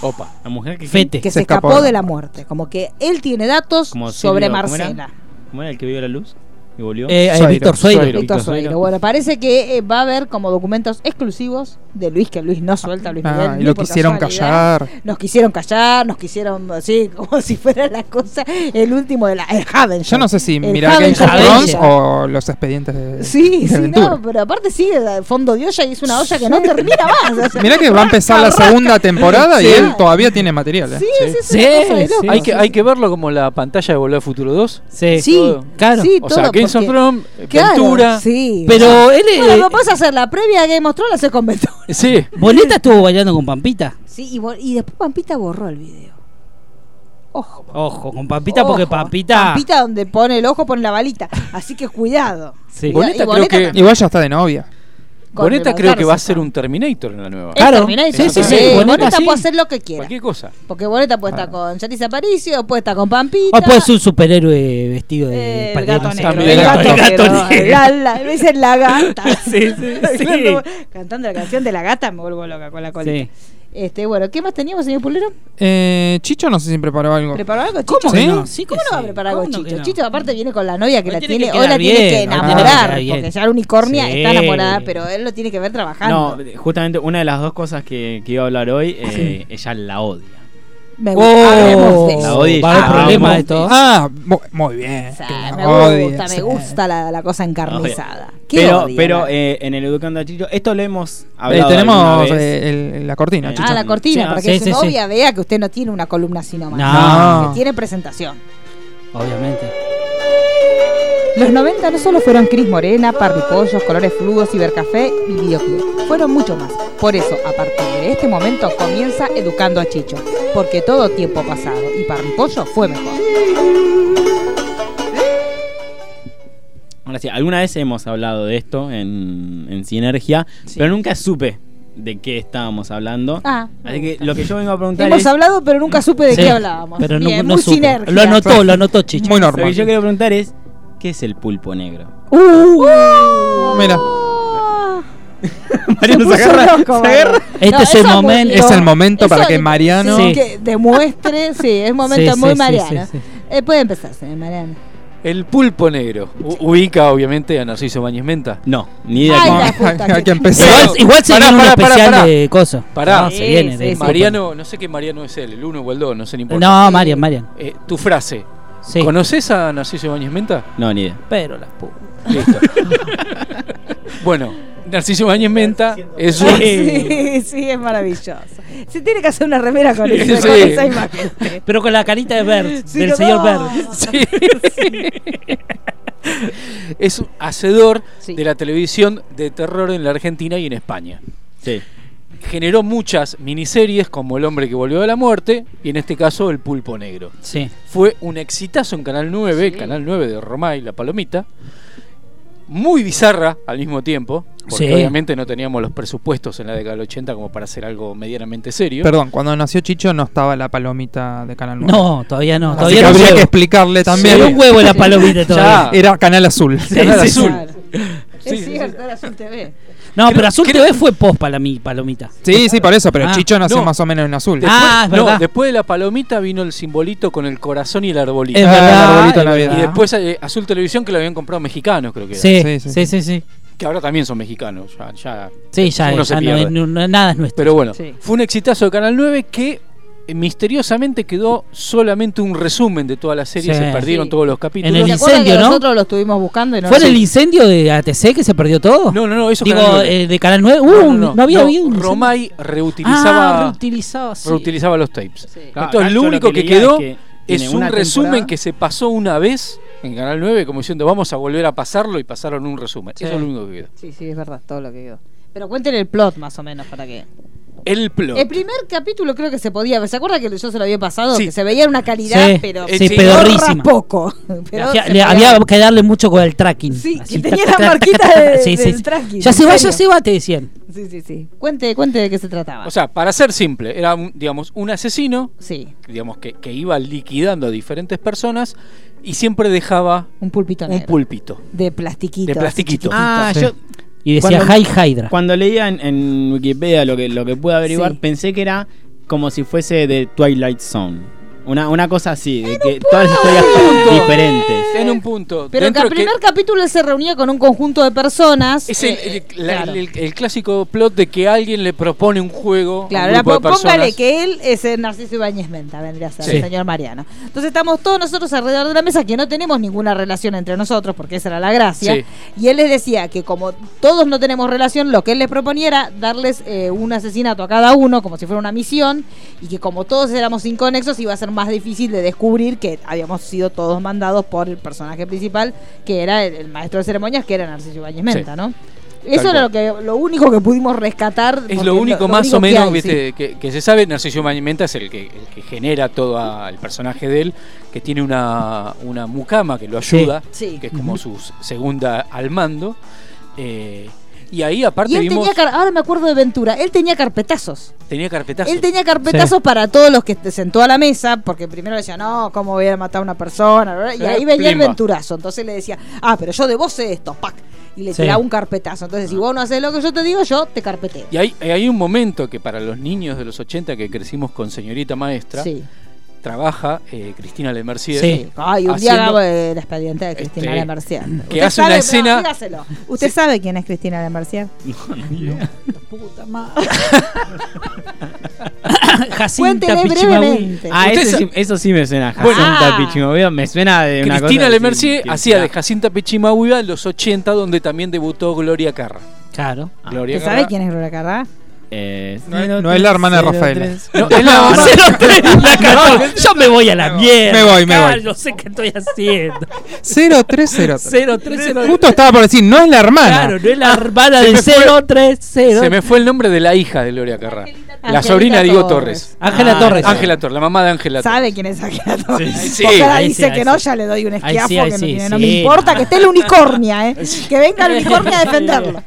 S8: Opa.
S5: La mujer que.
S9: Fete.
S2: Que se,
S4: Se
S2: escapó,
S4: escapó
S2: de la muerte. Como que él tiene datos
S5: Como
S2: sobre
S5: Silvio- ¿cómo era?
S2: Marcela.
S5: ¿Cómo era el que vio la luz? Y volvió.
S9: Eh, eh,
S4: Sueiro,
S9: Víctor Sueiro.
S8: Sueiro.
S2: Víctor
S5: Víctor
S2: Sueiro.
S5: Sueiro.
S2: Bueno, parece que eh, va a haber como documentos exclusivos de Luis, que Luis no suelta a Luis Miguel.
S4: Ah, y
S2: ni
S4: lo
S2: por
S4: quisieron
S2: casualidad.
S4: callar.
S2: Nos quisieron callar, nos quisieron así, como si fuera la cosa, el último de la. El Haven
S4: Yo
S2: Show.
S4: no sé si
S2: El
S4: mirar Game
S2: Haven
S4: of
S2: Show.
S4: Thrones o los expedientes de.
S2: Sí,
S4: de
S2: sí,
S4: Ventura.
S2: no, pero aparte sigue de fondo de olla y es una olla que no termina más. o sea,
S4: Mirá que va a empezar la segunda temporada y
S2: Sí.
S4: él todavía tiene material. ¿eh?
S2: sí, sí, es
S9: Sí,
S2: una cosa de loco.
S9: sí.
S8: Hay que, hay que verlo como la pantalla de Volver al Futuro 2.
S9: Sí,
S2: Sí,
S8: todo.
S9: claro.
S2: sí,
S8: O
S2: todo,
S8: sea, Game of
S2: porque-
S8: Thrones,
S2: Claro,
S8: Ventura. eh,
S2: sí.
S9: Pero él es. eh,
S2: Bueno, pero podés hacer la previa de Game of Thrones, la haces con Ventura.
S8: Sí.
S9: Boneta estuvo bailando con Pampita.
S2: Sí, y, vol- y después Pampita borró el video. Ojo.
S9: Ojo, con Pampita porque
S2: Ojo.
S9: Pampita.
S2: Pampita donde pone el ojo pone la balita. Así que cuidado.
S9: Sí.
S8: Boneta
S2: Cuidado, y
S8: creo que-
S2: también.
S4: Igual ya está de novia.
S2: Con
S8: Boneta
S2: el
S8: creo que va a
S2: Balcarce,
S8: ser un Terminator en la nueva.
S2: Es
S9: Claro.
S2: Terminator,
S8: Sí, sí, sí,
S9: Boneta
S2: Boneta,
S9: sí.
S2: puede hacer lo que quiera.
S8: Cualquier Ah. cosa.
S2: Porque Boneta puede estar con Charisse Aparicio, puede estar con Pampita.
S9: O puede ser un superhéroe vestido de
S2: Eh, El
S9: paquete,
S2: gato
S9: no sé.
S2: negro.
S8: También
S2: El gato,
S8: gato
S2: negro.
S9: negro.
S2: La, la, me dicen la gata.
S9: Sí, sí, sí.
S2: Cantando la canción de la gata me vuelvo loca con la colita.
S9: Sí.
S2: Este, bueno, ¿qué más teníamos, señor Pulero?
S4: Eh, Chicho no sé si preparó algo.
S2: ¿Preparó algo Chicho?
S9: ¿Cómo
S4: que
S9: que
S4: no?
S9: no?
S2: ¿Cómo no va a preparar algo Chicho? Chicho aparte viene con la novia que
S9: Hoy
S2: Ah, la
S9: tiene
S2: tiene,
S9: que
S2: hoy la
S9: quedar
S2: tiene que
S9: bien, hoy tiene que
S2: enamorar,
S9: quedar bien.
S2: porque ya la unicornia
S9: Sí.
S2: está enamorada, pero él lo tiene que ver trabajando.
S5: No, justamente una de las dos cosas que, que iba a hablar hoy, eh, ella la odia.
S2: Me gusta. hablemos de
S9: Oh,
S5: La
S2: eso.
S5: odia.
S9: va a haber
S5: Ah,
S9: problemas
S5: vamos.
S9: de todo.
S4: Ah, mu- muy bien.
S2: O sea,
S4: Que la
S2: me
S4: odie,
S2: gusta,
S4: sí.
S2: me gusta la, la cosa encarnizada. ¿Qué
S5: Pero,
S2: odia?
S5: pero eh, en el Educando a Chicho, esto lo hemos
S4: Eh,
S5: hablado.
S4: tenemos
S5: alguna vez.
S4: eh, el- la cortina,
S5: Ah,
S4: Chicho.
S2: Ah, la cortina,
S5: Sí,
S2: para
S9: sí,
S2: que su
S9: sí, sí.
S2: novia vea que usted no tiene una columna así nomás.
S9: No.
S2: Que tiene presentación.
S9: Obviamente.
S2: Los 90 no solo fueron Cris Morena, Parripollos, Colores Fluos, Cibercafé y Videoclub. Fueron mucho más. Por eso, a partir de este momento, comienza Educando a Chicho. Porque todo tiempo pasado y Parripollo fue mejor.
S5: Ahora sí, alguna vez hemos hablado de esto en, en Sinergia, pero nunca supe de qué estábamos hablando.
S2: Ah,
S5: Así que lo que yo vengo a preguntar
S2: hemos
S5: es.
S2: hablado, pero nunca supe de
S9: Sí,
S2: qué hablábamos.
S9: Pero no,
S2: Bien,
S9: no
S2: muy
S9: supo.
S2: sinergia.
S9: Lo anotó, lo anotó Chicho.
S4: Muy
S5: Lo que yo
S4: normal.
S5: quiero preguntar es: ¿qué es el pulpo negro?
S2: Uh,
S4: Mira,
S5: Mariano se
S2: puso
S5: agarra-
S2: loco,
S5: se
S2: Mario.
S5: agarra.
S9: Este es el momento-
S4: es el momento para que Mariano-
S2: sí,
S9: Sí.
S2: que demuestre, sí, es un momento
S9: Sí,
S2: muy
S9: sí, sí,
S2: Mariano.
S9: sí, sí.
S2: Eh, puede empezar, señor Mariano.
S8: Eh, El pulpo negro. U- ubica, obviamente, a Narciso Bañez Menta.
S5: No, ni
S8: idea.
S9: Ay, la puta que- Igual- igual se viene un especial de coso.
S8: Pará.
S9: No, se viene de-
S8: Mariano, no sé qué Mariano es él, el uno o el dos, no sé, no importa.
S9: No, Marian, Marian.
S8: Eh, tu frase. ¿Conoces a Narciso Bañez Menta?
S5: No, ni idea.
S9: Pero la puta.
S8: Listo. bueno, Narciso Bañez Menta es un.
S2: Sí, sí, es maravilloso. Se tiene que hacer una remera con, eso,
S8: Sí.
S2: con esa imagen.
S9: Pero con la carita de Bert,
S2: Sí,
S9: del
S2: no.
S9: señor Bert.
S8: es un hacedor de la televisión de terror en la Argentina y en España.
S5: Sí.
S8: Generó muchas miniseries como El hombre que volvió de la muerte y en este caso El pulpo negro.
S9: Sí.
S8: Fue un exitazo en Canal 9, Canal 9 de Romay, La Palomita. Muy bizarra al mismo tiempo, porque
S4: Sí.
S8: obviamente no teníamos los presupuestos en la década del 80 como para hacer algo medianamente serio.
S4: Perdón, cuando nació Chicho no estaba la palomita de Canal 9.
S9: No, todavía no,
S4: Así
S9: todavía
S4: que
S9: era un
S4: habría
S9: huevo.
S4: que explicarle también.
S9: Era un huevo la palomita todavía.
S4: Era Canal Azul.
S9: Canal Sí, sí, Azul.
S2: es cierto, era Azul TV.
S9: No, pero Azul TV fue post para mi palomita.
S4: Sí, sí, por eso, pero
S9: Ah.
S4: Chicho nació
S9: No.
S4: más o menos en azul.
S9: Después- Ah, es
S8: no,
S9: verdad.
S8: después de la palomita vino el simbolito con el corazón y el arbolito.
S4: Es Ah, verdad, el arbolito
S8: y-
S4: de Navidad.
S8: Y después eh, Azul Televisión que lo habían comprado mexicanos, creo que era.
S9: Sí, sí, sí, sí. Sí,
S8: Que ahora también son mexicanos. Ya, ya,
S9: Sí, ya,
S8: uno se
S9: ya no
S8: pierde.
S9: es- no- no- nada es nuestro.
S8: Pero bueno, fue un exitazo de Canal 9 que eh, misteriosamente quedó solamente un resumen de toda la serie.
S9: Sí.
S8: Se perdieron
S9: Sí.
S8: todos los capítulos.
S9: En el
S2: ¿Se acuerdan que
S9: incendio, ¿no?
S2: Nosotros lo estuvimos buscando y no
S9: ¿Fue
S2: lo-
S9: en el incendio de ATC que se perdió todo?
S8: No, no, no, eso
S9: Digo,
S8: Canal 9.
S9: eh, de Canal 9. Uh, no, había
S8: No,
S9: habido un incendio.
S8: Romay reutilizaba,
S9: Ah, reutilizaba, sí.
S8: reutilizaba los tapes.
S5: Claro,
S8: Entonces, lo
S5: yo lo
S8: único
S5: que
S8: que,
S5: leía es
S8: quedó
S5: que
S8: es,
S5: tiene
S8: un
S5: una
S8: resumen
S5: temporada.
S8: que se pasó una vez en Canal 9, como diciendo, vamos a volver a pasarlo y pasaron un resumen.
S2: Sí.
S8: Eso es lo único que quedó.
S2: Sí, sí, es verdad, todo lo que quedó. Pero cuenten el plot más o menos para que.
S8: El plot.
S2: El primer capítulo creo que se podía ver. ¿Se acuerda que yo se lo había pasado?
S8: Sí.
S2: Que se veía en una calidad,
S9: Sí,
S2: pero.
S9: sí, pedorrísima.
S2: poco.
S9: Le
S2: Pero
S9: hacía-
S2: se
S9: le
S2: podía
S9: había
S2: ver.
S9: que darle mucho con el tracking.
S2: Sí,
S9: Así,
S2: que tenía
S9: tac, tac,
S2: la
S9: tac,
S2: marquita
S9: tac, tac.
S2: de-
S9: Sí,
S2: del
S9: sí.
S2: tracking,
S9: Ya se
S2: en
S9: va,
S2: serio.
S9: ya se va, te decían.
S2: Sí, sí, sí. Cuente, cuente de qué se trataba.
S8: O sea, para ser simple, era un, digamos un asesino,
S2: Sí.
S8: digamos que, que iba liquidando a diferentes personas y siempre dejaba
S2: un pulpito
S8: un pulpito
S2: de plastiquito.
S8: de
S2: así
S8: plastiquito.
S5: Ah, yo.
S9: Y decía
S5: Cuando-
S9: Hi Hydra.
S5: Cuando leía en, en Wikipedia lo que, lo que pude averiguar,
S2: Sí.
S5: pensé que era como si fuese de Twilight Zone. Una, una cosa así, de que todas las historias
S8: punto.
S5: diferentes.
S8: En un punto.
S2: eh, Pero que
S8: dentro
S2: al primer capítulo él se reunía con un conjunto de personas.
S8: es el,
S2: eh,
S8: el- la-
S2: claro.
S8: el- el clásico plot de que alguien le propone un juego. a un
S2: Claro, era
S8: grupo de
S2: po- póngale
S8: personas.
S2: que él es el Narciso Ibáñez Menta, vendría a ser
S8: Sí.
S2: el señor Mariano. Entonces estamos todos nosotros alrededor de la mesa que no tenemos ninguna relación entre nosotros, porque esa era la gracia.
S8: Sí.
S2: Y él les decía que como todos no tenemos relación, lo que él les proponía era darles eh, un asesinato a cada uno, como si fuera una misión, y que como todos éramos inconexos, iba a ser más difícil de descubrir que habíamos sido todos mandados por el personaje principal, que era el, el maestro de ceremonias, que era Narciso Ibáñez Menta, ¿no? Eso
S8: cual.
S2: era lo, que, lo único que pudimos rescatar.
S8: Es
S2: porque
S8: lo único más
S2: único
S8: o
S2: que
S8: menos
S2: hay, sí.
S8: viste, que, que se sabe, Narciso Mañimenta es el que, el que genera todo a- el personaje de él, que tiene una, una mucama que lo
S9: Sí.
S8: ayuda,
S2: Sí.
S8: que es como
S9: Ujú.
S8: su segunda al mando. eh, y ahí aparte
S2: Y él
S8: vimos...
S2: tenía, car- ahora me acuerdo de Ventura, él tenía carpetazos.
S8: tenía carpetazo.
S2: Él tenía carpetazos para todos los que te sentó a la mesa, porque primero decía, no, ¿cómo voy a matar a una persona? Bla, bla, Y
S8: Eh,
S2: ahí venía
S8: plimba.
S2: el Venturazo. Entonces le decía, ah, pero yo de vos sé esto, pac. Y le
S8: Sí. Ah.
S2: tiraba un carpetazo. Entonces, si vos no haces lo que yo te digo, yo te carpeteo.
S8: Y hay, hay un momento que para los niños de los 80 que crecimos con señorita maestra,
S2: Sí.
S8: trabaja eh, Cristina Lemercier.
S2: Sí. Ay, un día
S8: haciendo-
S2: hago el expediente de Cristina
S8: Este,
S2: Lemercier.
S8: que
S2: Usted
S8: hace una
S2: sabe- no,
S8: escena-
S2: dígaselo. ¿Usted sabe quién es Cristina Lemercier?
S9: Puta madre. Jacinta
S2: Cuéntele
S9: Pichimahui.
S2: brevemente.
S5: Ah,
S8: Usted
S5: eso
S8: sa-
S5: sí, eso sí me suena.
S8: Bueno.
S5: Jacinta Pichimoveo, me suena de una cosa.
S8: Cristina
S5: de-
S8: Lemercier
S5: que-
S8: hacía de
S5: que-
S8: Jacinta Pichimahuiva en los 80, donde también debutó Gloria Carra.
S9: Claro.
S8: Gloria
S2: ¿Usted sabe quién es Gloria Carrá?
S5: Eh,
S4: No es- no es la hermana de Rafael.
S8: No, es la mamá.
S9: Cero tres, la cagó. Yo me voy a la mierda.
S4: Me voy, me voy.
S9: Yo sé qué estoy haciendo.
S4: 0303.
S9: 0303.
S4: Justo estaba por decir, no es la hermana.
S9: Claro, no es la hermana
S8: Ah, Se
S9: del
S8: me fue.
S9: 030.
S8: Se me fue el nombre de la hija de Gloria Carra.
S2: Angelita
S8: La sobrina de Diego
S2: Torres.
S8: Torres.
S9: Ángela Torres.
S8: Ah, Ángela Torres, la mamá de Ángela Torres.
S2: ¿Sabe quién es Ángela Torres?
S8: sí.
S2: Porque ahora
S9: Ahí sí,
S2: dice
S9: ahí
S2: que
S9: sí.
S2: no, ya le doy un
S9: Ahí
S2: esquiafo
S9: sí, ahí
S2: que me
S9: sí,
S2: tiene, no
S9: sí,
S2: me importa,
S9: no.
S2: que esté el unicornia, ¿eh? Que venga el unicornia a defenderlo.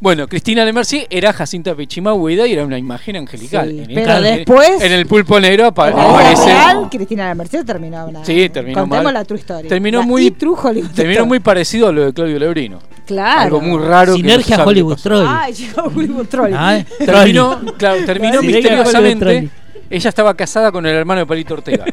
S8: Bueno, Cristina Lemercier era Jacinta Pichimahuida y era una imagen angelical.
S2: Sí,
S8: En el-
S2: pero
S8: en el-
S2: después-
S8: En el pulpo negro apa-
S2: En la vida
S8: aparece.
S2: real, Cristina de la Merced terminó una.
S8: Sí, terminó mal.
S2: Contémosla tu historia.
S8: Terminó
S2: La
S8: muy-
S2: y true Hollywood
S8: Terminó
S2: Story. Ah,
S8: muy parecido a lo de Claudio Lebrino.
S2: Claro.
S8: Algo muy raro. que no se
S9: Sinergia
S8: sabe qué
S9: Hollywood
S8: pasó.
S9: Troll.
S2: Ay, yo, Hollywood Troll.
S9: Ah,
S8: Terminó, claro, terminó
S9: Sí, sí, sí,
S8: misteriosamente.
S9: Troll.
S8: Ella estaba casada con el hermano de Palito Ortega.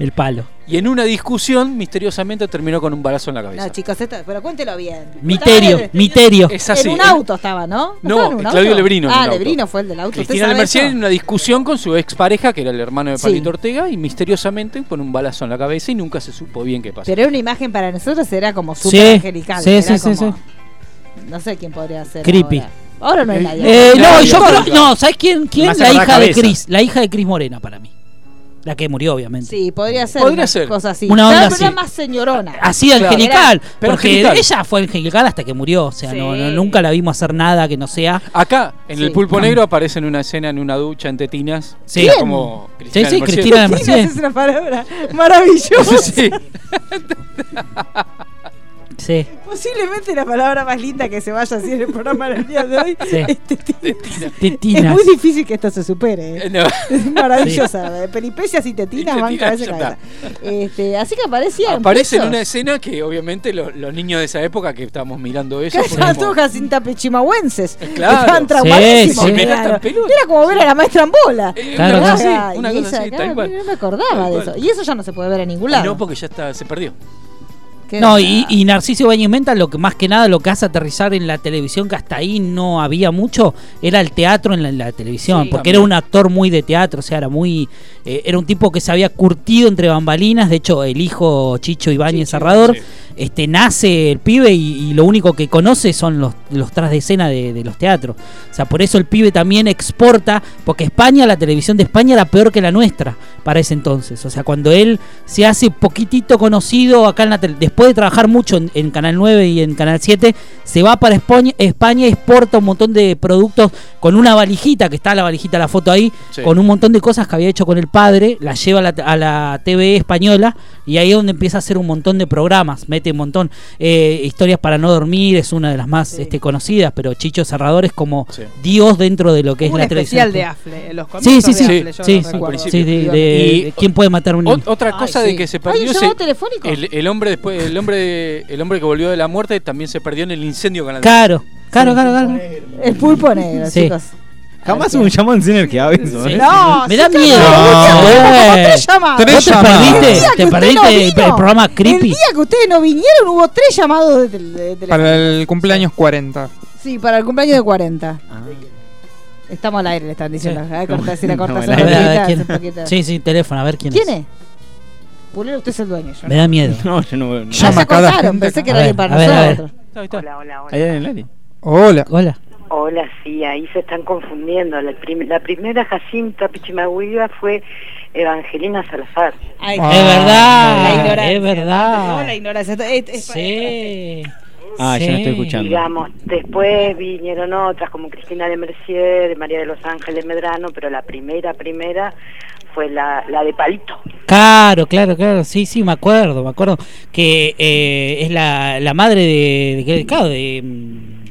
S9: El palo.
S8: Y en una discusión, misteriosamente terminó con un balazo en la cabeza.
S2: No, chicos, esto, pero cuéntelo bien.
S9: Miterio,
S2: Estaba en-
S9: Miterio.
S8: Es así.
S2: En un auto estaba, ¿no?
S8: No,
S2: estaba en un
S8: Claudio
S2: auto?
S8: Lebrino en
S2: Ah,
S8: un auto.
S2: Lebrino fue el del auto. ¿Usted
S8: Cristina
S2: sabe
S8: Lemercier
S2: eso?
S8: en una discusión con su expareja, que era el hermano de
S2: Sí.
S8: Palito Ortega, y misteriosamente con un balazo en la cabeza y nunca se supo bien qué pasó.
S2: Pero era una imagen para nosotros, era como
S9: Sí,
S2: súper angelical.
S9: sí,
S2: era
S9: sí, sí,
S2: como-
S9: sí.
S2: No sé quién podría hacer.
S9: Creepy.
S2: Ahora, Ahora no es nadie.
S9: Eh, no, yo
S8: Claudio.
S9: creo. No, ¿sabes quién? quién?
S5: Más
S9: La
S5: cerrada
S9: hija de
S5: cabeza.
S9: Cris. La hija de Cris Morena para mí. La que murió, obviamente.
S2: Sí, podría ser.
S8: Podría
S2: una
S8: ser.
S2: Cosa así.
S9: Una onda
S2: Claro, pero era
S9: así.
S2: más señorona.
S9: Así
S8: Claro.
S9: angelical.
S8: Era- pero
S9: porque
S8: angelical.
S9: ella fue angelical hasta que murió. O sea, no,
S2: Sí.
S9: no- nunca la vimos hacer nada que no sea.
S8: Acá, en
S2: Sí.
S8: el Pulpo Negro, aparece en una escena, en una ducha, en tetinas.
S9: Sí.
S8: Era
S9: ¿Quién?
S8: como
S9: Sí,
S8: Cristina
S9: sí,
S8: Lemercier.
S9: Cristina de
S2: Esa
S9: Mercedes.
S2: es una palabra maravillosa.
S8: Sí.
S9: Sí.
S2: Posiblemente la palabra más linda que se vaya a decir en el programa del día de hoy.
S9: Sí.
S2: es tetina. Es
S9: Tetinas.
S2: muy difícil que esto se supere. ¿eh?
S8: No.
S2: Es maravillosa. Peripecias y tetinas
S8: Y
S2: van
S8: tetinas,
S2: cabeza a
S8: ya
S2: cabeza. Este, así que aparecían.
S8: Aparece en
S2: presos.
S8: una escena que obviamente lo- los niños de esa época que estamos mirando eso.
S2: Que
S8: fue
S2: Estaban
S8: como-
S2: todos Jacinta Pechimahuenses.
S8: Eh, claro.
S2: Estaban
S8: Sí,
S2: traumadísimos.
S9: sí.
S8: Mirá,
S2: claro.
S8: tan peludo.
S2: Era como ver a la maestra en bola.
S8: Eh,
S9: Claro.
S8: Una cosa
S2: Claro,
S8: así, una
S2: y
S8: cosa
S2: esa,
S8: así,
S2: claro,
S8: tal cual.
S2: No me acordaba
S8: Tal
S2: de
S8: cual.
S2: eso. Y eso ya no se puede ver en ningún
S8: Y
S2: lado.
S8: No, porque ya está, se perdió.
S2: Qué
S9: No,
S2: verdad.
S9: y, y Narciso Ibañez Menta lo que más que nada lo que hace aterrizar en la televisión, que hasta ahí no había mucho, era el teatro en la, en la televisión,
S7: Sí.
S9: porque era un actor muy de teatro, o sea, era muy, eh, era un tipo que se había curtido entre bambalinas, de hecho el hijo Chicho Ibáñez Serrador,
S8: sí.
S9: este, nace el pibe y, y lo único que conoce son los, los tras de escena de, de los teatros. O sea, por eso el pibe también exporta, porque España, la televisión de España era peor que la nuestra para ese entonces. O sea, cuando él se hace poquitito conocido acá en la tele, después de trabajar mucho en, en Canal 9 y en Canal 7, se va para España, España, exporta un montón de productos con una valijita, que está la valijita, la foto ahí,
S8: Sí.
S9: con un montón de cosas que había hecho con el padre, la lleva a la, a la TV española y ahí es donde empieza a hacer un montón de programas, mete un montón. Eh, Historias para no dormir es una de las más
S2: Sí.
S9: este, conocidas, pero Chicho Cerrador es como
S8: Sí.
S9: Dios dentro de lo que es
S2: un
S9: la
S2: especial
S9: televisión.
S2: de Afle. en Los
S9: Sí,
S2: comienzos
S9: sí, sí.
S2: de Afle, yo
S9: Sí,
S2: no
S9: sí,
S2: recuerdo.
S9: sí, de, de-
S8: Y-
S9: de ¿Quién puede matar a un niño?
S8: Ot- otra
S2: Ay,
S8: cosa
S2: sí.
S8: de que se
S2: ¿Hay
S8: perdió
S2: un llamado
S8: se-
S2: telefónico?
S8: el, el hombre después el hombre de- el hombre que volvió de la muerte también se perdió en el incendio canal
S9: Claro, claro, claro, claro.
S2: El pulpo negro,
S9: Sí.
S2: chicos.
S6: Jamás hubo un llamado en Sinergia, eso,
S9: Sí.
S6: ¿eh?
S2: No,
S9: Me
S2: sí,
S9: da
S2: claro,
S9: miedo.
S2: Luciano,
S9: No.
S2: hubo tres llamados.
S9: ¿Vos
S6: Tres
S9: te
S6: llamadas.
S9: perdiste,
S2: El día
S9: te
S2: que usted
S9: perdiste
S2: no
S9: el,
S2: vino,
S9: el programa
S2: El
S9: Creepy.
S2: día que ustedes no vinieron hubo tres llamados de, de- de-
S4: Para el cumpleaños 40.
S2: Sí, para el cumpleaños de 40.
S5: Ah.
S2: Estamos al aire, le están diciendo.
S9: Sí.
S2: Ah, cortá, si la
S5: No,
S2: cortás
S5: al
S9: A
S2: un
S9: ver, a ver
S2: poquito,
S9: quién-
S2: un poquito.
S9: Sí, sí, teléfono, a ver quién,
S2: ¿Quién es? Pulero, usted es el dueño. Yo
S9: Me
S2: no.
S9: da miedo.
S5: No, yo no veo.
S2: Ah, ya
S4: Llama cada
S2: cortaron,
S4: gente
S2: pensé
S4: acá.
S2: que era
S9: A
S2: alguien
S9: ver,
S2: para
S9: a ver, a ver.
S2: nosotros.
S12: Hola, hola, hola.
S5: Allá en el área.
S4: Hola.
S9: Hola.
S12: Hola, sí, ahí se están confundiendo. La, prim- la primera Jacinta Pichimahuida fue Evangelina Salazar.
S2: Ay,
S4: Ah,
S9: es
S2: la
S9: verdad,
S2: ignorancia,
S9: es
S2: No, la
S9: verdad.
S2: ignorancia. esto- es- es-
S9: Sí.
S5: Ah, ya no estoy
S9: Sí.
S5: escuchando.
S12: Digamos, después vinieron otras como Cristina de Mercier, María de los Ángeles Medrano, pero la primera, primera fue la, la de Palito.
S9: Claro, claro, claro, sí, sí, me acuerdo, me acuerdo que eh, es la, la madre de, de, que- claro, de, mm,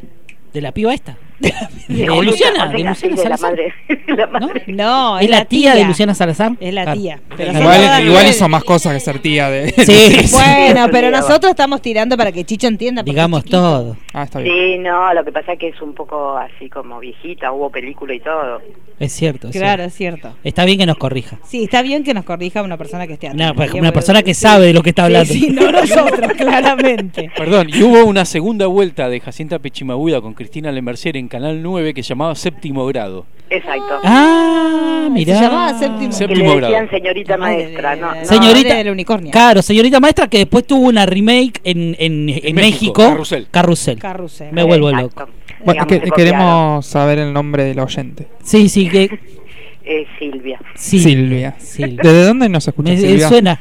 S9: de la piba esta, de, Luciana, de
S12: Ortega, sí,
S9: Luciana
S12: de la
S9: Salazar,
S12: madre. la
S9: ¿no?
S12: madre.
S2: No,
S9: Es la tía de Luciana Salazar.
S2: Es la
S9: Claro.
S2: tía. Pero
S4: Igual,
S2: nosotros-
S4: igual hizo más cosas que ser tía de.
S9: Sí, sí,
S2: Bueno,
S12: Sí,
S2: pero
S12: olvidaba.
S2: nosotros estamos tirando para que Chicho entienda. porque
S9: digamos
S2: es chiquito.
S9: todo.
S4: Ah, está bien.
S12: Sí, no, lo que pasa es que es un poco así como viejita, hubo película y todo.
S9: Es cierto, es
S2: Claro,
S9: cierto.
S2: es cierto.
S9: Está bien que nos corrija.
S2: Sí, está bien que nos corrija una persona que esté
S9: Una,
S2: atenta.
S9: pues, una persona que sabe de lo que está hablando.
S2: Sí, sí, no nosotros, claramente.
S8: Perdón, y hubo una segunda vuelta de Jacinta Pichimahuida con Cristina Lemercier en Canal 9 que se llamaba Séptimo Grado.
S12: Exacto.
S9: Ah, mirá.
S2: Se llamaba séptimo.
S8: Sep-
S12: que le
S8: séptimo grado.
S12: decían señorita maestra, ¿no? no,
S9: Señorita-
S2: del unicornio.
S9: Claro, señorita maestra que después tuvo una remake en, en, en México.
S8: México, Carrusel.
S9: Carrusel.
S2: Carrusel.
S9: Me vuelvo
S12: Exacto.
S9: loco.
S4: Bueno,
S12: Digamos,
S4: que-
S12: se copiaron.
S4: queremos saber el nombre del oyente.
S9: Sí, sí, que...
S12: Eh, Silvia.
S9: Sí.
S4: Silvia.
S9: Silvia.
S4: ¿Desde dónde nos escucha
S9: Me, eh,
S4: Silvia?
S9: suena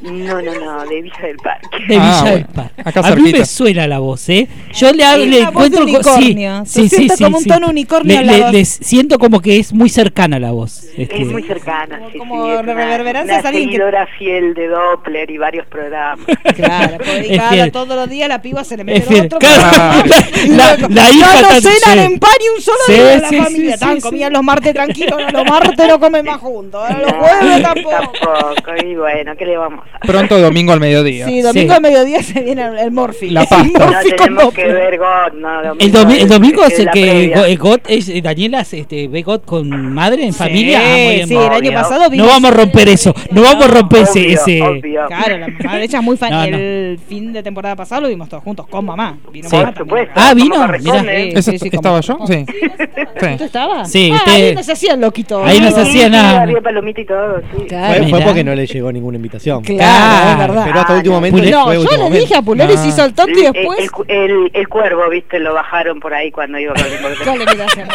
S12: No, no, no, de Villa del Parque.
S9: de Villa
S4: Ah,
S9: del
S4: bueno.
S9: Parque.
S4: Acá
S9: a mí
S4: cerquita.
S9: me suena la voz, ¿eh? Yo le, hablo,
S2: Es
S9: le
S2: una voz de
S9: encuentro co- sí,
S2: unicornio. Se siente como un tono unicornio
S9: Le-
S2: la
S9: le-
S2: voz.
S9: le siento como que es muy cercana la voz. este.
S12: Es muy cercana,
S2: Como-
S12: Ah, sí,
S2: como
S12: sí, es una-
S2: reverberancia es
S12: una
S2: alguien que-
S12: seguidora fiel de Doppler y varios programas.
S2: Claro, porque
S9: Es
S2: cada-
S9: fiel.
S2: todos los días la piba se le
S9: Es
S2: mete
S9: fiel.
S2: en otro.
S9: Claro,
S2: Y
S9: la,
S2: luego,
S9: la hija
S2: ya no
S9: tan-
S2: cenan
S9: sí.
S2: en par ni un solo
S9: Sí,
S2: día de la
S9: sí,
S2: familia.
S9: sí,
S2: Tan,
S9: sí,
S2: comían
S9: sí.
S2: los martes tranquilos, ahora los martes no comen más juntos, ahora los ¿eh? jueves tampoco.
S12: Tampoco, y bueno, ¿qué le vamos a cosa.
S4: Pronto domingo al mediodía.
S2: Sí, domingo al mediodía se viene el, el Morphy.
S4: La pasta.
S12: No tenemos que ver God, no,
S9: El, domi- el domingo
S12: es
S9: es el
S12: la
S9: que
S12: previa.
S9: Go- eh, God es, eh, Daniela es, este, ve God con madre en familia. Ah, muy bien.
S2: sí, el año pasado
S9: No
S2: vimos-
S9: vamos a romper eso. No vamos a romper ese. ese-
S2: Claro, la mamá de ella es muy fan.
S9: No, no.
S2: El fin de temporada pasado lo vimos todos juntos con mamá. Vino
S9: Sí.
S2: mamá también.
S9: Ah, vino.
S2: Barracones.
S9: Mirá.
S2: Sí,
S4: ¿Esa
S2: sí, sí,
S4: ¿Estaba yo?
S2: como-
S4: Sí.
S2: ¿Tú estabas?
S9: Sí,
S2: ah,
S9: usted-
S2: ahí no se hacían loquito.
S9: Ahí no se
S12: Sí,
S9: hacía
S12: sí,
S9: nada.
S12: Había palomita y todo, sí.
S2: Claro.
S6: Fue, fue
S9: Mirá.
S6: porque no le llegó ninguna invitación.
S9: Ah,
S2: Claro, es verdad.
S6: Pero hasta último momento. y
S2: No,
S6: fue
S2: yo
S6: último
S2: le
S6: momento.
S2: dije a Puleris
S6: Ah.
S2: hizo el tonto y
S12: El- el-
S2: después.
S12: El, cu- el- el cuervo, viste, lo bajaron por ahí cuando iba con el
S2: Yo le miré hacia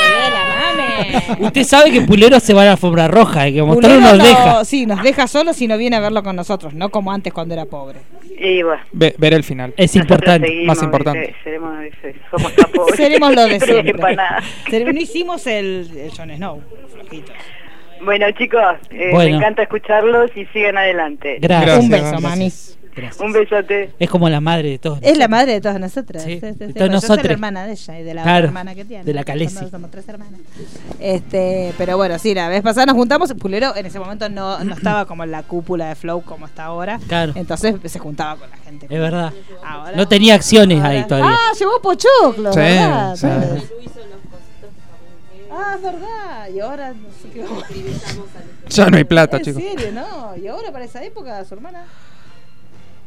S9: Usted sabe que Pulero se va a la alfombra roja. y Que mostrar
S2: Pulero
S9: nos
S2: no-
S9: deja.
S2: Sí, nos deja solos y no viene a verlo con nosotros, no como antes cuando era pobre.
S12: Y bueno.
S4: Ve- ver el final.
S9: Es
S12: nosotros
S9: importante.
S12: seguimos,
S4: más importante.
S12: viste, seremos- viste, somos tan pobres.
S2: Seremos lo de siempre.
S12: Para nada.
S2: Ser- No hicimos el, el Jon Snow, flojitos.
S12: Bueno, chicos, eh,
S9: Bueno.
S12: me encanta escucharlos y sigan adelante.
S9: Gracias.
S2: Un beso,
S9: Gracias.
S2: mami.
S12: Un besote.
S9: Es como la madre de todos.
S2: Es la madre de todas nosotras.
S9: Sí,
S2: Sí, sí, sí.
S9: de todas
S2: Bueno, Yo soy
S9: nosotras.
S2: la hermana de ella y de la
S9: Claro,
S2: otra hermana que tiene.
S9: de la Calesi.
S2: Somos- Somos tres hermanas. Este, pero bueno, sí, la vez pasada nos juntamos. Pulero en ese momento no, no estaba como en la cúpula de Flow como está ahora.
S9: Claro.
S2: Entonces se juntaba con la gente.
S9: Es verdad.
S2: Ahora-
S9: No tenía acciones ahí todavía.
S2: Ah, llevó Pochoclo,
S9: Sí,
S2: ¿verdad?
S9: sí.
S2: Ah, es verdad. Y ahora no sé qué va a
S4: Ya no hay plata,
S2: ¿En
S4: chicos.
S2: serio, no? Y ahora para esa época, su hermana,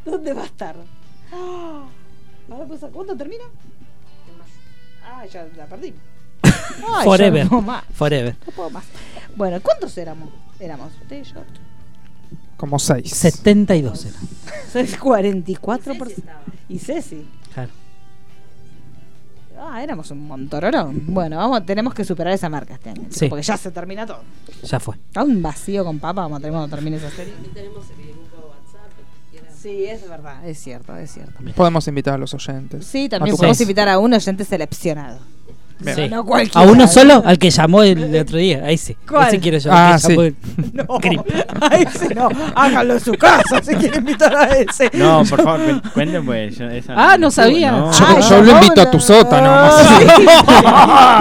S2: ¿dónde va a estar? Ah, Ahora pues, ¿cuándo termina? Ah, ya la perdí. Ay, ya
S9: Forever.
S2: no puedo más.
S9: Forever.
S2: No puedo más. Bueno, ¿cuántos éramos? Éramos usted y yo.
S4: Como seis.
S9: 72 era.
S2: Sois 44 por... Y Ceci.
S9: Claro.
S2: Ah, éramos un montororón. Bueno, vamos, tenemos que superar esa marca este año.
S9: Sí.
S2: Porque ya se termina todo.
S9: Ya fue.
S2: Está un vacío con papa, vamos a tener cuando termine esa serie. Sí, es verdad, es cierto, es cierto.
S4: Podemos invitar a los oyentes.
S2: Sí, también
S4: A tu
S2: podemos
S4: casa.
S2: invitar a un oyente seleccionado.
S4: Bien.
S9: Sí.
S2: No
S9: ¿A
S2: cualquiera.
S9: uno solo? Al que llamó el, otro día. Ahí sí.
S2: ¿Cuál?
S9: Ese quiero yo.
S4: Ah,
S9: al que
S4: sí.
S9: llamó el-
S2: No, a ese no. Háganlo en su casa si quieren invitar a ese.
S5: No, por favor, cuen- cuenten pues. yo- esa-
S2: Ah, no sabía.
S5: No.
S4: Yo,
S2: Ay,
S4: yo lo
S2: llamó
S4: invito a
S2: la-
S4: tu sótano.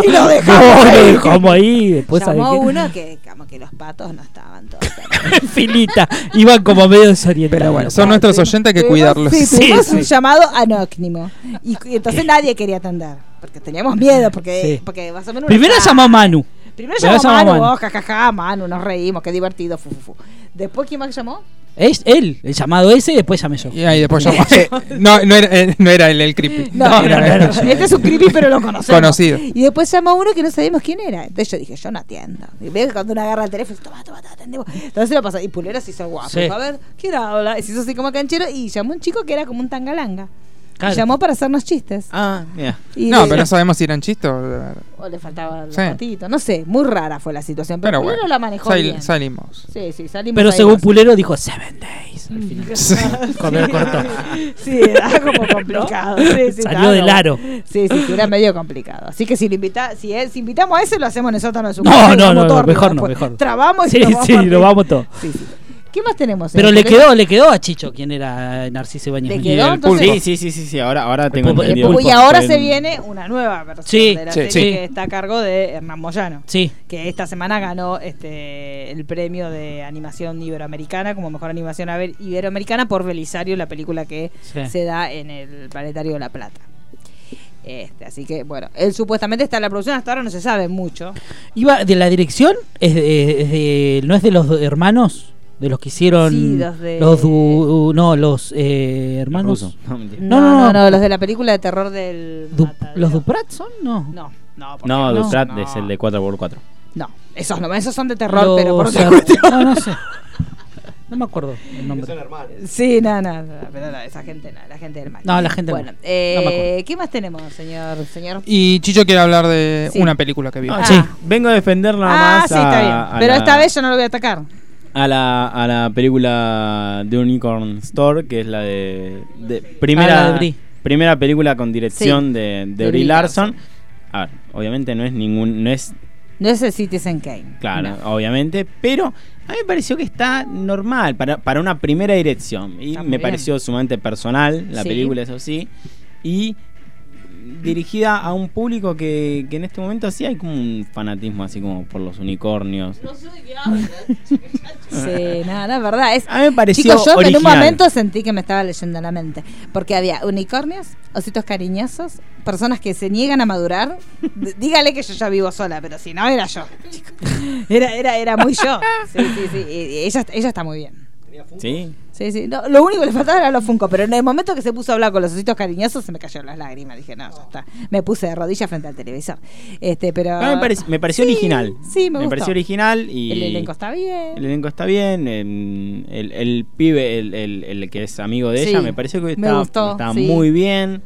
S2: y lo dejamos.
S9: No,
S2: ahí.
S9: lo dejamos ahí. Después
S2: Llamó
S9: ¿sabes qué?
S2: uno que como que los patos no estaban todos.
S9: En filita. Iban como medio desorientados.
S4: Pero bueno, son nuestros oyentes, hay que cuidarlos.
S2: Sí,
S9: Sí,
S2: tuvimos
S9: sí.
S2: un llamado anónimo. Y, y entonces nadie quería atender. Porque teníamos miedo, porque,
S9: Sí.
S2: porque más o menos. uno
S9: Primero
S2: está-
S9: llamó Manu.
S2: Primero
S9: Primero
S2: llamó
S9: llamó
S2: Manu,
S9: Manu.
S2: oh, jajaja, Manu, nos reímos, qué divertido, fu, fu, fu. Después, ¿quién más llamó?
S9: Es él. El llamado ese y después llamé yo.
S4: Y ahí después llamó. Eh, no, no era, eh, no era el, el creepy. era-
S2: Este es un creepy, pero lo conocemos.
S4: Conocido.
S2: Y después llamó uno que no sabíamos quién era. Entonces yo dije, yo no atiendo. Y veo que cuando uno agarra el teléfono, toma, toma, te atendemos. Entonces lo pasa. Y Pulero se hizo guapo.
S9: Sí.
S2: Dijo, A ver, ¿quién habla? Y se hizo así como canchero. Y llamó un chico que era como un tangalanga. Y
S9: Claro.
S2: llamó para hacernos chistes.
S5: Ah, mira.
S2: Y
S4: No,
S2: le-
S4: pero no sabemos si eran chistes o-
S2: O le faltaba el
S4: Sí.
S2: patito. No sé, muy rara fue la situación. Pero,
S4: Pero
S2: Pulero
S4: bueno.
S2: la manejó
S4: sal-
S2: bien.
S4: Salimos.
S2: Sí, sí, salimos
S9: Pero
S2: ahí
S9: según
S2: dos.
S9: Pulero dijo Seven Days.
S2: Mm.
S9: Al final. Cuando lo cortó.
S2: Sí, era como complicado. Sí, sí,
S9: Salió del
S2: estaba-
S9: aro.
S2: Sí, sí, sí, era medio complicado. Así que si, lo invita, si, es- si invitamos a ese, lo hacemos en el sótano de su
S9: No,
S2: casa y
S9: no,
S2: vamos
S9: no,
S2: todo
S9: no,
S2: arriba
S9: mejor no,
S2: después.
S9: mejor.
S2: Trabamos y
S9: Sí,
S2: lo vamos
S9: sí,
S2: a
S9: lo
S2: partir.
S9: vamos todo.
S2: Sí, sí. ¿Qué más tenemos?
S9: Pero
S2: eh?
S9: le
S2: Porque-
S9: quedó, le quedó a Chicho quién era Narciso Ibañez.
S2: Le
S9: Mejía.
S2: quedó,
S4: el
S2: entonces-
S5: Sí, sí, sí, sí, sí, ahora, ahora tengo
S9: pulpo- el
S5: entendido.
S9: pulpo.
S2: Y ahora
S5: Fue
S2: se
S5: en-
S2: viene una nueva versión
S9: Sí,
S2: de la
S9: sí,
S2: serie
S9: sí.
S2: que está a cargo de Hernán Moyano.
S9: Sí.
S2: que esta semana ganó este el premio de animación iberoamericana como mejor animación aver- iberoamericana por Belisario, la película que
S9: Sí.
S2: se da en el Planetario de la Plata. Este, así que bueno, él supuestamente está en la producción, hasta ahora no se sabe mucho.
S9: Iba de la dirección, es de- es de- no es de los hermanos, de los que hicieron
S2: Sí, los de-
S9: los du- no, los eh, hermanos
S5: Ruso. No, mentira.
S9: No, no, no.
S2: los de la película de terror del
S9: Du-
S2: Matadero.
S9: los Duprat son, no.
S2: No, no, porque
S5: No,
S2: no,
S5: Dutrat
S2: no,
S5: es el de 4x4.
S2: no, esos no, esos son de terror,
S9: Los
S2: pero por otra
S9: her-
S2: cuestión.
S9: no, no sé. No me acuerdo el nombre.
S2: Sí, no, no, no, pero no, esa gente no, la gente del mal.
S9: No, la gente del mal.
S2: bueno, eh,
S9: No me acuerdo.
S2: ¿qué más tenemos, señor, señor?
S4: Y Chicho quiere hablar de
S2: Sí.
S4: una película que vio.
S5: Ah,
S2: Ah.
S5: sí. Vengo a defender nada
S2: Ah,
S5: más.
S2: sí,
S5: a-
S2: está
S5: a
S2: bien. Pero
S5: la-
S2: esta vez yo no lo voy a atacar.
S5: A la, a la película The Unicorn Store, que es la de. de- primera,
S9: Ah, la de Brie.
S5: primera película con dirección
S2: Sí,
S5: de, de
S2: de
S5: Brie
S2: Brie
S5: Larson. A ver, obviamente no es ningún. No es.
S2: No es el Citizen Kane.
S5: Claro,
S2: No.
S5: obviamente. Pero a mí me pareció que está normal para, para una primera dirección. Y
S2: Está muy
S5: me
S2: bien.
S5: pareció sumamente personal la
S2: Sí.
S5: película, eso sí. Y dirigida a un público que, que en este momento sí hay como un fanatismo así como por los unicornios.
S2: Sí, nada, la verdad. Es,
S5: A mí me pareció
S2: Chicos, yo en un
S5: original.
S2: momento sentí que me estaba leyendo la mente. Porque había unicornios, ositos cariñosos, personas que se niegan a madurar. D- Dígale que yo ya vivo sola, pero si no, era yo. chicos. Era, era, era muy yo. Sí, sí, sí. Y Ella, ella está muy bien.
S5: Sí.
S2: Sí, sí. No, lo único que le faltaba era los Funko, pero en el momento que se puso a hablar con los ositos cariñosos se me cayeron las lágrimas. Dije, no, ya está. Me puse de rodillas frente al televisor. Este, pero.
S5: No, Ah, me, parec- me pareció
S2: Sí,
S5: original.
S2: Sí, me, gustó.
S5: pareció original y.
S2: El elenco está bien.
S5: El elenco está bien. em, El, el pibe, el, el- el que es amigo de
S2: Sí,
S5: ella, me pareció que
S2: me
S5: estaba,
S2: gustó,
S5: estaba
S2: sí.
S5: muy bien.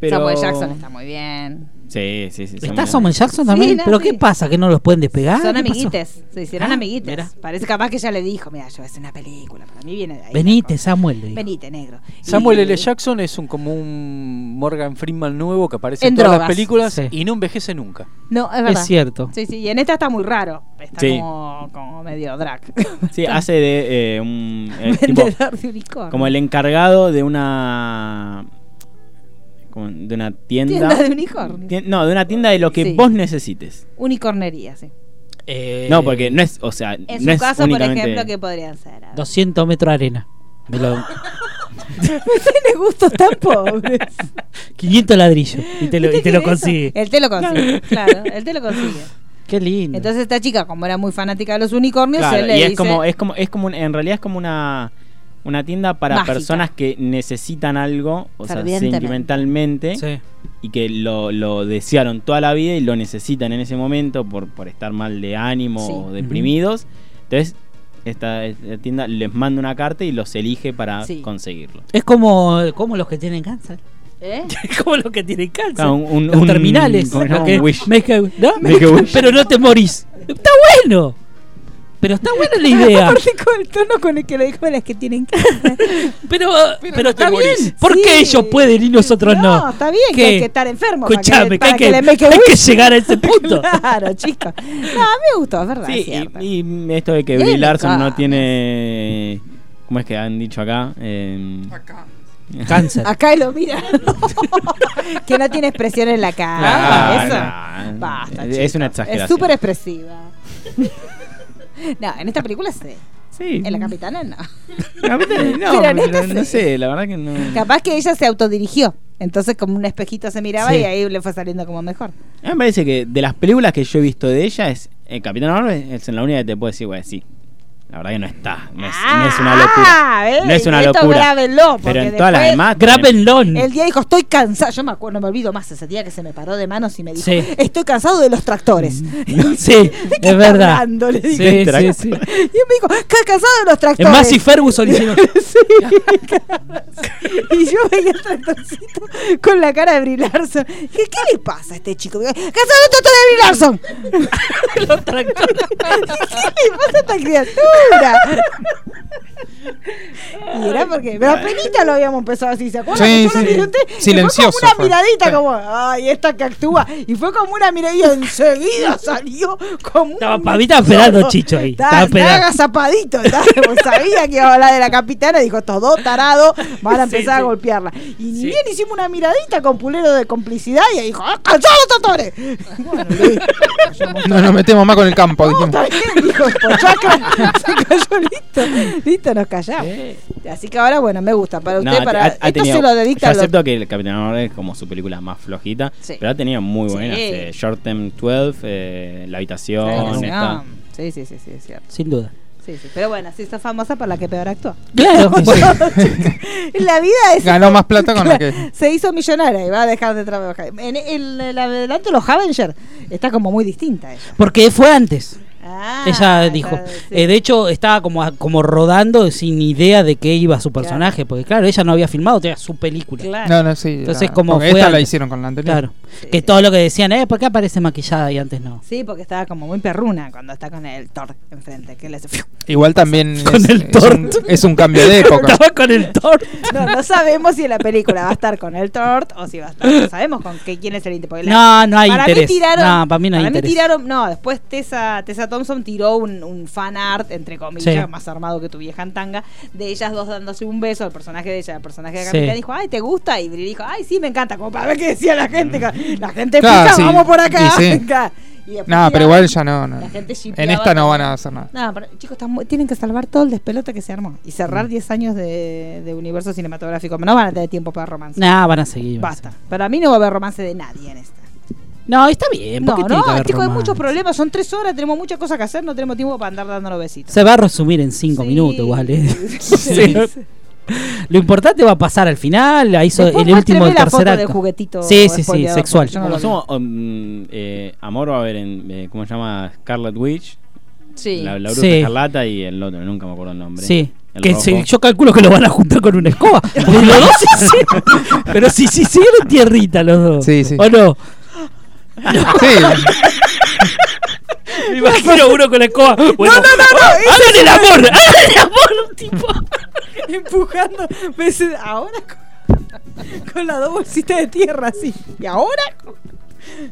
S5: Pero...
S2: Samuel Jackson está muy bien.
S5: Sí, sí, sí.
S9: ¿Está
S5: Samuel-
S9: Samuel Jackson también?
S2: Sí, no,
S9: ¿Pero
S2: sí.
S9: qué pasa? ¿Que no los pueden
S5: Ah,
S9: despegar?
S2: Son
S9: ¿Qué pasó?
S2: amiguites, se hicieron
S9: Ah,
S2: amiguites.
S9: mira.
S2: Parece capaz que ella le dijo, mira, yo voy a hacer una película, para mí viene de ahí.
S9: Venite, Samuel. le dijo.
S2: Venite, negro.
S8: Samuel
S2: Y-
S8: L. Jackson es un como un Morgan Freeman nuevo que aparece en,
S2: En
S8: todas las
S2: drogas.
S8: películas
S9: Sí.
S8: y no envejece nunca.
S2: No, es
S9: Es
S2: verdad.
S9: cierto.
S2: Sí, sí, y en esta está muy raro. Está
S5: Sí.
S2: como, como medio drag.
S5: Sí, hace de eh, un. eh, tipo,
S2: Vendedor de unicornio.
S5: como el encargado de una. como de una tienda.
S2: Tienda de unicornio.
S5: Tien- no, de una tienda de lo que
S2: Sí.
S5: vos necesites.
S2: Unicornería, sí.
S9: Eh,
S5: No, porque no es. O sea,
S2: En
S5: no
S2: su
S5: es
S2: caso, por
S5: únicamente...
S2: ejemplo, ¿qué podrían ser?
S9: 200 metros de arena. Me lo-
S2: Tiene gustos tan pobres.
S9: 500 ladrillos. Y te lo, y
S2: ¿Viste
S9: te
S2: que
S9: lo
S2: eso? Eh,
S9: consigue.
S2: Él te lo consigue, claro. Él te lo consigue.
S9: Qué lindo.
S2: Entonces esta chica, como era muy fanática de los unicornios,
S5: Claro,
S2: él
S5: y
S2: le
S5: es
S2: dice...
S5: como, es como, es como, un- en realidad es como una, una tienda para
S2: Mágica.
S5: personas que necesitan algo, o sea,
S2: Fervientemente.
S5: sentimentalmente,
S9: Sí.
S5: y que lo, lo desearon toda la vida y lo necesitan en ese momento por, por estar mal de ánimo
S2: Sí.
S5: o deprimidos. Entonces, esta, esta tienda les manda una carta y los elige para
S2: Sí.
S5: conseguirlo.
S9: Es como, como los que tienen cáncer.
S2: ¿Eh?
S9: Es como los que tienen cáncer.
S5: Claro, Ah, un- un-
S9: los
S5: un-
S9: terminales.
S5: ¿cómo se
S9: Los
S5: llama?
S9: que-
S5: Un wish.
S9: make a- ¿no?
S5: Make a wish.
S9: Pero no te morís. Está bueno. Pero está buena la idea.
S2: Aparte con el tono con el que lo dijo las que tienen cáncer.
S9: Pero, pero, está bien.
S2: morís.
S9: ¿Por qué
S2: Sí.
S9: ellos pueden y nosotros no?
S2: No, está bien que hay que estar enfermo para que-
S9: Escuchame,
S2: para que le
S9: hay, que,
S2: make a
S9: hay que
S2: wish.
S9: llegar a ese punto.
S2: Claro, chicos. No, a mí me gustó, es verdad. es
S5: Sí,
S2: cierto.
S5: y, y esto de que
S2: Bien,
S5: Brie Larson no
S2: acá.
S5: tiene... ¿Cómo es que han dicho acá? Em,
S9: Ah, Cáncer.
S2: Acá y lo mira. que no tiene expresión en la cara.
S5: Ah,
S2: Eso.
S5: no.
S2: Basta,
S5: Es- es una
S2: chicos.
S5: exageración.
S2: Es súper expresiva. no, en esta película sí.
S5: Sí.
S2: En la capitana no.
S5: A mí también, no,
S2: Pero en
S5: porque
S2: esta
S5: no, no
S2: sí.
S5: sé, la verdad que no.
S2: Capaz que ella se autodirigió. Entonces, como un espejito se miraba
S9: Sí.
S2: y ahí le fue saliendo como mejor.
S5: A mí me parece que de las películas que yo he visto de ella es eh, Capitán Marvel es en la única que te puedo decir, güey, sí. La verdad que no está, no es, no es una locura.
S2: Ah, ¿ves?
S5: No es una
S2: Esto
S5: locura.
S2: grábenlo, porque
S5: Pero en todas las
S2: después
S5: demás
S9: Grábenlo.
S2: Ah, El día dijo, estoy cansado. Yo me acuerdo, no me olvido más ese día que se me paró de manos y me dijo,
S9: Sí.
S2: estoy cansado de los tractores.
S9: Sí,
S2: ¿De qué
S9: es
S2: está
S9: verdad.
S2: hablando? Le
S9: Sí,
S2: dije.
S9: sí,
S5: Track.
S9: sí.
S2: Y él me dijo, "Ca- cansado de los
S9: Es
S2: tractores.
S9: más, si Ferguson hicieron.
S2: y yo veía el tractorcito con la cara de Brie Larson. Dije, ¿qué le pasa a este chico? Digo, Cansado de los tractores de Brie Larson. Dije, ¿Qué le pasa a esta criatura? Y era porque, pero apenas lo habíamos empezado así, ¿se acuerdan?
S4: Sí,
S2: Yo lo
S4: sí.
S2: miré a usted, y fue
S4: Silencioso
S2: Como una
S4: fue.
S2: miradita
S4: Sí.
S2: como, ay, esta que actúa. Y fue como una miradita, enseguida salió como
S9: Estaba
S2: un
S9: Pavita esperando, Chicho, ahí.
S2: Estaba,
S9: Estaba
S2: estaba
S9: esperando.
S2: agazapadito, estaba- porque sabía que iba a hablar de la capitana, dijo, estos dos tarados van a
S9: Sí,
S2: empezar a
S9: sí.
S2: golpearla. Y ni
S9: Sí.
S2: bien hicimos una miradita con pulero de complicidad y ahí dijo, ¡Ah, cansados los tractores! Bueno, listo.
S4: No nos metemos más con el campo,
S2: No,
S4: dijimos.
S2: está bien, dijo Pochaca. Se cayó, listo. Listo, nos callamos. Así que ahora, bueno, me gusta. Para
S5: No,
S2: usted,
S5: ha-
S2: para.
S5: ha- ha
S2: esto
S5: tenido-
S2: se lo dedica
S5: Yo
S2: a los-
S5: acepto que el Capitán Marvel es como su película más flojita,
S2: Sí.
S5: pero ha tenido muy
S2: Sí.
S5: buenas. eh, Short Term 12, eh, La Habitación,
S2: Claro, sí,
S5: esta.
S2: no. Sí, sí, sí, sí, es cierto.
S9: Sin duda.
S2: Sí, sí. Pero bueno, sí, está famosa por la que peor actúa.
S9: Claro.
S2: la vida es.
S4: Ganó más plata con la que.
S2: Se hizo millonaria y va a dejar de trabajar. En el, el adelanto de los Avenger está como muy distinta ella.
S9: Porque fue antes.
S2: Ah,
S9: Ella
S2: está-
S9: dijo.
S2: sí.
S9: Eh, de hecho, estaba como, como rodando sin idea de qué iba su personaje. Porque, claro, ella no había filmado, tenía su película.
S2: Claro.
S4: No, no, sí.
S9: Entonces,
S4: la-
S9: como
S4: porque
S9: fue
S4: esta la
S9: antes.
S4: hicieron con la anterior.
S9: Claro. Que todo lo que decían, eh, ¿por qué aparece maquillada y antes no?
S2: Sí, porque estaba como muy perruna cuando está con el Thor enfrente. Que le hace fiu.
S4: Igual también
S9: Con
S4: es,
S9: el
S4: es
S9: tort.
S4: un, es un cambio de época.
S9: Estaba con el Thor.
S2: No, no sabemos si en la película va a estar con el Thor o si va a estar. No sabemos con qué, quién es el íntimo.
S9: No, no hay
S2: para
S9: interés.
S2: Mí tiraron,
S9: No, para mí no hay
S2: para
S9: interés.
S2: mí tiraron. No, después Tessa, Tessa Thompson tiró un, un fan art, entre comillas,
S9: Sí.
S2: más armado que tu vieja en tanga, de ellas dos dándose un beso, el personaje de ella, el personaje de
S9: Sí.
S2: Capitán dijo, ay, ¿te gusta? Y Bri dijo, ay, sí, me encanta, como para ver qué decía la gente. La gente
S4: Claro,
S2: pica,
S4: sí.
S2: vamos por acá.
S4: Y sí.
S2: Claro. Y después
S4: Nada, pero
S2: tiraron-
S4: igual ya no. no.
S2: la gente shippeaba
S4: En esta no
S2: todo.
S4: van a hacer nada.
S2: No, pero, chicos, están muy- tienen que salvar todo el despelote que se armó y
S9: Mm.
S2: cerrar 10 años de, de universo cinematográfico. No van a tener tiempo para romance.
S9: Nah, Ah, van a seguir. van a
S2: Basta. Para mí no va a haber romance de nadie en esta.
S9: seguir. No, está bien. ¿por
S2: No,
S9: qué tiene que
S2: no,
S9: haber
S2: chicos, hay
S9: romance?
S2: muchos problemas. Son tres horas, tenemos muchas cosas que hacer, no tenemos tiempo para andar dándonos besitos.
S9: Se va a resumir en cinco minutos, igual. ¿eh? Sí. Lo importante va a pasar al final. Ahí hizo
S2: Después
S9: el último
S2: muéstreme
S9: el
S2: la
S9: tercer
S2: foto
S9: acto.
S2: del juguetito
S9: sí, sí, sí,
S2: spoileador,
S9: sexual.
S2: porque yo no lo
S5: Como somos, um, eh, amor va a haber en. eh, ¿Cómo se llama? Scarlet Witch.
S7: Sí.
S5: La, la bruja
S9: Sí.
S5: escarlata y el otro, nunca me acuerdo el nombre.
S9: Sí.
S5: El
S9: Que
S5: rojo.
S9: se- yo calculo que lo van a juntar con una escoba. Porque los dos se hicieron- Pero si se hicieron tierrita los dos.
S4: Sí, sí.
S9: ¿O no?
S3: Me imagino uno con la escoba.
S9: no,
S3: Bueno,
S9: no, no,
S3: ¡Hagan
S9: ese
S3: el
S9: es-
S3: amor! ¡Hagan el amor!
S2: empujando. Me dice, ahora con, con las dos bolsitas de tierra, así. ¿Y ahora?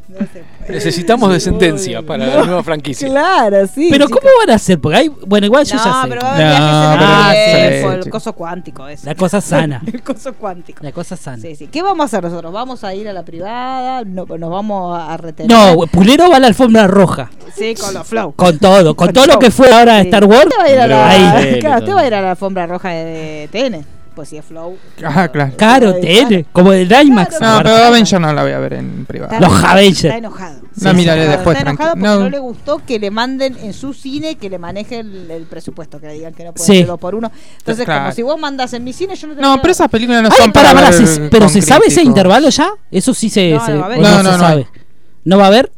S2: No se puede.
S8: Necesitamos de sentencia para la
S2: No,
S8: nueva franquicia.
S2: Claro, sí.
S9: Pero
S2: chicos.
S9: ¿cómo van a hacer? Porque hay. Bueno, igual yo
S2: no,
S9: ya sé.
S2: pero va a haber viajes en el
S9: Ah,
S2: tiempo,
S9: sí,
S2: el
S9: sí.
S2: coso cuántico ese.
S9: La cosa sana.
S2: el coso cuántico.
S9: La cosa sana.
S2: Sí, sí. ¿Qué vamos a hacer nosotros? ¿Vamos a ir a la privada? No, pues ¿Nos vamos a retener?
S9: No, Pulero va a la alfombra roja.
S2: Sí, con los flow.
S9: Con todo, con,
S2: Con
S9: todo lo
S2: show.
S9: que fue ahora
S2: Sí.
S9: Star Wars.
S2: Usted va a ir a la,
S9: Ahí.
S5: Sí,
S2: claro,
S5: todo.
S2: usted va a ir a la alfombra roja de TN. Pues si es flow.
S4: Ah, claro.
S9: Caro, TN, como el IMAX.
S4: No,
S9: aparte.
S4: pero Avenger no la voy a ver en privado.
S9: Los Avengers.
S2: Está enojado.
S4: La miraré
S2: está enojado.
S4: después,
S2: Está enojado porque
S4: tranqui-
S2: no.
S4: no.
S2: le gustó que le manden en su cine que le maneje el, el presupuesto, que le digan que no puede
S9: Sí.
S2: ser dos por uno. Entonces,
S4: Claro.
S2: como si vos mandas en mi cine, yo no te
S4: No,
S2: mando.
S4: pero esas películas no
S9: Ay,
S4: son
S9: pará,
S4: para
S9: pará,
S4: ver
S9: se- pero
S4: con
S9: ¿se sabe ese
S4: críticos.
S9: intervalo ya? Eso sí se,
S2: No,
S9: se-
S2: no va a haber.
S9: o no
S4: No,
S9: se
S4: no, no
S9: sabe.
S4: hay.
S9: ¿No va a haber?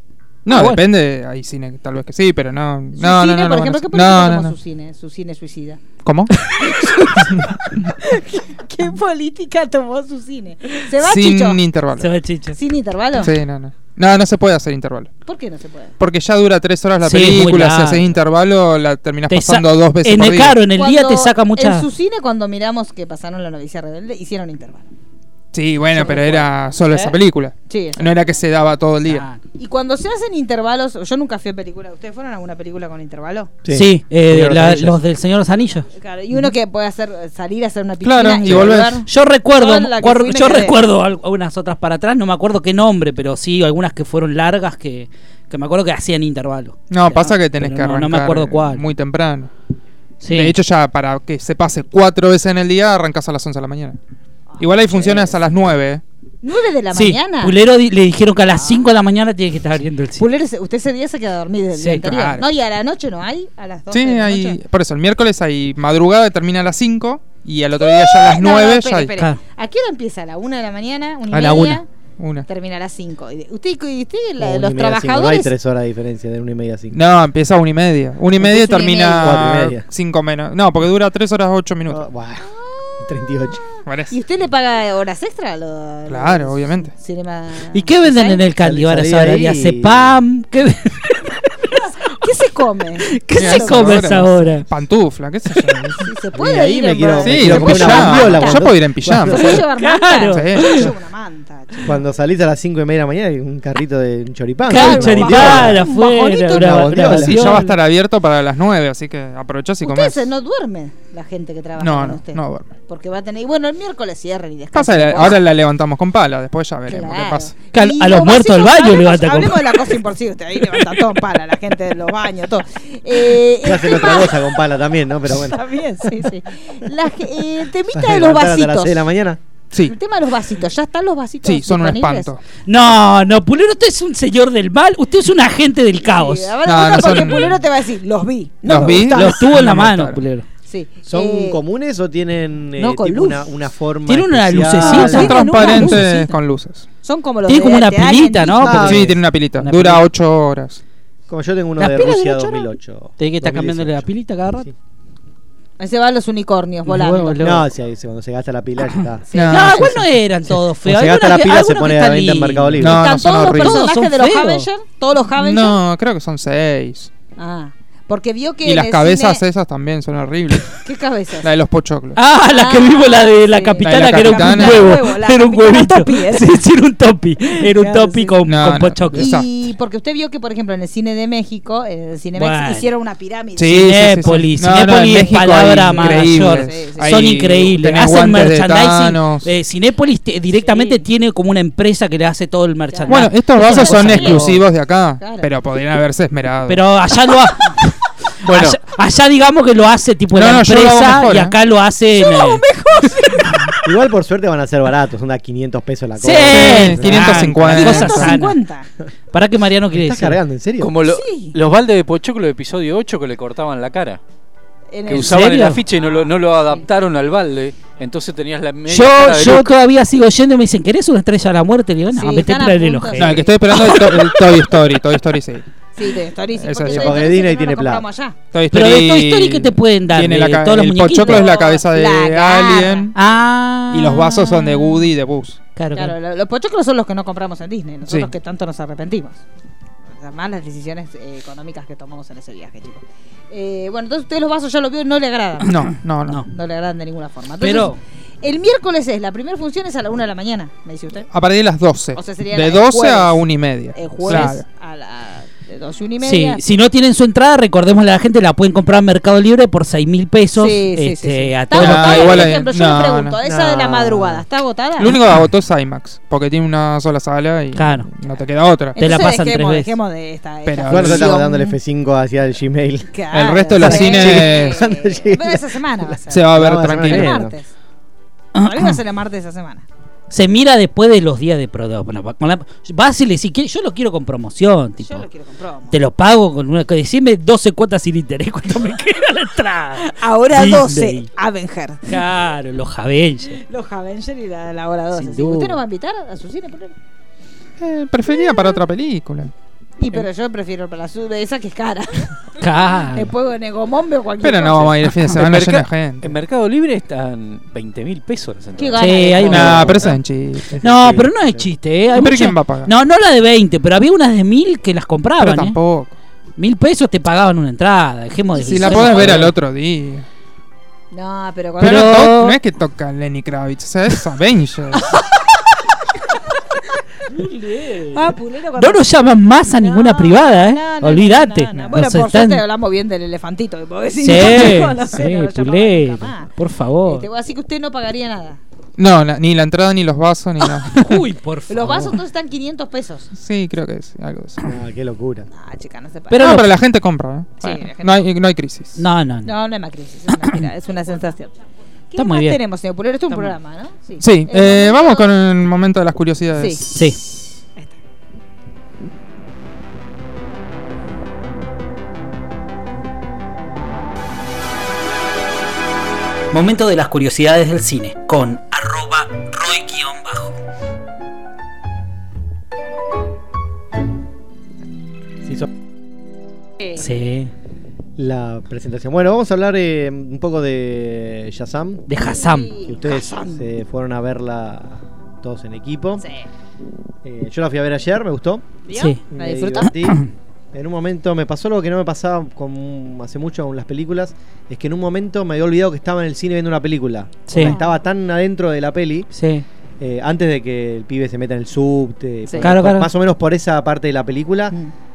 S4: No,
S9: Ah, bueno.
S4: depende. Hay cine que tal vez que sí, pero no.
S2: Su
S4: No, no, no.
S2: cine, por
S4: no,
S2: ejemplo, ¿qué
S4: no,
S2: película
S4: no,
S2: como
S4: no.
S2: su cine? Su cine suicida.
S4: ¿Cómo?
S2: ¿Qué política tomó su cine? ¿Se va,
S4: Sin
S2: Chicho?
S4: intervalo.
S9: Se va chicha.
S2: ¿Sin intervalo?
S4: Sí, no, no. No, no se puede hacer intervalo.
S2: ¿Por qué no se puede?
S4: Porque ya dura tres horas la
S9: Sí, muy
S4: película. Si
S9: largo.
S4: haces intervalo, la terminás
S9: Te sa-
S4: pasando dos veces
S9: en
S4: por
S9: el
S4: día.
S9: Claro, en el día te
S2: Cuando-
S9: saca mucha.
S2: En su cine, cuando miramos que pasaron la novicia rebelde, hicieron intervalo.
S4: Sí, bueno, pero era solo
S9: ¿Eh?
S4: esa película.
S2: Sí, eso.
S4: No era que se daba todo el
S9: Ah,
S4: día.
S2: Y cuando se hacen intervalos, yo nunca fui a película. ¿Ustedes fueron a alguna película con intervalo?
S9: Sí,
S6: Señor
S9: eh,
S6: de los
S9: la-
S6: Anillos.
S9: los del Señor de los Anillos.
S2: Claro, y uno que puede hacer salir a hacer una piscina
S4: Mm. Claro, y volvés.
S9: Yo recuerdo,
S2: Todas las que
S9: cuar-
S2: fui me
S9: yo
S2: quedé.
S9: recuerdo al- algunas otras para atrás, no me acuerdo qué nombre, pero sí algunas que fueron largas que, que me acuerdo que hacían intervalo.
S4: No,
S9: Pero-
S4: pasa que tenés
S9: pero
S4: que
S9: no-
S4: arrancar
S9: No, me acuerdo cuál.
S4: muy temprano.
S9: Sí.
S4: De hecho, ya para que se pase cuatro veces en el día, arrancas a las 11 de la mañana. Igual hay funciones a las 9. ¿eh?
S2: ¿Nueve de la
S9: sí,
S2: mañana? Ah.
S9: Pulero di- le dijeron que a las 5 de la mañana tiene que estar abriendo el cine.
S2: Pulero, se- usted ese día se queda dormido el
S9: Sí,
S2: día anterior.
S4: claro.
S2: No, y a la noche no hay, a las 12
S4: Sí,
S2: de la
S4: hay.
S2: noche.
S4: Por eso, el miércoles hay madrugada, termina a las 5. Y al otro día ya a las
S2: No,
S4: 9 ya
S2: no, espere,
S4: hay.
S2: espere.
S9: Claro.
S2: ¿A qué hora empieza? ¿A la una de la mañana? ¿Una y
S9: A la
S2: media?
S9: una.
S4: Una.
S2: Termina a las cinco. Y de- ¿Usted, y usted la-
S6: Una y media, cinco. No
S2: los
S6: hay
S2: trabajadores?
S6: tres horas de diferencia de una y media a cinco.
S4: No, empieza a una y media. Una y media y
S2: Empieza una y
S6: media. Cuatro y
S4: termina
S6: media.
S4: cinco menos. No, porque dura tres horas ocho
S6: Ah,
S4: minutos.
S6: buah, 38.
S4: Parece.
S2: Oh, ¿Y usted le paga horas extra? a los-
S4: Claro, obviamente.
S2: Cinema...
S9: ¿Y qué venden
S2: ¿Sabe?
S9: en el Candy ahora?
S6: salí
S9: esa hora?
S6: ahí
S9: ¿Había
S6: y-
S9: cepam? ¿Qué, ve-
S2: ¿Qué se come?
S9: qué
S4: Sí,
S9: se
S4: a
S9: come a
S4: esa
S9: esa hora?
S4: Pantufla, qué sé yo.
S2: Sí, ¿Se
S6: Y
S2: puede
S6: ahí
S2: ir
S6: me
S2: en
S6: quiero,
S2: bola?
S4: Sí,
S6: me
S4: lo
S6: quiero
S4: que
S6: comprar
S4: ya-
S6: una mandiola.
S4: ya
S6: cuando-
S4: puedo ir en pijama.
S6: cuando-
S2: ¿Puedo llevar manta?
S9: Claro.
S4: Sí.
S2: Yo llevo una manta. chico.
S6: Cuando salís a las 5 y media de la mañana, hay un carrito de un choripán.
S9: Claro,
S6: una
S9: choripán,
S6: mandiola. Una
S9: afuera, una-
S6: bondiola.
S9: una
S4: Sí, ya va a estar abierto para las nueve, así que aprovechás y comés.
S2: Ustedes se- no duermen, la gente que trabaja
S4: No,
S2: con
S4: no,
S2: usted.
S4: no duerme.
S2: Porque va a tener. Y bueno, el miércoles cierran y descansan.
S4: Pasa, la-
S2: Vos-
S4: ahora la levantamos con pala, después ya veremos
S2: Claro.
S4: qué pasa.
S9: Que al-
S2: Y
S9: a los
S2: lo
S9: muertos del
S2: básico,
S9: baño
S2: hablemos-
S9: levanta con-
S2: Hablemos de la cosa imposible. Usted ahí levanta todo en pala, la gente de los baños, todo. Eh,
S6: Se
S2: el
S6: hacen otra
S2: tema-
S6: cosa con pala también, ¿no? Pero bueno.
S2: Está bien, sí, sí. La ge- eh, el temita de los
S6: Levantar hasta las
S2: vasitos.
S6: 6 de la mañana.
S4: Sí,
S2: El tema de los vasitos. ¿Ya están los vasitos?
S4: sí, son un
S2: disponibles?
S4: espanto.
S9: No, no, Pulero, usted es un señor del mal, usted es un agente del caos.
S2: Sí, a ver,
S4: No,
S2: una
S4: no
S2: porque
S4: son-
S2: Pulero te va a decir, los vi. No
S4: Los
S2: me
S4: vi,
S2: gustaron.
S9: Los tuvo en la
S4: No,
S9: mano,
S4: claro.
S9: Pulero.
S2: Sí.
S6: ¿Son
S2: eh,
S6: comunes o tienen eh,
S2: no, con
S6: tipo
S2: luz.
S6: una, una forma?
S9: Tiene una
S6: especial?
S4: Son
S9: lucecita.
S2: tienen Ah, una
S4: transparentes
S2: lucecita.
S4: con luces.
S2: Son como los
S9: Tiene
S2: de- este
S9: como una
S2: de Alien
S9: pilita,
S2: Deep.
S9: ¿no?
S6: Ah,
S9: Porque
S4: Sí, tiene una pilita.
S9: Una
S4: Dura
S9: pilita.
S4: ocho horas.
S6: Como yo tengo uno
S9: Las
S6: de
S9: pilas de
S6: Rusia
S9: ocho horas.
S6: 2008.
S9: Tiene
S2: este
S9: que estar cambiándole la
S6: 2018.
S9: pilita cada rato.
S6: Sí.
S2: Ahí se van los unicornios volando.
S9: huevos, luego.
S6: No, si, si cuando se gasta la pila ya está.
S9: No,
S4: No,
S9: igual no eran todos feos.
S6: Cuando se gasta la
S9: Algunos que-
S6: pila se
S9: algunos
S6: pone
S9: que
S6: a la
S9: están
S6: venta en Mercado
S9: lindos.
S6: Libre.
S4: No,
S2: ¿Están
S4: no son
S2: todos los
S4: horribles.
S9: Todos
S2: personajes
S9: son
S2: de los
S9: feos.
S2: Avengers? ¿Todos los Avengers?
S4: No, creo que son seis.
S2: Ah. Porque vio que.
S4: Y
S2: en
S4: las
S2: el
S4: cabezas
S2: cine-
S4: esas también son horribles.
S2: ¿Qué cabezas?
S4: La de los pochoclos.
S9: Ah, la que vimos, la de la capitana,
S4: La de la
S9: que era
S4: capitana.
S9: un huevo.
S4: Huevo, la
S9: era un
S4: capitana
S9: huevito.
S4: topi era.
S9: Sí, sí, era un topi. Era un
S4: Claro,
S9: topi
S4: sí.
S9: con,
S4: No,
S9: con
S4: no,
S9: pochoclo.
S2: Y porque usted vio que, por ejemplo, en el cine de México, en el Cinemex,
S9: Bueno.
S2: hicieron una pirámide.
S9: Sí, Cinépolis, Cinépolis es palabra mayor. Son increíbles. Hacen merchandising. Eh, Cinépolis te- directamente tiene como una empresa que le hace todo el merchandising.
S4: Bueno, estos
S9: Es una
S4: vasos son
S9: cosa
S4: exclusivos de acá,
S9: Claro.
S4: pero podrían haberse esmerado.
S9: Pero allá lo ha-
S4: Bueno.
S9: allá, allá digamos que lo hace tipo
S4: No,
S9: la
S4: no, yo lo hago
S9: empresa
S4: mejor,
S9: y
S4: ¿eh?
S9: acá lo hace. en el-
S6: Igual por suerte van a ser baratos, onda 500 pesos la
S9: Sí,
S6: cosa.
S9: 550.
S6: Cosas
S9: Cosas
S6: sanas.
S9: Para que Mariano quiere
S6: ¿Estás
S9: decir.
S6: cargando, en serio?
S8: Como lo-
S6: Sí.
S8: los baldes de Pochoclo de episodio 8 que le cortaban la cara.
S2: En
S8: Que
S9: el-
S8: usaban el
S9: serio?
S8: afiche y no lo, no lo adaptaron al balde. Entonces tenías la media cara
S9: Yo,
S8: de
S9: yo
S8: Luca.
S9: todavía sigo yendo y me dicen, ¿querés una estrella a la muerte? Le digo, no,
S2: Sí,
S9: metete
S2: están a
S9: por el
S2: punto.
S9: ojete.
S4: No, el que estoy esperando es to- el Toy Story. Toy Story sí.
S2: Sí, de Story.
S4: Eso sí.
S2: Porque
S4: Disney tiene
S2: plata.
S4: Toy
S9: Pero
S4: Story,
S9: de Toy Story, ¿qué te pueden dar?
S4: Tiene
S9: De
S4: la ca-
S9: todos los
S4: el
S9: muñequitos.
S4: pochoclo es la cabeza de
S2: La garra.
S4: Alien.
S9: Ah.
S4: Y los vasos son de Woody y de Buzz.
S9: Claro,
S2: Claro, lo- los pochoclos son los que no compramos en Disney, nosotros
S4: Sí.
S2: que tanto nos arrepentimos. Las malas decisiones eh, económicas que tomamos en ese viaje, chicos. Eh, bueno, entonces ustedes los vasos ya lo vio y no le agradan.
S4: No, no, no.
S2: No le agradan de ninguna forma. Entonces,
S4: Pero-
S2: El miércoles es, la primera función es a la 1 de la mañana, me dice usted.
S4: A partir de las 12.
S2: O sea, sería
S4: de
S2: el
S4: 12 a
S2: jueves.
S4: 1 y media.
S2: El jueves
S4: Claro.
S2: a la de 12 y
S9: Sí,
S2: media.
S9: si no tienen su entrada, recordémosle a la gente, la pueden comprar en Mercado Libre por 6 mil pesos.
S2: Sí, sí, sí,
S9: este,
S2: sí.
S9: A
S2: Está
S9: todos los-
S4: agotado, Ah,
S2: Por
S4: igual hay-
S2: ejemplo, yo
S4: no,
S2: le pregunto,
S4: no.
S2: esa de la
S4: No.
S2: madrugada, ¿está agotada?
S4: Lo único que agotó es IMAX, porque tiene una sola sala y
S9: Claro.
S4: no te queda otra.
S2: Entonces dejemos, dejemos de esta. esta
S4: Pero-
S6: Bueno,
S4: Atención.
S6: estamos dándole F5 hacia el Gmail.
S2: Claro,
S4: el resto de los
S2: sí.
S4: cines
S2: Cuando llegue- Pero esa semana va a ser.
S4: se va a ver
S6: No, la semana que
S4: tranquilo.
S6: viene.
S2: El martes. Para mí va a ser el martes de esa semana.
S9: Se mira después de los días de producción. Vas y le decís, "Quiero- yo lo quiero con promoción. Tipo.
S2: Yo lo quiero con promo.
S9: Te lo pago con una. Decime 12 cuotas sin interés. ¿Cuánto me queda la entrada?
S2: Ahora
S9: Disney.
S2: 12, Avenger.
S9: Claro, los Avengers.
S2: Los Avenger y la, la hora 12.
S9: Sin
S2: así que ¿Usted
S9: duda.
S2: nos va a invitar a su cine? por ejemplo?
S4: Eh, prefería para otra película.
S2: Y pero yo prefiero para la sub, esa que es cara.
S4: Claro.
S2: Después con Egomombe o cualquier
S4: Pero no
S2: cosa.
S4: vamos a ir el fin de semana
S8: En
S4: lleno de
S8: merca-
S4: gente.
S8: En Mercado Libre están 20 mil pesos las
S2: Qué
S8: entradas.
S2: gana de
S9: hay
S4: No,
S9: una-
S4: pero eso es en chiste.
S9: No, pero no es chiste, ¿eh? Hay
S4: Pero
S9: mucho-
S4: ¿quién va a pagar?
S9: No, no la de 20, pero había unas de 1000 que las compraban.
S4: Pero
S9: ¿eh?
S4: tampoco.
S9: Mil pesos te pagaban una entrada. Dejemos de
S4: Si la
S9: ser-
S4: podés ver al otro día.
S2: No, pero con
S4: Pero, no,
S9: Pero-
S4: to- no es que toca Lenny Kravitz, o sea, es Avengers.
S2: Ah, Pulero cuando-
S9: No nos llaman más a ninguna privada, ¿eh? Olvídate.
S2: no, no. Bueno,
S9: Nos
S2: por
S9: están-
S2: suerte hablamos bien del elefantito. que porque si
S9: Sí,
S2: no, no sé,
S9: sí,
S2: no lo llamamos
S9: Pulero,
S2: nunca más.
S9: por favor.
S2: Este, así que usted no pagaría nada.
S4: No, la- ni la entrada, ni los vasos, ni nada.
S9: Uy, por
S2: Los vasos entonces están 500 pesos.
S4: Sí, creo que es algo de eso.
S6: Ah, qué locura.
S2: Ah, chica, no se paga.
S4: Pero no,
S2: no,
S4: pero la gente compra, ¿eh?
S2: Sí,
S4: Bueno,
S2: la gente
S4: no, hay, no hay crisis.
S9: No, no, no.
S2: no, no es más crisis, es una, mira, es una sensación. ¿Qué
S9: Está muy
S2: más
S9: bien.
S2: tenemos, señor Pulero? Esto es un
S9: Está
S2: programa, ¿no? Sí.
S4: Sí,
S2: El
S4: eh,
S2: momento-
S4: vamos con el momento de las curiosidades.
S9: Sí. Momento de las curiosidades del cine con arroba roy-bajo.
S6: Sí, so-
S9: Sí.
S6: La presentación. Bueno, vamos a hablar eh, un poco de Shazam.
S9: De Shazam.
S6: Que ustedes se fueron a verla todos en equipo. Eh, yo la fui a ver ayer, me gustó.
S2: ¿Vio? Sí. ¿La
S6: Me
S2: disfrutó?
S6: divertí. En un momento me pasó algo que no me pasaba con, hace mucho con las películas. Es que en un momento me había olvidado que estaba en el cine viendo una película.
S9: Sí.
S6: Onda, Estaba tan adentro de la peli.
S9: Sí.
S6: eh, antes de que el pibe se meta en el subte.
S2: Sí.
S6: por-
S2: Mm.
S9: Claro,
S6: por-
S9: claro.
S6: Más o menos por esa parte de la película.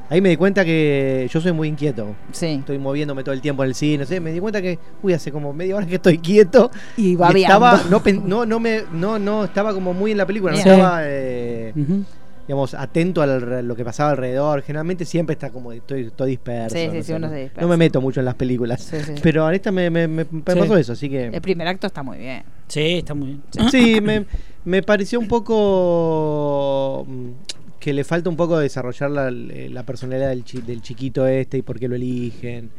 S6: Ahí me di cuenta que yo soy muy inquieto.
S2: Sí.
S6: Estoy moviéndome todo el tiempo en el cine. no sé, Me di cuenta que, uy, hace como media hora que estoy quieto.
S2: Y
S6: Y
S2: babeando.
S6: estaba, no, pen- no, no, me, no, no, estaba como muy en la película, no
S9: Sí.
S6: estaba eh,
S9: Ujú.
S6: digamos, atento a lo que pasaba alrededor. Generalmente siempre está como estoy, estoy disperso.
S2: Sí, sí,
S6: no,
S2: sí,
S6: sé,
S2: uno
S6: no-
S2: se dispersa.
S6: no me meto mucho en las películas.
S2: Sí, Eh, sí.
S6: Pero en esta me, me- me- me pasó eso, así
S2: El
S6: que.
S2: primer acto está muy bien.
S9: Sí, está muy bien.
S6: Sí, me, me pareció un poco mm, que le falta un poco desarrollar la, la personalidad del, chi- del chiquito este y por qué lo eligen.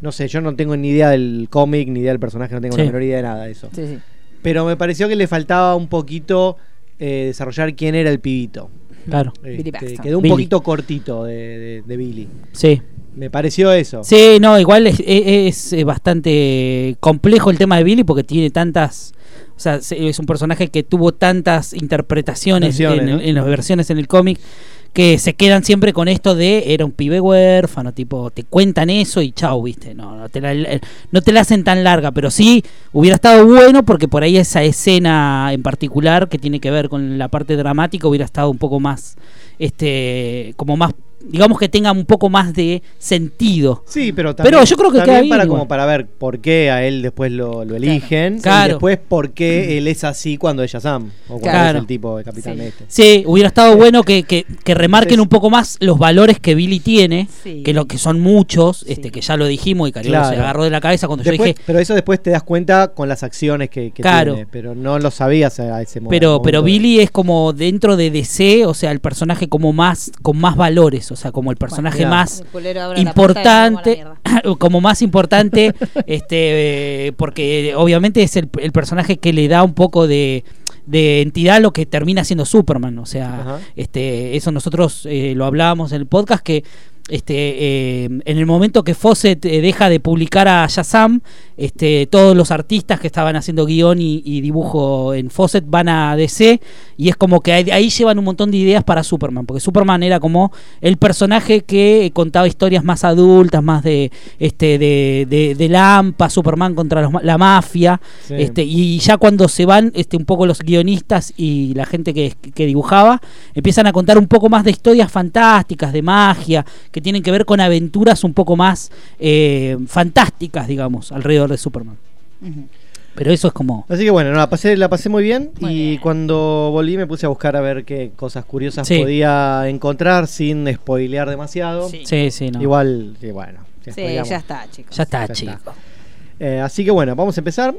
S6: No sé, yo no tengo ni idea del cómic, ni idea del personaje, no tengo
S9: Sí.
S6: la menor idea de nada de eso.
S2: Sí, sí.
S6: Pero me pareció que le faltaba un poquito eh, desarrollar quién era el pibito.
S9: Claro.
S6: Este,
S2: Billy Batson.
S6: quedó un
S9: Billy.
S6: poquito cortito de, de- de Billy.
S9: Sí.
S6: Me pareció eso.
S9: Sí, no, igual es, es- es, eh, bastante complejo el tema de Billy porque tiene tantas. O sea, se- es un personaje que tuvo tantas interpretaciones
S6: Versiones,
S9: en, el-
S6: ¿no?
S9: en las versiones en el cómic que se quedan siempre con esto de era un pibe huérfano, tipo, te cuentan eso y chau, viste. No, no, te la, eh, no te la hacen tan larga, pero sí hubiera estado bueno porque por ahí esa escena en particular que tiene que ver con la parte dramática hubiera estado un poco más, este, como más, digamos que tenga un poco más de sentido.
S6: Sí, pero también,
S9: Pero yo creo que
S6: también
S9: queda bien
S6: para
S9: igual.
S6: como para ver por qué a él después lo, lo eligen
S9: Claro.
S6: y después por qué él es así cuando es Shazam o cuando
S9: Claro.
S6: es el tipo de Capitán este.
S9: Sí, hubiera estado bueno que, que- que remarquen un poco más los valores que Billy tiene,
S2: Sí.
S9: que lo que son muchos, este que ya lo dijimos y Cariolo se
S6: Claro.
S9: agarró de la cabeza cuando yo
S6: Después-
S9: dije,
S6: pero eso después te das cuenta con las acciones que, que
S9: Claro.
S6: tiene, pero no lo sabías a ese mo-
S9: pero
S6: momento.
S9: pero Billy es como dentro de DC, o sea, el personaje como más con más valores, o sea, como el personaje
S6: Bueno,
S9: más
S2: El culero abre la puerta y nos
S9: importante,
S2: vamos
S9: como más importante, este, eh, porque eh, obviamente es el, el personaje que le da un poco de, de entidad a lo que termina siendo Superman. O sea,
S6: Ajá.
S9: este, eso nosotros eh, lo hablábamos en el podcast que este, eh, en el momento que Fawcett eh, deja de publicar a Shazam, este, todos los artistas que estaban haciendo guión y, y dibujo en Fawcett van a DC y es como que ahí, ahí llevan un montón de ideas para Superman, porque Superman era como el personaje que eh, contaba historias más adultas, más de este de, de, de Lampa, Superman contra los ma- la mafia,
S6: Sí.
S9: este, y ya cuando se van este, un poco los guionistas y la gente que, que dibujaba, empiezan a contar un poco más de historias fantásticas, de magia, que tienen que ver con aventuras un poco más eh, fantásticas, digamos, alrededor de Superman.
S2: Ujú.
S9: Pero eso es como...
S6: Así que bueno, no, la pasé, la pasé muy bien y cuando volví me puse a buscar a ver qué cosas curiosas
S9: Sí.
S6: podía encontrar sin spoilear demasiado.
S2: Sí.
S9: Sí, sí, no.
S6: Igual, y bueno. si
S2: Sí,
S6: spoileamos.
S2: ya está, chicos.
S9: ya está,
S6: Ya está.
S9: chico.
S6: Eh, así que bueno, vamos a empezar.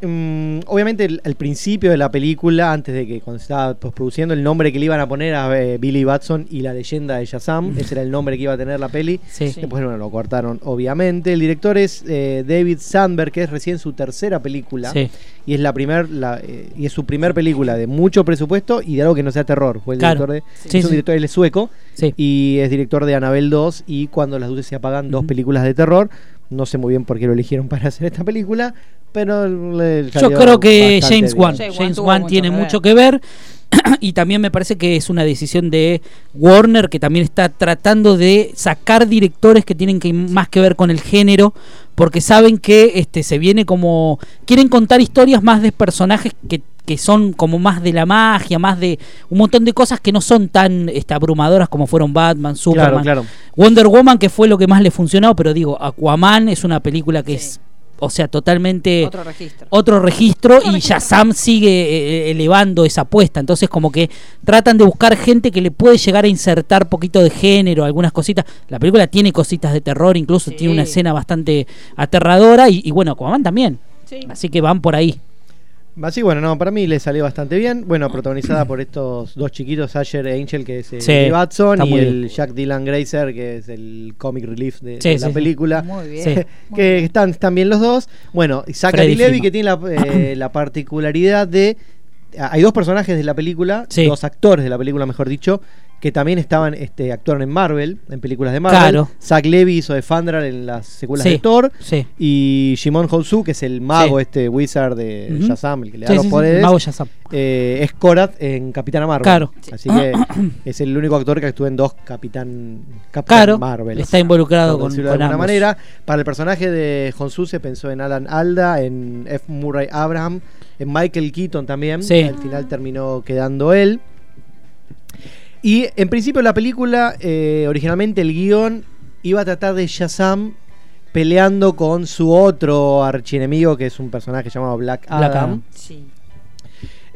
S6: Mm, obviamente el, el principio de la película, antes de que cuando se estaba produciendo, el nombre que le iban a poner a eh, Billy Batson y la leyenda de Shazam, ese era el nombre que iba a tener la peli.
S9: Mm. Sí.
S2: Sí.
S6: Después bueno, lo cortaron, obviamente. El director es eh, David Sandberg, que es recién su tercera película.
S9: Sí.
S6: Y es la primer, la, eh, y es su primer película de mucho presupuesto y de algo que no sea terror. Fue el
S9: Claro.
S6: director de,
S9: Sí,
S6: es un
S9: sí.
S6: director, él es sueco
S9: Sí.
S6: y es director de Anabel 2 y Cuando las luces se apagan, dos
S9: Ujú.
S6: películas de terror. No sé muy bien por qué lo eligieron para hacer esta película, pero le
S9: Yo
S6: salió
S9: creo que
S6: bastante
S9: James
S6: bien.
S9: Wan.
S2: James Wan
S9: James
S2: tuvo
S9: Wan
S2: mucho
S9: tiene
S2: que
S9: mucho que ver. y también me parece que es una decisión de Warner que también está tratando de sacar directores que tienen que más que ver con el género porque saben que este se viene como quieren contar historias más de personajes que que son como más de la magia, más de un montón de cosas que no son tan este, abrumadoras como fueron Batman, Superman,
S6: Claro, claro.
S9: Wonder Woman, que fue lo que más le funcionó, pero digo, Aquaman es una película que es, o sea, totalmente
S2: Otro registro.
S9: otro registro y Shazam sigue eh, elevando esa apuesta. Entonces, como que tratan de buscar gente que le puede llegar a insertar poquito de género, algunas cositas. La película tiene cositas de terror, incluso
S2: Sí.
S9: tiene una escena bastante aterradora y, y bueno, Aquaman también.
S2: Sí.
S9: Así que van por ahí.
S6: Así bueno, no, para mí le salió bastante bien. Bueno, protagonizada por estos dos chiquitos, Asher e Angel, que es eh,
S9: Sí,
S6: Billy Batson,
S9: está
S6: y
S9: muy
S6: el
S9: bien.
S6: Jack Dylan Grazer, que es el comic relief de,
S9: Sí,
S6: de la
S9: sí.
S6: película.
S2: Muy bien.
S9: Sí.
S6: que están, están bien los dos. Bueno, y Zachary
S9: Freddy
S6: Levy
S9: Freeman.
S6: que tiene la, eh, la particularidad de... eh, Hay dos personajes de la película,
S9: Sí.
S6: dos actores de la película, mejor dicho, que también estaban, este, actuaron en Marvel, en películas de Marvel.
S9: Claro.
S6: Zach Levy hizo de Fandral en las secuelas
S9: Sí.
S6: de Thor.
S9: Sí.
S6: Y Shimon Honsu, que es el mago,
S9: Sí.
S6: este wizard de
S9: Ujú.
S6: Shazam, el que le da
S9: Sí,
S6: los
S9: sí, sí,
S6: poderes,
S9: Mago Shazam.
S6: eh, es Korat en Capitana Marvel.
S9: Claro.
S6: Así que es el único actor que actúa en dos Capitán, Capitán
S9: Claro,
S6: Marvel.
S9: está involucrado
S6: por
S9: con-
S6: decirlo
S9: con
S6: de alguna
S9: ambos.
S6: manera. Para el personaje de Honsu se pensó en Alan Alda, en F. Murray Abraham, en Michael Keaton también.
S9: Sí.
S6: Al final terminó quedando él. Y en principio la película, eh, originalmente el guión iba a tratar de Shazam peleando con su otro archienemigo, que es un personaje llamado Black Adam.
S9: Black Adam.
S2: Sí.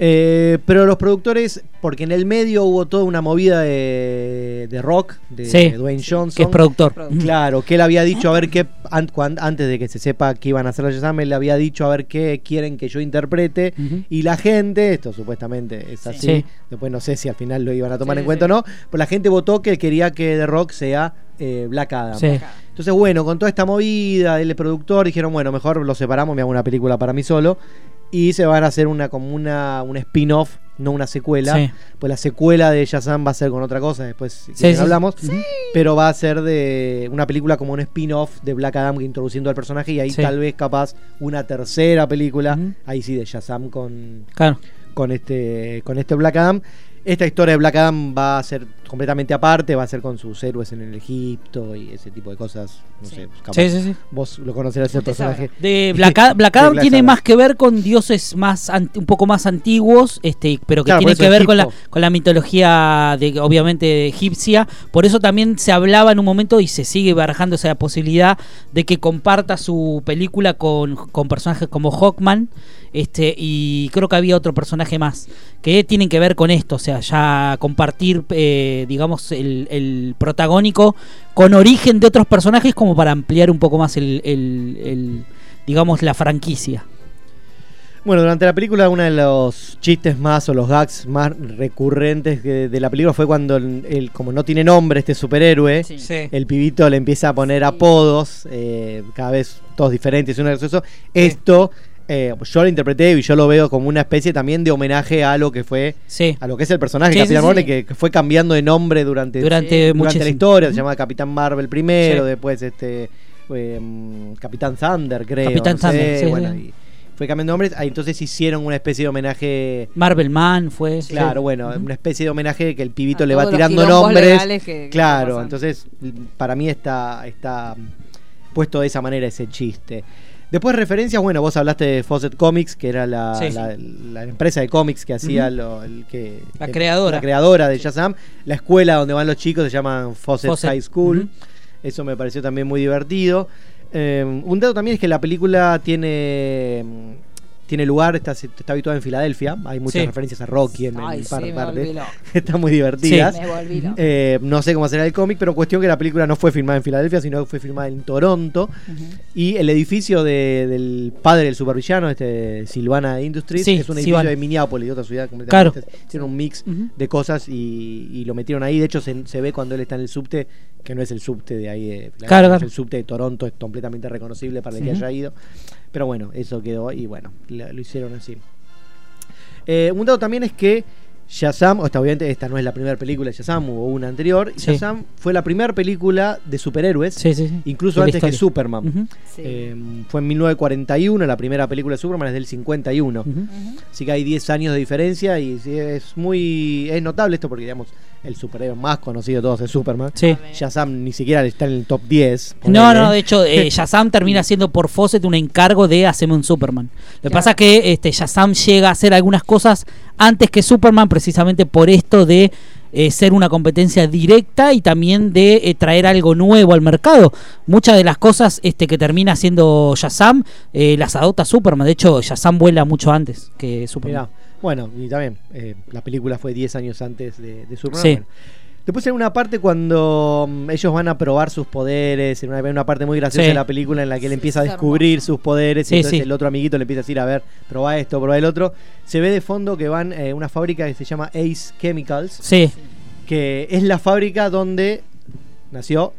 S6: Eh, pero los productores, porque en el medio hubo toda una movida de, de rock, de
S9: Sí,
S6: Dwayne Johnson.
S9: Que es productor.
S6: Claro, que él había dicho, a ver qué, an- cuan- antes de que se sepa que iban a hacer la Shazam, él le había dicho, a ver qué quieren que yo interprete.
S9: Ujú.
S6: Y la gente, esto supuestamente es así,
S9: Sí.
S6: después no sé si al final lo iban a tomar
S2: Sí,
S6: en
S2: sí,
S6: cuenta o
S2: sí.
S6: no, pero la gente votó que quería que The Rock sea eh, Black Adam.
S9: Sí.
S6: Entonces, bueno, con toda esta movida del productor, dijeron, bueno, mejor lo separamos, me hago una película para mí solo. Y se van a hacer una como una, un spin-off, no una secuela.
S9: Sí.
S6: Pues la secuela de Shazam va a ser con otra cosa, después si
S9: Sí,
S6: quieren
S9: sí,
S6: hablamos.
S9: sí. Ujú.
S6: Pero va a ser de una película como un spin-off de Black Adam introduciendo al personaje y ahí
S9: Sí.
S6: tal vez capaz una tercera película,
S9: Ujú.
S6: ahí sí de Shazam con,
S9: Claro.
S6: con este con este Black Adam Esta historia de Black Adam va a ser completamente aparte, va a ser con sus héroes en el Egipto y ese tipo de cosas. No sé, capaz
S9: Sí, sí, sí.
S6: Vos lo conocerás el personaje.
S9: De Black, Ad- Black
S6: De
S9: Adam tiene
S6: Adam.
S9: más que ver con dioses más ant- un poco más antiguos, este, pero que
S6: Claro, por
S9: tiene
S6: eso
S9: que ver con la,
S6: Egipto.
S9: con la mitología de, obviamente egipcia. Por eso también se hablaba en un momento y se sigue barajando esa posibilidad de que comparta su película con, con personajes como Hawkman. Este, y creo que había otro personaje más que tienen que ver con esto, o sea, ya compartir, eh, digamos, el, el protagónico con origen de otros personajes como para ampliar un poco más el, el- el, digamos, la franquicia.
S6: Bueno, durante la película uno de los chistes más o los gags más recurrentes de, de la película fue cuando el, el- como no tiene nombre este superhéroe,
S4: Sí.
S6: el pibito le empieza a poner apodos, eh, cada vez todos diferentes, uno gracioso. Esto eh, yo lo interpreté y yo lo veo como una especie también de homenaje a lo que fue,
S9: Sí.
S6: a lo que es el personaje
S9: Sí,
S6: Capitán
S9: sí, sí.
S6: Marvel que, que fue cambiando de nombre durante
S9: Durante muchísimo.
S6: la historia. Se llama Capitán Marvel primero,
S9: Sí.
S6: después este em, Capitán Thunder, creo.
S9: Capitán
S6: no sé,
S9: Thunder, sí,
S6: bueno,
S9: sí.
S6: y- fue cambiando nombres, ah, entonces hicieron una especie de homenaje.
S9: Marvel Man fue.
S6: Claro,
S9: sí.
S6: bueno,
S9: Ujú.
S6: una especie de homenaje que el pibito
S2: A
S6: le va
S2: todos los
S6: tirando
S2: quilombos
S6: nombres.
S2: legales que- que
S6: claro,
S2: pasan.
S6: entonces l- para mí está, está mm, puesto de esa manera ese chiste. Después referencias, bueno, vos hablaste de Fawcett Comics, que era la,
S9: Sí.
S6: la- la empresa de cómics que hacía
S9: Ujú.
S6: lo- el que,
S9: La
S6: que-
S9: creadora.
S6: la creadora de Shazam. La escuela donde van los chicos se llaman Fawcett,
S9: Fawcett.
S6: High School.
S9: Ujú.
S6: Eso me pareció también muy divertido. Eh, un dato también es que la película tiene mm, tiene lugar, está, se- está habituada en Filadelfia. Hay muchas
S9: Sí.
S6: referencias a Rocky en, en
S2: Ay,
S6: el
S2: sí,
S6: par
S2: me
S6: parte.
S2: volví loca.
S6: Están muy divertidas.
S2: Me volví loca.
S6: Eh, no sé cómo será el cómic, pero cuestión que la película no fue filmada en Filadelfia, sino que fue filmada en Toronto. Y el edificio de- del padre del supervillano, este Silvana Industries,
S9: Sí,
S6: es un edificio
S9: Silvana.
S6: de Minneapolis, de otra ciudad completamente.
S9: Claro.
S6: Hicieron un mix
S9: Ujú.
S6: de cosas y, y lo metieron ahí. De hecho, se, se ve cuando él está en el subte, que no es el subte de ahí de Filadelfia,
S9: Claro,
S6: es
S9: claro.
S6: El subte de Toronto es completamente reconocible para el que
S9: Ujú.
S6: haya ido. Pero bueno, eso quedó y bueno, lo, lo hicieron así. Eh, un dato también es que Shazam, o esta, obviamente esta no es la primera película de Shazam, hubo una anterior. y
S9: Sí.
S6: Shazam fue la primera película de superhéroes,
S9: Sí, sí, sí.
S6: incluso
S9: De la
S6: antes que
S9: historia.
S6: Superman.
S9: Ujú,
S2: Sí.
S6: Eh, fue en 1941, la primera película de Superman es del 51.
S9: ujú.
S6: Así que hay 10 años de diferencia y sí, es muy es notable esto porque, digamos, el superhéroe más conocido de todos es Superman.
S9: Sí.
S6: Shazam ni siquiera está en el top 10.
S9: No,
S6: ponele.
S9: no, de hecho, eh, Shazam termina siendo por Fawcett un encargo de Haceme un Superman. Lo que pasa es que este, Shazam llega a hacer algunas cosas antes que Superman, precisamente por esto de eh, ser una competencia directa y también de eh, traer algo nuevo al mercado. Muchas de las cosas este, que termina haciendo Shazam eh, las adopta Superman. De hecho, Shazam vuela mucho antes que Superman.
S6: Mirá, bueno, y también, eh, la película fue 10 años antes de, de Superman.
S9: Sí.
S6: bueno. Después hay una parte cuando mm, ellos van a probar sus poderes, en una, hay una parte muy graciosa
S9: Sí.
S6: de la película en la que él
S2: Sí,
S6: empieza a
S2: es
S6: descubrir
S2: hermoso.
S6: sus poderes
S9: Sí,
S6: y entonces
S9: sí.
S6: el otro amiguito le empieza a decir, a ver, probá esto, probá el otro. Se ve de fondo que van eh, a una fábrica que se llama Ace Chemicals,
S9: Sí,
S6: que es la fábrica donde nació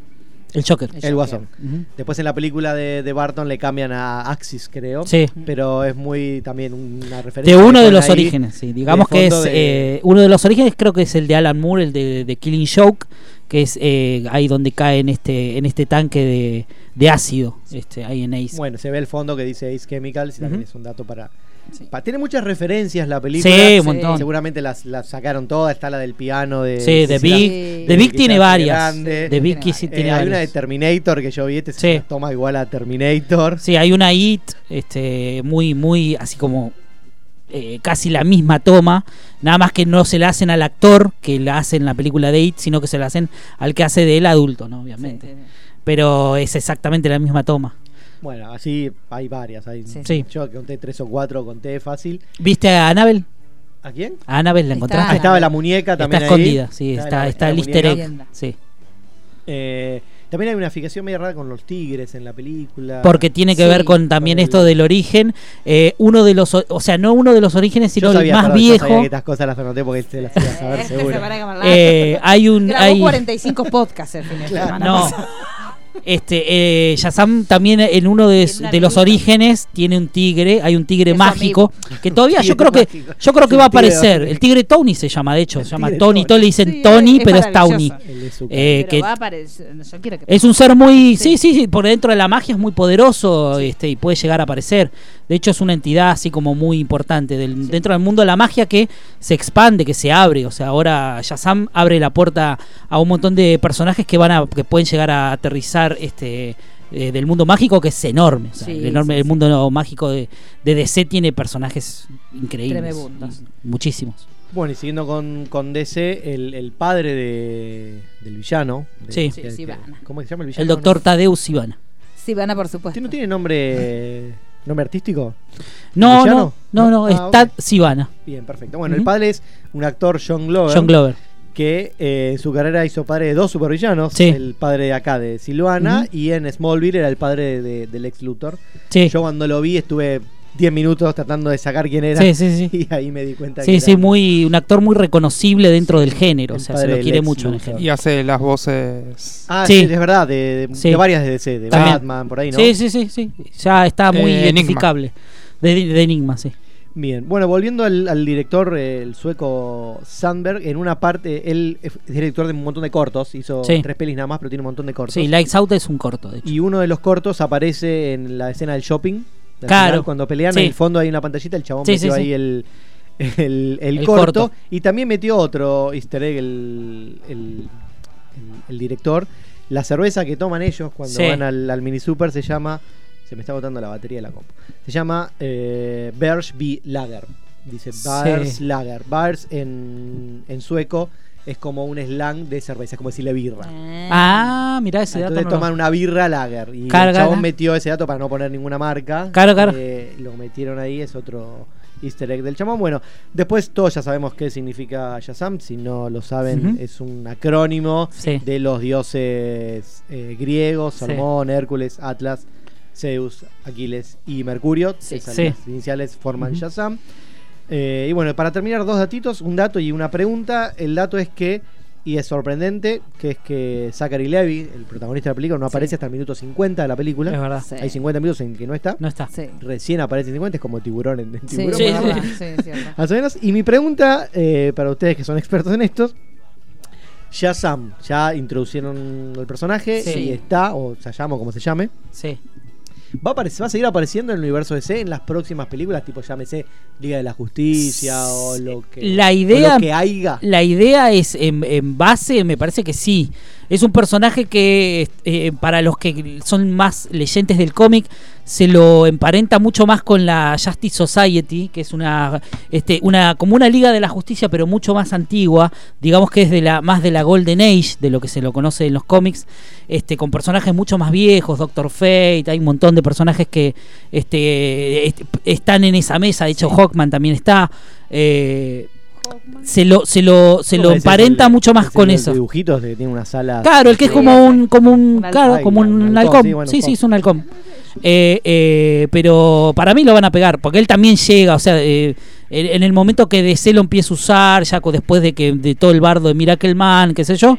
S9: el Joker.
S6: el,
S11: Joker.
S6: Guasón.
S9: Ujú.
S6: Después en la película de, de Barton le cambian a Axis, creo.
S9: Sí.
S6: Pero es muy también una referencia.
S9: De
S6: que
S9: uno de
S6: ponen
S9: los
S6: ahí.
S9: orígenes, sí. Digamos que es
S6: fondo de-
S9: eh, uno de los orígenes, creo que es el de Alan Moore, el de, de Killing Joke, que es eh, ahí donde cae en este, en este tanque de, de ácido, este, ahí en Ace.
S6: Bueno, se ve el fondo que dice Ace Chemicals y también
S9: Ujú.
S6: es un dato para,
S11: Sí.
S6: pa- Tiene muchas referencias la película.
S9: Sí, un montón.
S6: Seguramente las, las sacaron todas. Está la del piano de.
S9: sí, The
S6: de la-
S9: Big,
S2: sí,
S9: The Big
S6: que
S9: tiene
S6: se hace
S9: varias.
S6: grande.
S9: The Big
S2: Tiene
S9: sí
S6: Eh,
S9: tiene
S6: hay una de
S9: varias.
S6: Terminator que yo vi, este
S9: Sí.
S6: se la toma igual a Terminator.
S9: Sí, hay una IT, este, muy, muy, así como eh, casi la misma toma, nada más que no se la hacen al actor que la hace en la película de IT, sino que se la hacen al que hace del adulto, ¿no? Obviamente. Pero es exactamente la misma toma.
S6: Bueno, así hay varias. Hay,
S11: Sí.
S9: Sí.
S6: Yo conté tres o cuatro, conté fácil.
S9: ¿Viste a Anabel?
S6: ¿A quién?
S9: A Anabel la
S11: Ahí
S6: Ah,
S9: encontraste.
S6: estaba la muñeca
S9: Está,
S6: también. ahí.
S9: escondida, sí, está,
S6: la-
S9: está, el
S6: la
S9: easter
S6: muñeca.
S9: egg. Sí.
S6: Eh, también hay una fijación medio rara con los tigres en la película.
S9: Porque tiene que
S2: Sí,
S9: ver con también
S6: con el-
S9: esto del origen. eh, uno de los, o- o sea, no uno de los orígenes, sino
S6: Yo sabía,
S9: el más
S6: perdón, yo sabía que
S9: viejo.
S6: estas cosas las anoté porque se las iba a saber
S2: Este
S6: seguro.
S2: se para que me la-
S9: eh, hay un.
S2: Grabó
S9: hay-
S2: 45 podcasts el fin de
S6: Claro.
S2: semana.
S9: No. Este, eh, Shazam también en uno de,
S2: Tiene una
S9: de los
S2: lista.
S9: orígenes tiene un tigre, hay un tigre
S2: Es su
S9: mágico que todavía yo
S6: Tigre
S9: creo que
S6: mágico.
S9: yo creo que
S6: Sí,
S9: va a
S6: tigre
S9: aparecer.
S6: mágico.
S9: El tigre Tony se llama, de hecho, se llama
S6: tigre
S9: Tony,
S6: Tony.
S9: todos le
S2: Sí,
S9: dicen
S2: es-
S9: Tony,
S2: es
S9: pero es Tawny.
S2: maravilloso.
S6: El de su
S9: eh,
S2: Pero
S9: que
S2: va a aparecer- yo quiero que-
S9: es un ser muy. Sí. sí, sí, por dentro de la magia es muy poderoso este, y puede llegar a aparecer. De hecho, es una entidad así como muy importante del, dentro del mundo de la magia que se expande, que se abre. O sea, ahora Shazam abre la puerta a un montón de personajes que van a, que pueden llegar a aterrizar este. eh, del mundo mágico que es enorme, o sea,
S2: Sí,
S9: el, enorme
S2: sí,
S9: el mundo mágico de, de DC tiene personajes increíbles,
S2: Tremebundos.
S9: muchísimos.
S6: Bueno, y siguiendo con, con DC, el, el padre de, del villano. de- este,
S9: Sí.
S2: Sí,
S6: que-
S2: Sivana.
S6: ¿Cómo que se llama el villano?
S9: El doctor
S6: No,
S9: Tadeu Sivana.
S2: Sí, van a por supuesto.
S6: ¿No tiene nombre, nombre artístico?
S9: No,
S6: ¿Villano?
S9: no, no, no,
S6: Ah,
S9: es
S6: ok.
S9: Tad Sivana,
S6: Bien, perfecto. Bueno, el
S9: Ujú.
S6: padre es un actor John Glover.
S9: John Glover.
S6: Que eh, en su carrera hizo padre de dos supervillanos.
S9: Sí.
S6: El padre de acá, de Silvana.
S9: Ujú.
S6: Y en Smallville era el padre de- del ex Luthor.
S9: Sí.
S6: Yo cuando lo vi estuve 10 minutos tratando de sacar quién era.
S9: Sí, sí, sí.
S6: Y ahí me di cuenta que
S9: Sí,
S6: era
S9: sí, muy, un actor muy reconocible dentro del género.
S6: el
S9: O sea, se
S6: padre
S9: lo
S6: del
S9: quiere
S6: ex
S9: mucho en el
S6: Luthor.
S9: género.
S4: Y hace las voces.
S6: Ah, sí,
S9: Sí.
S6: es verdad, de, de-
S9: Sí.
S6: de varias de DC, de
S9: También.
S6: Batman, por ahí, ¿no?
S9: Sí, sí, sí, sí. Ya está muy
S4: Eh, Enigma.
S9: identificable. De, de Enigma, sí.
S6: Bien, bueno, volviendo al, al director, eh, el sueco Sandberg, en una parte, él es director de un montón de cortos, hizo
S9: Sí.
S6: tres pelis nada más, pero tiene un montón de cortos.
S9: Sí, Lights Out es un corto, de hecho.
S6: Y uno de los cortos aparece en la escena del shopping. al
S9: Claro.
S6: final, cuando pelean,
S9: Sí.
S6: en el fondo hay una pantallita, el chabón
S9: Sí,
S6: metió
S9: sí,
S6: ahí
S9: sí.
S6: el, el, el
S9: El
S6: corto,
S9: corto.
S6: Y también metió otro easter egg el, el- el- el director. La cerveza que toman ellos cuando
S9: Sí.
S6: van al, al mini super se llama. Se me está botando la batería de la compu. Se llama eh, Berge B. Lager. Dice
S9: Sí.
S6: Bars Lager. Bars en, en sueco es como un slang de cerveza, es como decirle birra.
S9: Ah, mirá ese dato.
S6: Entonces
S9: no lo-
S6: toman una birra lager. Y
S9: Claro,
S6: el chabón
S9: claro.
S6: metió ese dato para no poner ninguna marca.
S9: Claro, claro.
S6: Eh, lo metieron ahí, es otro easter egg del chamón. Bueno, después todos ya sabemos qué significa Shazam. Si no lo saben,
S9: Ujú.
S6: es un acrónimo
S9: Sí.
S6: de los dioses eh, griegos,
S9: Sí.
S6: Salmón, Hércules, Atlas, Zeus, Aquiles y Mercurio.
S9: Sí.
S6: Esas
S9: Sí.
S6: las iniciales forman
S9: Ujú.
S6: Shazam. Eh, y bueno, para terminar, dos datitos, un dato y una pregunta. El dato es que, y es sorprendente, que es que Zachary Levy, el protagonista de la película, no aparece hasta el minuto 50 de la película.
S9: Es verdad.
S11: Sí.
S6: Hay 50 minutos en que no está.
S9: No está.
S11: Sí.
S6: Recién aparece en 50, es como tiburón en, en
S11: Sí,
S6: tiburón.
S9: Sí,
S11: es
S9: sí.
S11: verdad, sí, es cierto.
S6: Más o menos. Y mi pregunta, eh, para ustedes que son expertos en esto, ya Sam, ya introducieron el personaje
S9: Sí.
S6: y está, o se llama, o como se llame.
S9: Sí.
S6: ¿Va a, aparecer- va a seguir apareciendo en el universo DC en las próximas películas, tipo llámese Liga de la Justicia o lo que,
S9: La
S6: o
S9: idea-
S6: lo que haya?
S9: La idea es, en, en base, me parece que sí. Es un personaje que, eh, para los que son más leyentes del cómic, se lo emparenta mucho más con la Justice Society, que es una, este, una como una Liga de la Justicia, pero mucho más antigua. Digamos que es de la, más de la Golden Age, de lo que se lo conoce en los cómics, este, con personajes mucho más viejos, Doctor Fate, hay un montón de personajes que este, est- están en esa mesa. De hecho, Hawkman también está. eh, se lo, se lo, se lo
S6: Como ese
S9: emparenta
S6: del-
S9: mucho más
S6: ese
S9: con
S6: de los
S9: eso.
S6: dibujitos de que tiene una sala.
S9: Claro, el que es
S6: Sí,
S9: como un, como un,
S2: Un
S9: claro,
S6: halcón.
S9: como un
S6: Un halcón,
S9: halcón.
S6: sí, bueno,
S9: Sí,
S6: halcón.
S9: sí, es un halcón. Eh, eh, pero para mí lo van a pegar, porque él también llega, o sea, eh, en en el momento que DC lo empieza a usar, ya co- después de que de todo el bardo de Miracle Man, qué sé yo,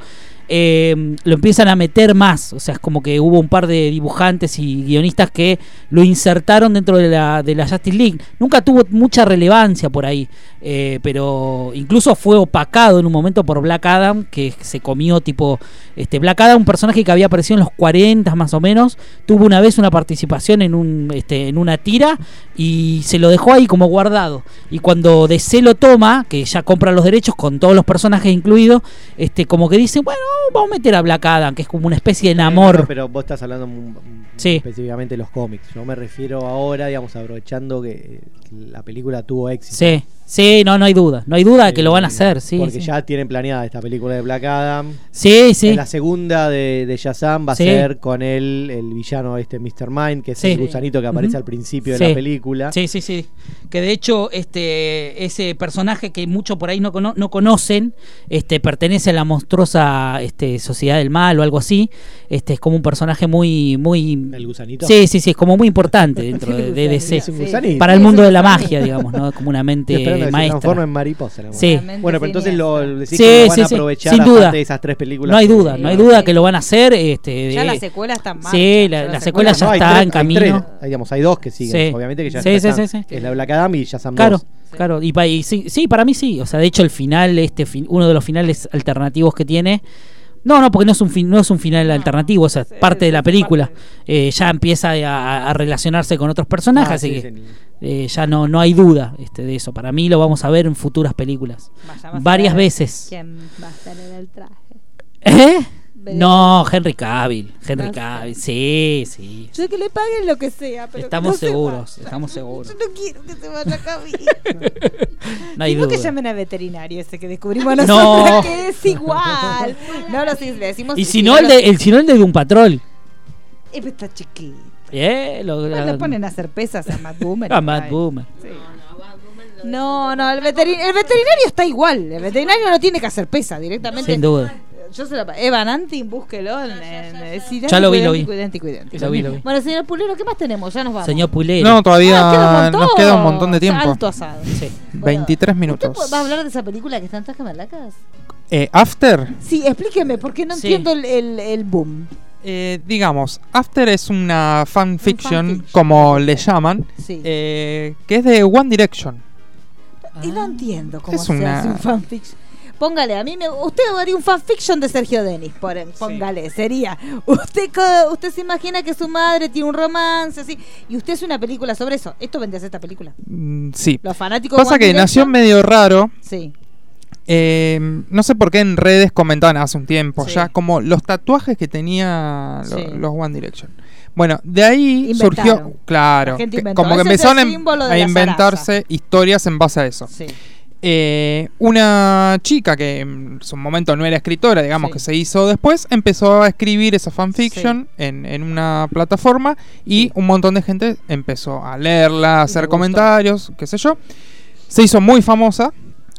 S9: eh, lo empiezan a meter más, o sea, es como que hubo un par de dibujantes y guionistas que lo insertaron dentro de la, de la Justice League. Nunca tuvo mucha relevancia por ahí, eh, pero incluso fue opacado en un momento por Black Adam, que se comió tipo este, Black Adam, un personaje que había aparecido en los 40 más o menos, tuvo una vez una participación en, un, este, en una tira y se lo dejó ahí como guardado. Y cuando DC lo toma, que ya compra los derechos con todos los personajes incluidos, este, como que dicen, bueno, vamos a meter a Black Adam, que es como una especie de
S6: No,
S9: enamor.
S6: pero vos estás hablando mm, mm,
S9: Sí.
S6: específicamente de los cómics. Yo me refiero ahora, digamos, aprovechando que que la película tuvo éxito. Eh,
S9: Sí, sí, no, no hay duda, no hay duda de que lo van a hacer, sí.
S6: Porque
S9: sí.
S6: ya tienen planeada esta película de Black Adam.
S9: Sí, sí.
S6: En la segunda de, de Shazam va a
S9: Sí.
S6: ser con el, el villano este Mr. Mind, que es
S9: Sí.
S6: el gusanito que aparece
S9: Ujú.
S6: al principio
S9: Sí.
S6: de la película.
S9: Sí, sí, sí. Que de hecho, este, ese personaje que muchos por ahí no, cono- no conocen, este, pertenece a la monstruosa este, sociedad del mal o algo así. Este, es como un personaje muy, muy.
S6: El gusanito.
S9: Sí, sí, sí, es como muy importante dentro de, de DC.
S6: Es un gusanito.
S9: Para el mundo de la magia, digamos, ¿no? Como una
S6: Estoy esperando
S9: mente
S6: que se transforme
S9: maestra.
S6: en mariposa. la
S9: Sí.
S6: mujer. Bueno, pero entonces lo, lo decís
S9: Sí,
S6: que lo van
S9: sí,
S6: a
S9: sí.
S6: aprovechar
S9: Sin
S6: aparte
S9: duda.
S6: de esas tres películas.
S9: No hay
S6: que-
S9: duda, no hay duda que lo van a hacer. Este,
S2: Ya
S9: de-
S2: la secuela está mal.
S9: Sí, la- la secuela ya
S6: No, hay
S9: está
S6: tres-
S9: en camino.
S6: Hay, tres, hay, digamos, hay dos que siguen,
S9: Sí.
S6: obviamente que ya
S9: Sí, sí,
S6: están,
S9: sí, sí.
S6: que Es la Black Adam y Shazam
S9: Claro,
S6: 2.
S9: claro. Y, pa- y sí, sí, para mí sí. O sea, de hecho, el final, este fin- uno de los finales alternativos que tiene, No, no, porque no es un, fin, no es un final alternativo, o sea, parte de la película. Eh, ya empieza a, a relacionarse con otros personajes,
S6: Ah,
S9: así
S6: sí,
S9: que eh, ya no, no hay duda este, de eso. Para mí lo vamos a ver en futuras películas.
S2: Vayamos a
S9: Varias
S2: ver
S9: veces.
S2: ¿Quién va a estar en el traje?
S9: ¿Eh?
S2: Veremos.
S9: No, Henry Cavill. Henry
S2: No sé.
S9: Cavill, sí, sí.
S2: Yo que le paguen lo que sea, pero que
S9: Estamos
S2: no se
S9: seguros,
S2: vaya.
S9: estamos seguros.
S2: Yo no quiero que se vaya a Cavill.
S9: No hay
S2: Digo que
S9: duda.
S2: llamen al veterinario ese que descubrimos a
S9: No.
S2: nosotros que es igual. No, no, sí, le decimos...
S9: Y si no, el de, el, si no, el de un patrol.
S2: Eh, pero Está chiquito.
S9: ¿Eh? Lo,
S2: Después
S9: la-
S2: le ponen a hacer pesas a Matt Boomer.
S9: a Matt Boomer.
S2: No, no, el, veterin- el veterinario está igual. El veterinario no tiene que hacer pesa directamente.
S9: Sin duda.
S2: Yo se la Evan Antin, búsquelo. en- en- es idéntico,
S9: Ya lo vi, lo vi.
S2: idéntico, idéntico, idéntico.
S9: Lo vi, lo vi.
S2: Bueno, señor Pulero, ¿qué más tenemos? Ya nos vamos.
S9: Señor Pulero.
S4: No, todavía
S2: Ah, queda un
S4: nos
S2: montón.
S4: queda un montón de
S2: O sea,
S4: tiempo.
S2: alto asado.
S4: 23 minutos.
S2: ¿Vas a hablar de esa película que están todas camalacas?
S4: Eh, After,
S2: Sí, explíqueme, porque no
S9: Sí.
S2: entiendo el, el, el boom.
S4: eh, digamos, After es una fanfiction,
S2: fanfiction.
S4: como le llaman,
S2: Sí.
S4: eh, que es de One Direction.
S2: Y no entiendo cómo
S4: Es
S2: se
S4: una-
S2: hace un fanfiction. Póngale, a mí me. Usted haría un fanfiction de Sergio Denis, por- em, póngale, sería. Usted co- usted se imagina que su madre tiene un romance, así. Y usted es una película sobre eso. Esto vendría a ser esta película.
S4: Mm, sí.
S2: Los fanáticos. de
S4: Pasa
S2: One
S4: que nació
S2: Direction-
S4: medio raro.
S2: Sí.
S4: eh, no sé por qué en redes comentaban hace un tiempo
S2: Sí.
S4: ya, como los tatuajes que tenía lo-
S2: Sí.
S4: los One Direction. Bueno, de ahí
S2: Inventaron.
S4: surgió, claro,
S2: La gente
S4: que-
S2: inventó.
S4: como que
S2: Ese es el
S4: empezaron em-
S2: símbolo de
S4: a
S2: la
S4: inventarse historias en base a eso.
S2: Sí.
S4: Eh, una chica que en su momento no era escritora, digamos
S2: Sí.
S4: que se hizo después, empezó a escribir esa fanfiction en, en una plataforma y un montón de gente empezó a leerla, a hacer
S2: gustó.
S4: comentarios, qué sé yo. Se hizo muy famosa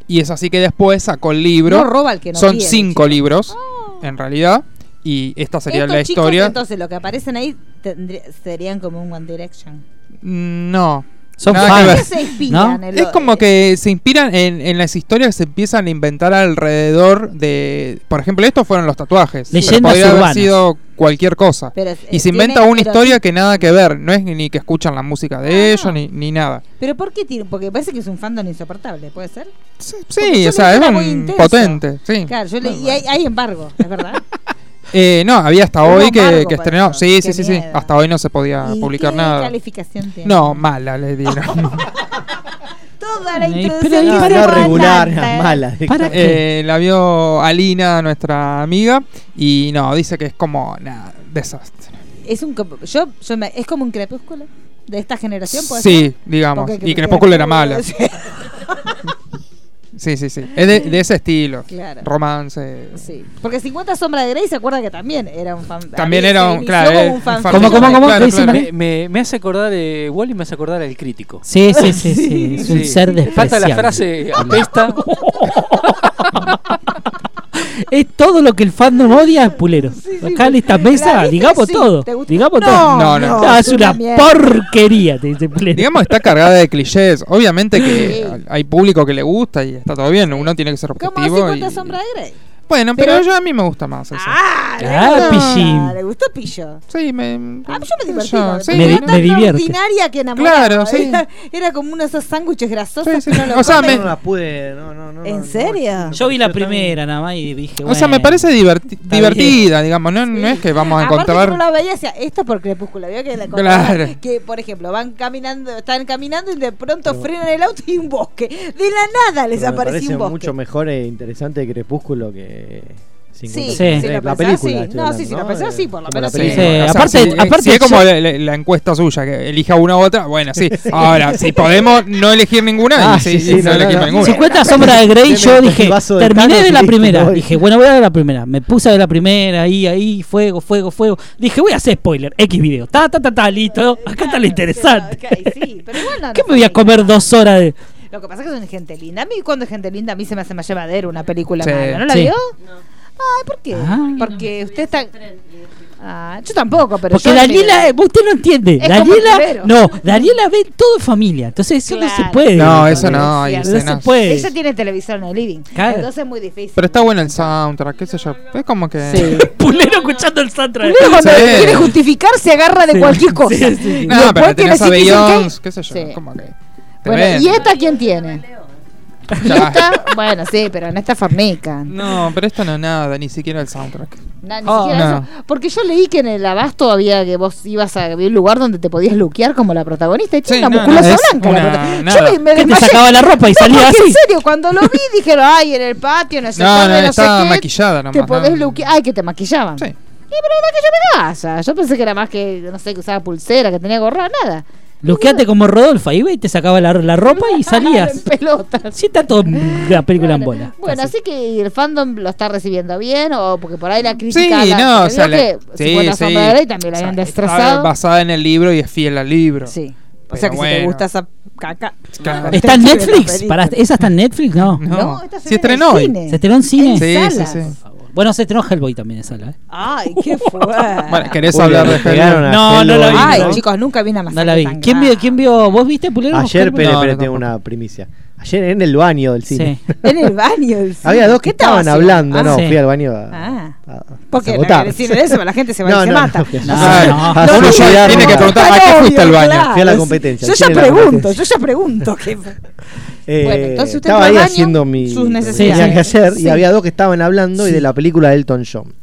S4: y es así que después sacó el libro.
S2: No roba el que no
S4: Son
S2: quiere,
S4: cinco
S2: chico.
S4: libros, en realidad, y esta sería
S2: Estos
S4: la
S2: chicos,
S4: historia.
S2: entonces, lo que aparecen ahí tendría- serían como un One Direction.
S4: No.
S9: Son
S4: nada que
S9: fans.
S4: ver.
S2: ¿Qué se inspiran?
S9: ¿No?
S2: en
S4: Es
S2: lo-
S4: como que se inspiran en, en las historias que se empiezan a inventar alrededor de. Por ejemplo, estos fueron los tatuajes. pero
S9: Leyendas
S4: podría haber
S9: urbanas.
S4: sido cualquier cosa.
S2: Pero es-
S4: Y se
S2: tiene-
S4: inventa una
S2: pero-
S4: historia que nada que ver. No es ni que escuchan la música de
S2: Ah,
S4: ellos
S2: no.
S4: ni, ni nada.
S2: ¿Pero por qué tiene? Porque parece que es un fandom insoportable, ¿puede ser?
S4: Sí,
S2: Porque
S4: sí
S2: yo
S4: o sea,
S2: leí
S4: es
S2: era muy
S4: un
S2: intenso.
S4: potente. Sí.
S2: Claro, yo le- y hay, hay embargo, es verdad.
S4: Eh, no, había hasta
S2: Hubo
S4: hoy que,
S2: embargo
S4: que
S2: para
S4: estrenó.
S2: eso.
S4: Sí,
S2: Qué
S4: sí, sí, sí.
S2: miedo.
S4: Hasta hoy no se podía
S2: ¿Y
S4: publicar
S2: qué
S4: nada.
S2: calificación tiene?
S4: No, mala le dieron.
S2: Toda la
S9: Ay,
S2: introducción
S9: pero
S2: que
S9: ahí
S2: hizo
S9: para-
S6: No,
S2: Alan,
S6: regular,
S2: ¿eh?
S6: mala.
S9: Para que-
S4: Eh, la vio Alina, nuestra amiga, y no, dice que es como nada, desastre.
S2: Es un comp- yo, yo me- es como un crepúsculo de esta generación, ¿puede ser?
S4: Sí, digamos.
S2: Porque
S4: Y Crepúsculo era mala.
S2: Sí.
S4: Sí, sí, sí. Es de, de ese estilo.
S2: Claro.
S4: Romance.
S2: Sí. Porque 50 sombras de Grey se acuerda que también era un fan.
S4: También
S2: a mí
S4: era
S2: se
S4: un-
S2: inició
S4: claro,
S2: como
S4: eh,
S2: un fan.
S4: fan-
S9: ¿Cómo, cómo, cómo?
S4: Claro,
S9: ¿Qué dice
S4: claro.
S9: María?
S8: Me, me- me hace acordar de Wally, me hace acordar al crítico.
S9: Sí, sí, sí, sí. Es un
S8: Sí.
S9: ser
S8: Falta
S9: despreciable.
S8: la frase apesta.
S9: Es todo lo que el fandom odia es pulero. Acá en esta
S2: La
S9: mesa,
S2: viste,
S9: digamos
S2: sí.
S9: todo.
S2: ¿Te gustó?
S9: Digamos
S2: No,
S9: todo. Ah,
S4: No, no.
S2: no,
S9: es una
S2: mierda.
S9: porquería, te dice pulero.
S4: Eh, Digamos, está cargada de clichés. Obviamente que
S2: Sí.
S4: al- hay público que le gusta y está todo bien. Uno tiene que ser
S2: Como
S4: objetivo.
S2: 50
S4: y-
S2: sombras de Grey.
S4: Bueno, pero,
S2: Pero-
S4: yo a mí me gusta más eso.
S2: Ah, le
S9: Ah,
S2: gustó.
S9: pillín.
S2: Le gustó pillo.
S4: Sí, me.
S2: Ah, yo me divertí.
S4: yo-
S2: con-
S4: sí,
S2: porque
S9: Me-
S2: era
S9: me
S2: tan
S9: divierte.
S2: ordinaria que enamoraba.
S4: Claro, sí.
S2: Era, era como unos esos sándwiches grasosos.
S4: Sí, sí,
S2: que uno
S4: sí.
S2: lo
S4: O sea,
S6: No,
S2: come.
S4: me-
S6: no la pude. No, no, no,
S2: ¿En
S6: no,
S2: serio?
S9: Yo vi la
S6: Yo también.
S9: primera nada más y dije,
S4: O sea, me
S9: bueno.
S4: parece diverti-
S9: Está
S4: divertida, digamos. No, no es que vamos a
S2: Aparte
S4: encontrar.
S2: que uno la veía decía, esto es por crepúsculo. Vio que la
S4: Claro.
S2: Que, por ejemplo, van caminando, están caminando y de pronto frenan el auto y un bosque. De la nada les
S6: Pero me
S2: apareció
S6: parece
S2: un bosque.
S6: mucho mejor e interesante Crepúsculo que. 50.
S2: Sí,
S9: Sí.
S2: si lo
S6: la película.
S2: pensás, sí.
S6: estoy
S2: No, sí,
S6: hablando,
S2: si lo pensás,
S6: Eh,
S2: sí, por lo
S6: como la
S2: menos
S9: Sí,
S6: película.
S4: O sea,
S9: aparte-
S4: si- eh,
S9: aparte
S4: si es
S9: yo-
S4: como la, la- la encuesta suya, que elija una u otra, bueno, sí. Ahora, si podemos no elegir ninguna,
S6: Ah,
S4: y sí,
S6: sí, sí,
S4: no,
S6: no, no,
S4: elegimos
S6: no.
S4: ninguna.
S9: 50 sombras de Grey,
S6: Deme
S9: yo
S6: el
S9: dije,
S6: vaso de
S9: terminé
S6: Thanos
S9: de
S6: y
S9: la
S6: listo,
S9: primera.
S6: voy.
S9: Dije, bueno, voy a ver la primera. Me puse a ver la primera, ahí, ahí, fuego, fuego, fuego. Dije, voy a hacer spoiler, X video. Ta, ta, ta, ta, listo. Acá está lo interesante.
S2: Ok, Ah, sí, pero igual no,
S9: ¿Qué
S2: no
S9: me voy a
S2: sé.
S9: comer dos horas de.?
S2: Lo que pasa es que son gente linda. A mí, cuando es gente linda, a mí se me hace más llevadero una película
S4: Sí.
S2: mala. ¿No la
S9: Sí.
S2: vio?
S7: No.
S2: Ay, ¿por qué?
S9: Ah.
S2: Porque usted está. Ah, yo tampoco, pero
S9: Porque
S2: yo.
S9: Daniela, eh, usted no entiende.
S2: Es como
S9: Daniela,
S2: primero.
S9: no, Daniela ve todo en familia. Entonces eso no se
S2: Claro.
S9: puede.
S4: No, eso no, hay
S2: No
S9: No se
S4: escenas.
S9: puede.
S2: Ella tiene televisor en el living.
S9: Claro.
S2: Entonces es muy difícil.
S4: Pero está bueno el soundtrack, qué sé yo. Es como que.
S2: Sí.
S9: Pulero escuchando el soundtrack.
S2: Primero cuando
S4: Sí.
S2: quiere justificar se agarra de cualquier cosa. Y
S4: No,
S2: después
S4: pero
S2: que
S4: tenés a
S2: decir que dicen que-
S4: Beyoncé, qué sé yo.
S2: Sí.
S4: Como que.
S2: Bueno,
S4: tremendo.
S2: ¿y esta quién tiene? ¿Luca? bueno, sí, pero en esta fornican.
S4: No, pero esto no es nada, ni siquiera el soundtrack.
S2: No, ni
S4: Oh.
S2: siquiera
S4: No.
S2: eso. Porque yo leí que en el abasto había que vos ibas a había un lugar donde te podías luquear como la protagonista. Y tiene
S4: Sí,
S2: una
S4: no,
S2: musculosa
S4: no, es
S2: blanca. la
S4: una-
S2: prota-
S4: nada.
S2: Yo me, me
S4: Que te
S2: desmayé.
S4: sacaba la ropa y
S2: No,
S4: salía
S2: porque En
S4: así.
S2: serio, cuando lo vi dijeron, ay, en el patio, no sé
S4: No,
S2: dónde,
S4: no,
S2: sé
S4: estaba
S2: qué,
S4: maquillada nomás,
S2: Te podés
S4: no.
S2: luquear. Ay, que te maquillaban. Sí. Y pero la verdad que yo me casa. Yo pensé que era más que, no sé, que usaba pulsera, que tenía gorra, nada.
S9: Luqueate como Rodolfo, ahí ve, y te sacaba la, la ropa y
S2: En
S9: salías.
S2: pelotas.
S9: Sí, está todo la película en bola.
S2: Bueno, así que el fandom lo está recibiendo bien, o porque por ahí la
S4: Sí,
S2: crítica. la-
S4: no, o
S2: porque
S4: sea,
S2: vio
S4: la-
S2: que
S4: sí,
S2: 50
S4: sí.
S2: sombras de Grey también la
S4: O sea,
S2: habían
S4: está
S2: destrozado.
S4: basada en el libro y es fiel al libro.
S2: Sí.
S4: Pero
S2: o sea que si te
S4: bueno.
S2: gusta esa caca.
S4: Claro.
S9: ¿Está en
S2: Sí,
S9: Netflix?
S2: la
S9: Pará, ¿Esa está en Netflix? No.
S4: No,
S2: esta
S4: se
S2: se viene en
S4: estrenó hoy.
S2: cine.
S9: ¿Se estrenó en cine?
S2: En Sí, sí, salas. sí.
S9: Bueno, se estrenó Hellboy también en sala. ¿eh?
S2: Ay, qué fuerte.
S4: Bueno, ¿querés
S5: Uy,
S4: hablar
S5: le
S4: de
S5: pegaron
S4: Hellboy?
S5: a
S9: No, no la vi.
S2: Ah. Ay,
S9: no.
S2: chicos, nunca vi una masacre
S9: No la vi.
S2: tan
S9: ¿Quién
S2: grande.
S9: vio? ¿Quién vio? ¿Vos viste, Pulero?
S6: Ayer,
S9: Hellboy?
S6: pero
S4: No, no,
S6: tengo
S4: tampoco.
S6: una primicia. Ayer en el baño del cine.
S9: Sí.
S2: En el baño. del cine.
S6: Había dos que
S2: ¿Qué estaba
S6: estaban
S2: haciendo?
S6: hablando,
S2: Ah,
S6: no,
S9: sí.
S6: fui al baño a,
S2: Ah.
S6: a- a
S2: Porque en
S6: sabotar.
S2: el cine de eso la gente se va
S6: No,
S2: y
S6: no,
S2: se mata.
S6: no,
S9: No,
S4: Ah,
S9: no.
S4: a uno
S6: sí,
S4: ya tiene que
S6: no.
S4: preguntar a qué
S2: Obvio,
S4: fuiste al baño.
S2: claro.
S6: Fui a la competencia,
S2: Yo
S6: al
S2: ya
S6: cine de la
S2: pregunto, yo
S6: competencia.
S2: ya pregunto. qué-
S6: Eh,
S2: Bueno, entonces usted
S6: estaba
S2: fue
S6: ahí
S2: al baño,
S6: haciendo mi,
S2: sus
S6: lo que
S2: necesidades.
S6: tenía que hacer
S2: Sí.
S6: y había dos que estaban hablando y
S9: Sí.
S6: de la película de Elton John.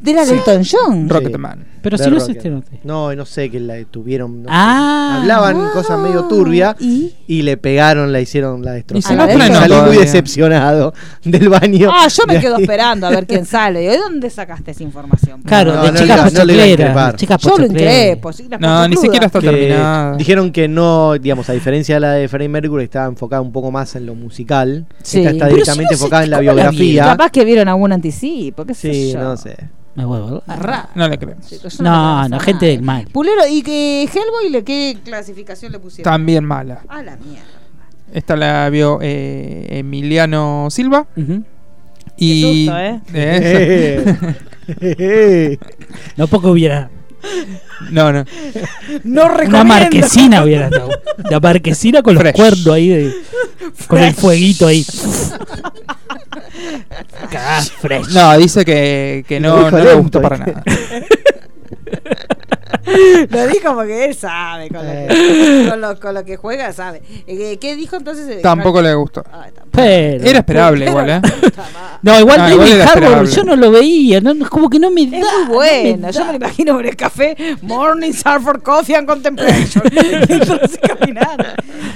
S2: De la Elton John.
S4: Rocketman.
S9: Pero
S6: De
S9: si no
S6: Rocket.
S9: se estrenó. sí.
S6: No, no sé que la tuvieron. no sé.
S9: Ah.
S6: Hablaban
S2: Ah,
S6: cosas medio turbias
S2: ¿y?
S6: y? le pegaron, la hicieron, la
S9: Y se
S6: destrozaron.
S9: la
S6: Y
S9: estrenó
S6: salí muy
S4: todavía.
S6: decepcionado del baño.
S2: Ah, yo me
S6: De
S2: quedo
S6: ahí.
S2: esperando a ver quién sale. ¿Y de dónde sacaste esa información?
S9: Claro,
S6: No,
S9: de
S6: no
S9: chicas
S6: le- no le iba a
S9: pochocleras.
S6: increpar.
S9: de chicas
S2: Yo lo
S9: pochocleras.
S2: increpo. sí,
S4: No,
S2: la
S4: ni
S2: pochocluda.
S4: siquiera está
S6: que
S4: terminada.
S6: Dijeron que no, digamos, a diferencia de la de Freddie Mercury, estaba enfocada un poco más en lo musical.
S2: Sí.
S6: Esta está
S2: Pero
S6: directamente
S9: si no sé
S6: enfocada en la
S9: cómo la
S6: biografía.
S2: Capaz que vieron algún anticipo, qué sé
S6: sí,
S2: yo.
S6: no sé.
S9: Me vuelvo.
S2: Arra.
S4: No le creo.
S2: Chicos, Ah,
S9: No, no,
S2: yo creo que sea
S9: gente
S2: nada.
S9: del mal.
S2: Pulero, ¿y que Hellboy le qué clasificación le pusieron?
S4: También mala.
S2: A la mierda.
S4: Esta la vio eh, Emiliano Silva.
S9: Ujú.
S4: Y.
S2: susto, ¿eh?
S6: Eh.
S9: No poco hubiera.
S4: No, no.
S2: No
S9: Una
S2: recomiendo.
S9: marquesina hubiera estado. La marquesina con los
S4: Fresh.
S9: cuernos ahí. de- con el fueguito ahí. Cagás, fresh.
S4: No, dice que, que
S6: Lo
S4: no,
S6: dijo
S4: no le
S6: lento,
S4: gustó para
S6: ¿viste?
S4: nada.
S2: Lo dijo porque él sabe con
S4: Eh.
S2: lo que, con lo, con lo que juega, sabe. Eh, ¿Qué dijo entonces? eh,
S4: Tampoco le Eh, gustó.
S2: Ah, tampoco.
S9: Pero.
S4: Era esperable igual, ¿eh?
S9: No, igual
S4: No, igual
S9: David
S4: era
S9: Harbour,
S4: esperable.
S9: yo no lo veía, no, no, como que no me da.
S2: Es muy buena, yo me lo imagino por el café Morning Surfer Coffee and Contemplation. Y entonces caminando.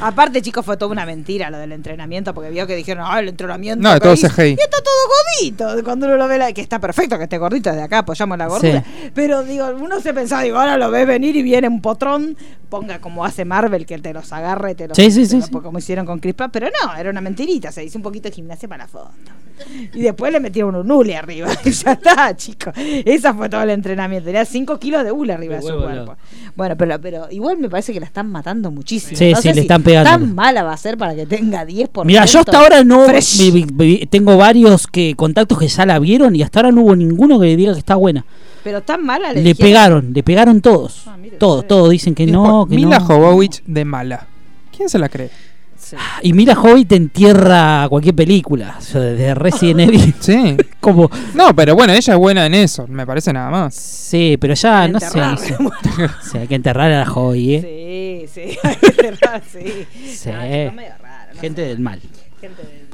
S2: Aparte, chicos, fue toda una mentira lo del entrenamiento, porque vio que dijeron, ah, el entrenamiento.
S4: No,
S2: que
S4: todo
S2: hizo".
S4: CGI.
S2: Y está todo gordito. Cuando uno lo ve, la- que está perfecto que esté gordito desde acá, apoyamos la gordura. Pero digo, uno se pensaba, digo, ahora lo ves venir y viene un potrón, ponga como hace Marvel, que te los agarre y te los.
S9: Sí, sí,
S2: te
S9: sí,
S2: los-
S9: sí.
S2: Como hicieron con Chris Pratt, pero no, era una mentirita, se hizo un poquito de gimnasia para la foto. Y después le metieron un hule arriba. Y ya está, chicos. Esa fue todo el entrenamiento. Tenía 5 kilos de hule arriba de su
S9: Huevo,
S2: cuerpo. Bueno, pero, pero igual me parece que la están matando muchísimo.
S9: Sí,
S2: No
S9: sí,
S2: sé
S9: le
S2: si
S9: están pegando.
S2: Tan mala va a ser para que tenga 10%.
S9: Mira, yo hasta ahora no
S2: Fresh.
S9: vi- vi- vi- tengo varios que contactos que ya la vieron y hasta ahora no hubo ninguno que diga que está buena.
S2: Pero tan mala
S9: Le,
S2: Ah, le, dijeron.
S9: pegaron, le pegaron todos.
S2: Ah, mire
S9: todos,
S2: usted.
S9: todos dicen que no,
S4: Después,
S9: que
S4: Mila
S9: no.
S4: Jovovich de mala. ¿Quién se la cree?
S2: Sí.
S9: Y Mila Jovovich te entierra cualquier película, o sea, desde Resident Evil
S4: Sí.
S9: como
S4: No, pero bueno, ella es buena en eso, me parece nada más.
S9: Sí, pero ya no sé.
S2: Enterrar.
S9: dice. Sí, hay que enterrar a la Jovovich, ¿eh?
S2: Sí, sí. hay que cerrar, sí.
S9: Sí.
S2: No, chicos, medio raro, no
S9: Gente
S2: sé.
S9: del mal.
S2: Gente del- del-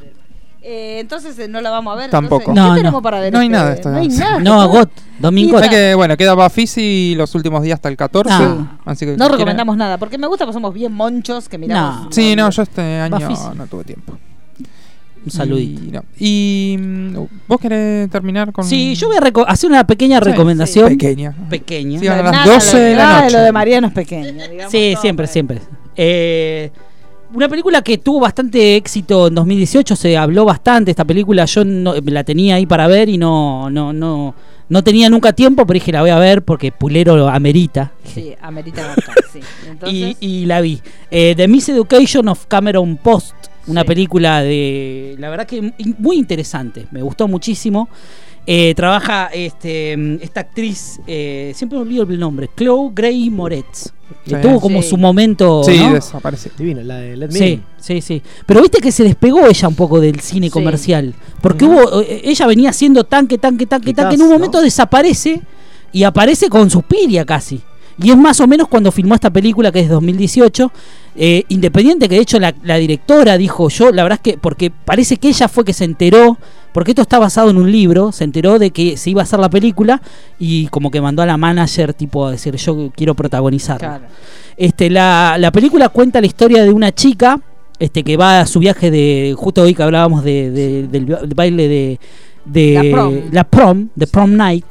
S2: Eh, entonces eh, no la vamos a ver.
S4: Tampoco.
S2: Entonces, ¿Qué
S9: No,
S2: tenemos
S9: no.
S2: para ver?
S4: No hay
S2: este-
S4: nada esta
S2: No hay
S4: vez.
S2: nada.
S9: No, Got, Domingo.
S4: Así que bueno, queda Bafisi los últimos días hasta el 14.
S9: Ah.
S4: Así que
S2: No
S4: si
S2: recomendamos nada, porque me gusta, porque somos bien monchos que miramos.
S4: quieren- Sí, no, yo este año
S9: Bafisi.
S4: no tuve tiempo.
S9: Un saludito.
S4: Y, no. Y, mm, vos querés terminar con
S9: Sí, yo voy a reco- hacer una pequeña
S4: Sí,
S9: recomendación.
S4: pequeña.
S9: Pequeña.
S4: Sí, a
S2: Nada,
S4: las
S2: nada,
S4: 12 de la
S2: nada
S4: noche.
S2: Lo Ah, de Mariano es pequeño. digamos
S9: Sí,
S2: todo,
S9: siempre,
S2: pero-
S9: siempre. Eh, una película que tuvo bastante éxito en 2018, se habló bastante esta película, yo no- la tenía ahí para ver y no, no, no, no tenía nunca tiempo, pero dije la voy a ver porque Pulero lo amerita.
S2: Sí, amerita bancar, sí. Entonces,
S9: Y, y la vi. Eh, The Miseducation of Cameron Post, una película de. La verdad que in- muy interesante, me gustó muchísimo. Eh, trabaja este, mm, esta actriz, eh, siempre me olvido el nombre, Chloe Gray Moretz. Que
S4: Sí.
S9: tuvo como
S2: Sí.
S9: su momento.
S4: Sí,
S9: ¿no?
S4: desapareció.
S6: Divino, la de Let Me
S9: Sí,
S6: In.
S9: sí, sí. Pero viste que se despegó ella un poco del cine
S2: Sí.
S9: comercial. Porque hubo, eh, ella venía haciendo tanque, tanque, tanque,
S6: Quizás,
S9: tanque. En un
S6: ¿no?
S9: momento desaparece y aparece con Suspiria casi. Y es más o menos cuando filmó esta película que es 2018. Eh, independiente que de hecho la, la directora dijo yo, la verdad es que, porque parece que ella fue que se enteró, porque esto está basado en un libro, se enteró de que se iba a hacer la película y como que mandó a la manager tipo a decir yo quiero protagonizarla. Este, la, la película cuenta la historia de una chica este, que va a su viaje de, justo hoy que hablábamos de, de- del, ba- del baile de... de
S2: La prom.
S9: la prom, de prom night,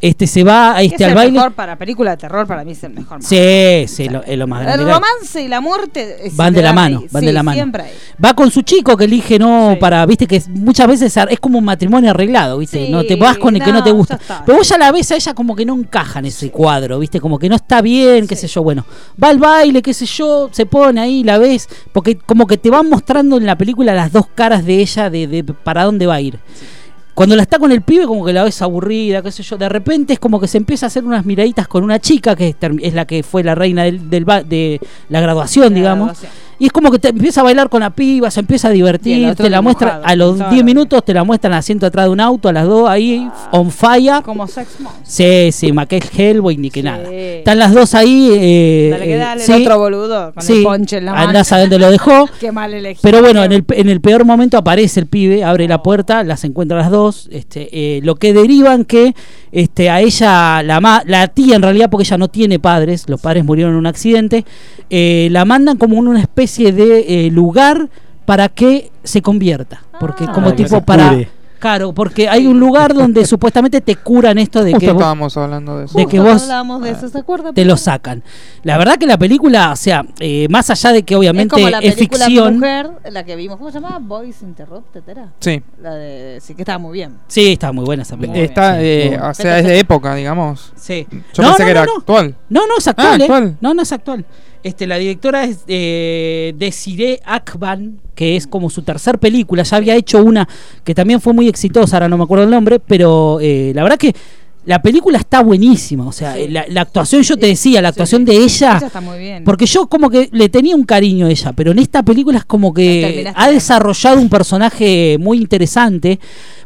S9: este se va
S2: Es
S9: este,
S2: el
S9: al baile.
S2: mejor para película de terror, para mí es el mejor.
S9: Sí, sí, lo- es lo más grande.
S2: El
S9: que hay.
S2: romance y la muerte eh, se
S9: Van de
S2: te
S9: la
S2: dan
S9: mano,
S2: ahí.
S9: van
S2: Sí,
S9: de la mano.
S2: Siempre ahí.
S9: Va con su chico que elige no para, viste que es- muchas veces ar- es como un matrimonio arreglado, viste,
S2: Sí,
S9: no te vas con el que no te
S2: no,
S9: gusta.
S2: ya está.
S9: Pero vos ya la ves a ella como que no encaja en ese cuadro, viste, como que no está bien, qué sé yo, bueno, va al baile, qué sé yo, se pone ahí, la ves, porque como que te van mostrando en la película las dos caras de ella de, de para dónde va a ir. Cuando la está con el pibe, como que la ves aburrida, qué sé yo. De repente es como que se empieza a hacer unas miraditas con una chica que es term- es la que fue la reina del, del ba- de la graduación, digamos. Y es como que te empieza a bailar con la piba, se empieza a
S2: Y el
S9: divertir,
S2: otro
S9: te la muestra
S2: enojado,
S9: a los
S2: todo
S9: 10
S2: lo
S9: minutos, te la muestran asiento atrás de un auto, a las 2 ahí,
S2: Ah.
S9: on fire.
S2: Como Sex Monster.
S9: Sí, sí, Maquel Hellboy ni que nada. Están las dos ahí. Eh,
S2: Dale que
S9: eh,
S2: dale,
S9: sí.
S2: el otro boludo con
S9: Sí,
S2: el ponche en la mano.
S9: andás a donde lo dejó.
S2: Qué mal elegido.
S9: Pero bueno, en el, en el peor momento aparece el pibe, abre la puerta, las encuentra las dos, este, eh, lo que derivan que este, a ella, la, ma- la tía en realidad, porque ella no tiene padres, los padres murieron en un accidente, eh, la mandan como en una especie de eh, lugar para que se convierta,
S2: Ah.
S9: porque como
S4: Para que
S9: tipo
S4: se
S9: para...
S4: cure.
S9: Claro, porque hay un lugar donde supuestamente te curan esto de
S4: Justo
S9: que... vos-
S4: estábamos hablando de eso.
S9: de que vos
S2: Hablamos de eso, ¿se acuerda?
S9: te lo sacan. La verdad que la película, o sea, eh, más allá de que
S2: Es
S9: obviamente
S2: como la
S9: es
S2: película
S9: ficción...
S2: Mujer, la que vimos. ¿Cómo se llamaba? Boys Interrupted, ¿era?
S4: Sí.
S2: La de... Sí, que estaba muy bien.
S9: Sí, está muy buena esa película.
S4: Está,
S9: Sí,
S4: eh,
S9: muy buena.
S4: o sea, es de época, digamos.
S9: Sí.
S4: Yo pensé
S9: No, no,
S4: que
S9: no,
S4: era
S9: no.
S4: actual.
S9: No, no, es actual.
S4: Ah,
S9: eh.
S4: actual.
S9: No, no es actual. Este, la directora es eh, Desiree Akban, que es como su tercer película. Ya había hecho una que también fue muy exitosa, ahora no me acuerdo el nombre, pero eh, la verdad que la película está buenísima. O sea, eh, la, la actuación, yo te decía, la actuación de ella.
S2: Ella está muy bien.
S9: Porque yo como que le tenía un cariño a ella, pero en esta película es como
S2: La
S9: que
S2: terminaste
S9: ha desarrollado un personaje muy interesante,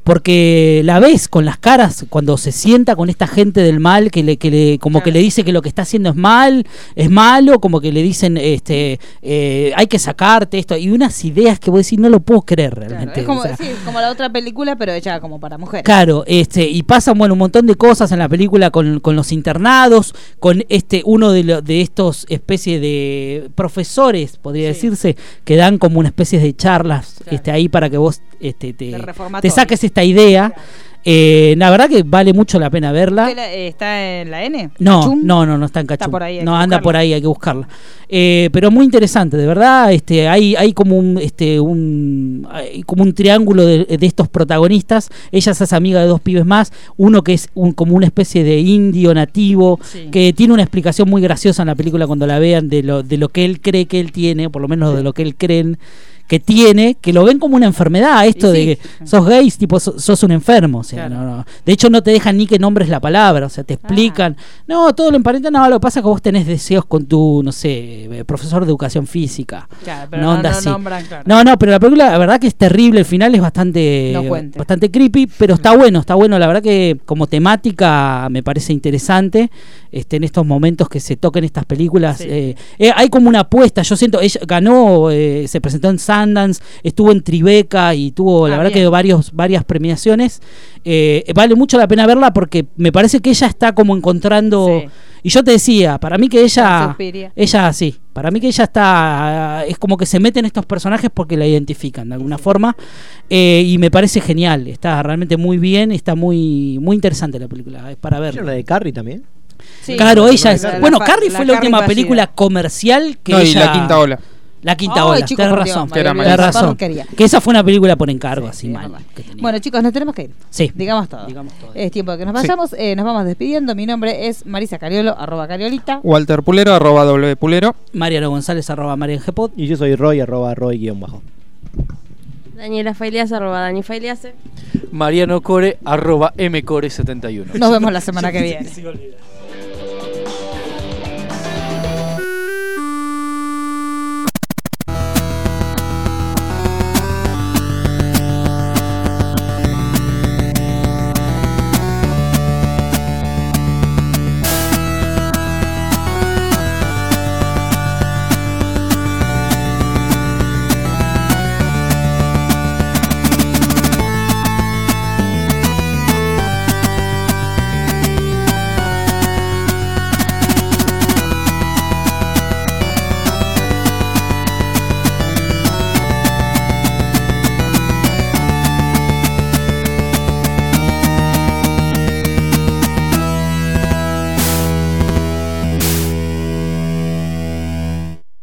S9: porque la ves con las caras cuando se sienta con esta gente del mal, que le, que le como que le dice que lo que está haciendo es mal, es malo, como que le dicen, este, eh, hay que sacarte esto, y unas ideas que voy a decir, no lo puedo creer realmente.
S2: Es como,
S9: o sea,
S2: sí, como la otra película, pero ella como para mujeres.
S9: Claro, este, y pasan bueno, un montón de cosas en la película con, con los internados, con este uno de, lo- de estos especie de profesores, podría decirse, que dan como una especie de charlas este, ahí para que vos este, te, te
S2: reformatorio.
S9: saques esta idea. Eh, la verdad que vale mucho la pena verla.
S2: ¿Qué la- eh, ¿Está en la N?
S9: No,
S2: ¿Cachum?
S9: no, no, no está en
S2: Está
S9: Cachum.
S2: por ahí, hay
S9: no,
S2: que
S9: anda
S2: buscarla.
S9: por ahí, hay que buscarla. Eh, pero muy interesante, de verdad. Este, hay, hay como un, este, un, hay como un triángulo de, de estos protagonistas. Ella se hace amiga de dos pibes más. Uno que es un- como una especie de indio nativo, que tiene una explicación muy graciosa en la película cuando la vean de lo, de lo que él cree que él tiene, por lo menos de lo que él creen que tiene, que lo ven como una enfermedad, esto de que sos gays, tipo so- sos un enfermo, o sea, no, no. de hecho no te dejan ni que nombres la palabra, o sea, te explican, no, todo lo emparentan, no, lo que pasa es que vos tenés deseos con tu, no sé, eh, profesor de educación física.
S2: Claro,
S9: Una onda así.
S2: nombran, claro.
S9: No, no, pero la película, la verdad que es terrible, el final es bastante,
S2: No cuente. Mm.
S9: bastante creepy, pero está bueno, está bueno, la verdad que como temática me parece interesante, este, en estos momentos que se toquen estas películas, eh, eh, hay como una apuesta, yo siento, ella ganó, eh, se presentó en Sundance, estuvo en Tribeca y tuvo, la
S2: Ah,
S9: verdad
S2: bien.
S9: que varios, varias premiaciones, Eh, vale mucho la pena verla porque me parece que ella está como encontrando, y yo te decía, para mí que ella...
S2: Suspiria.
S9: Ella sí, para mí que ella está, eh, es como que se meten estos personajes porque la identifican de alguna forma Eh, y me parece genial, está realmente muy bien, está muy muy interesante la película, es para ver.
S6: ¿Vieron la de Carrie también?
S2: Sí.
S9: claro, ella es.
S2: La- la-
S9: bueno,
S2: la-
S9: Carrie fue la,
S2: Carrie ¿eh?
S9: última
S2: vacía.
S9: película comercial que
S4: No, y
S9: ella-
S4: la quinta ola.
S9: La quinta
S2: Ay,
S9: ola,
S2: chicos,
S9: tenés
S2: por Dios,
S9: razón,
S2: María
S4: Era
S2: Luisa,
S9: tenés
S2: esa
S9: razón.
S2: porquería.
S9: Que esa fue una película por encargo, así mal. que tenía.
S2: Bueno, chicos, nos tenemos que ir.
S9: Sí.
S2: Digamos todo. Es tiempo de que nos vayamos. Eh, nos vamos despidiendo. Mi nombre es Marisa Cariolo, arroba Cariolita.
S4: Walter Pulero, arroba W Pulero.
S9: Mariano González arroba Marian Gpod.
S6: Y yo soy Roy, arroba Roy guión bajo.
S7: Daniela Failias, arroba Dani Failiase.
S8: Mariano Core, arroba mcore71.
S2: Nos vemos la semana que viene.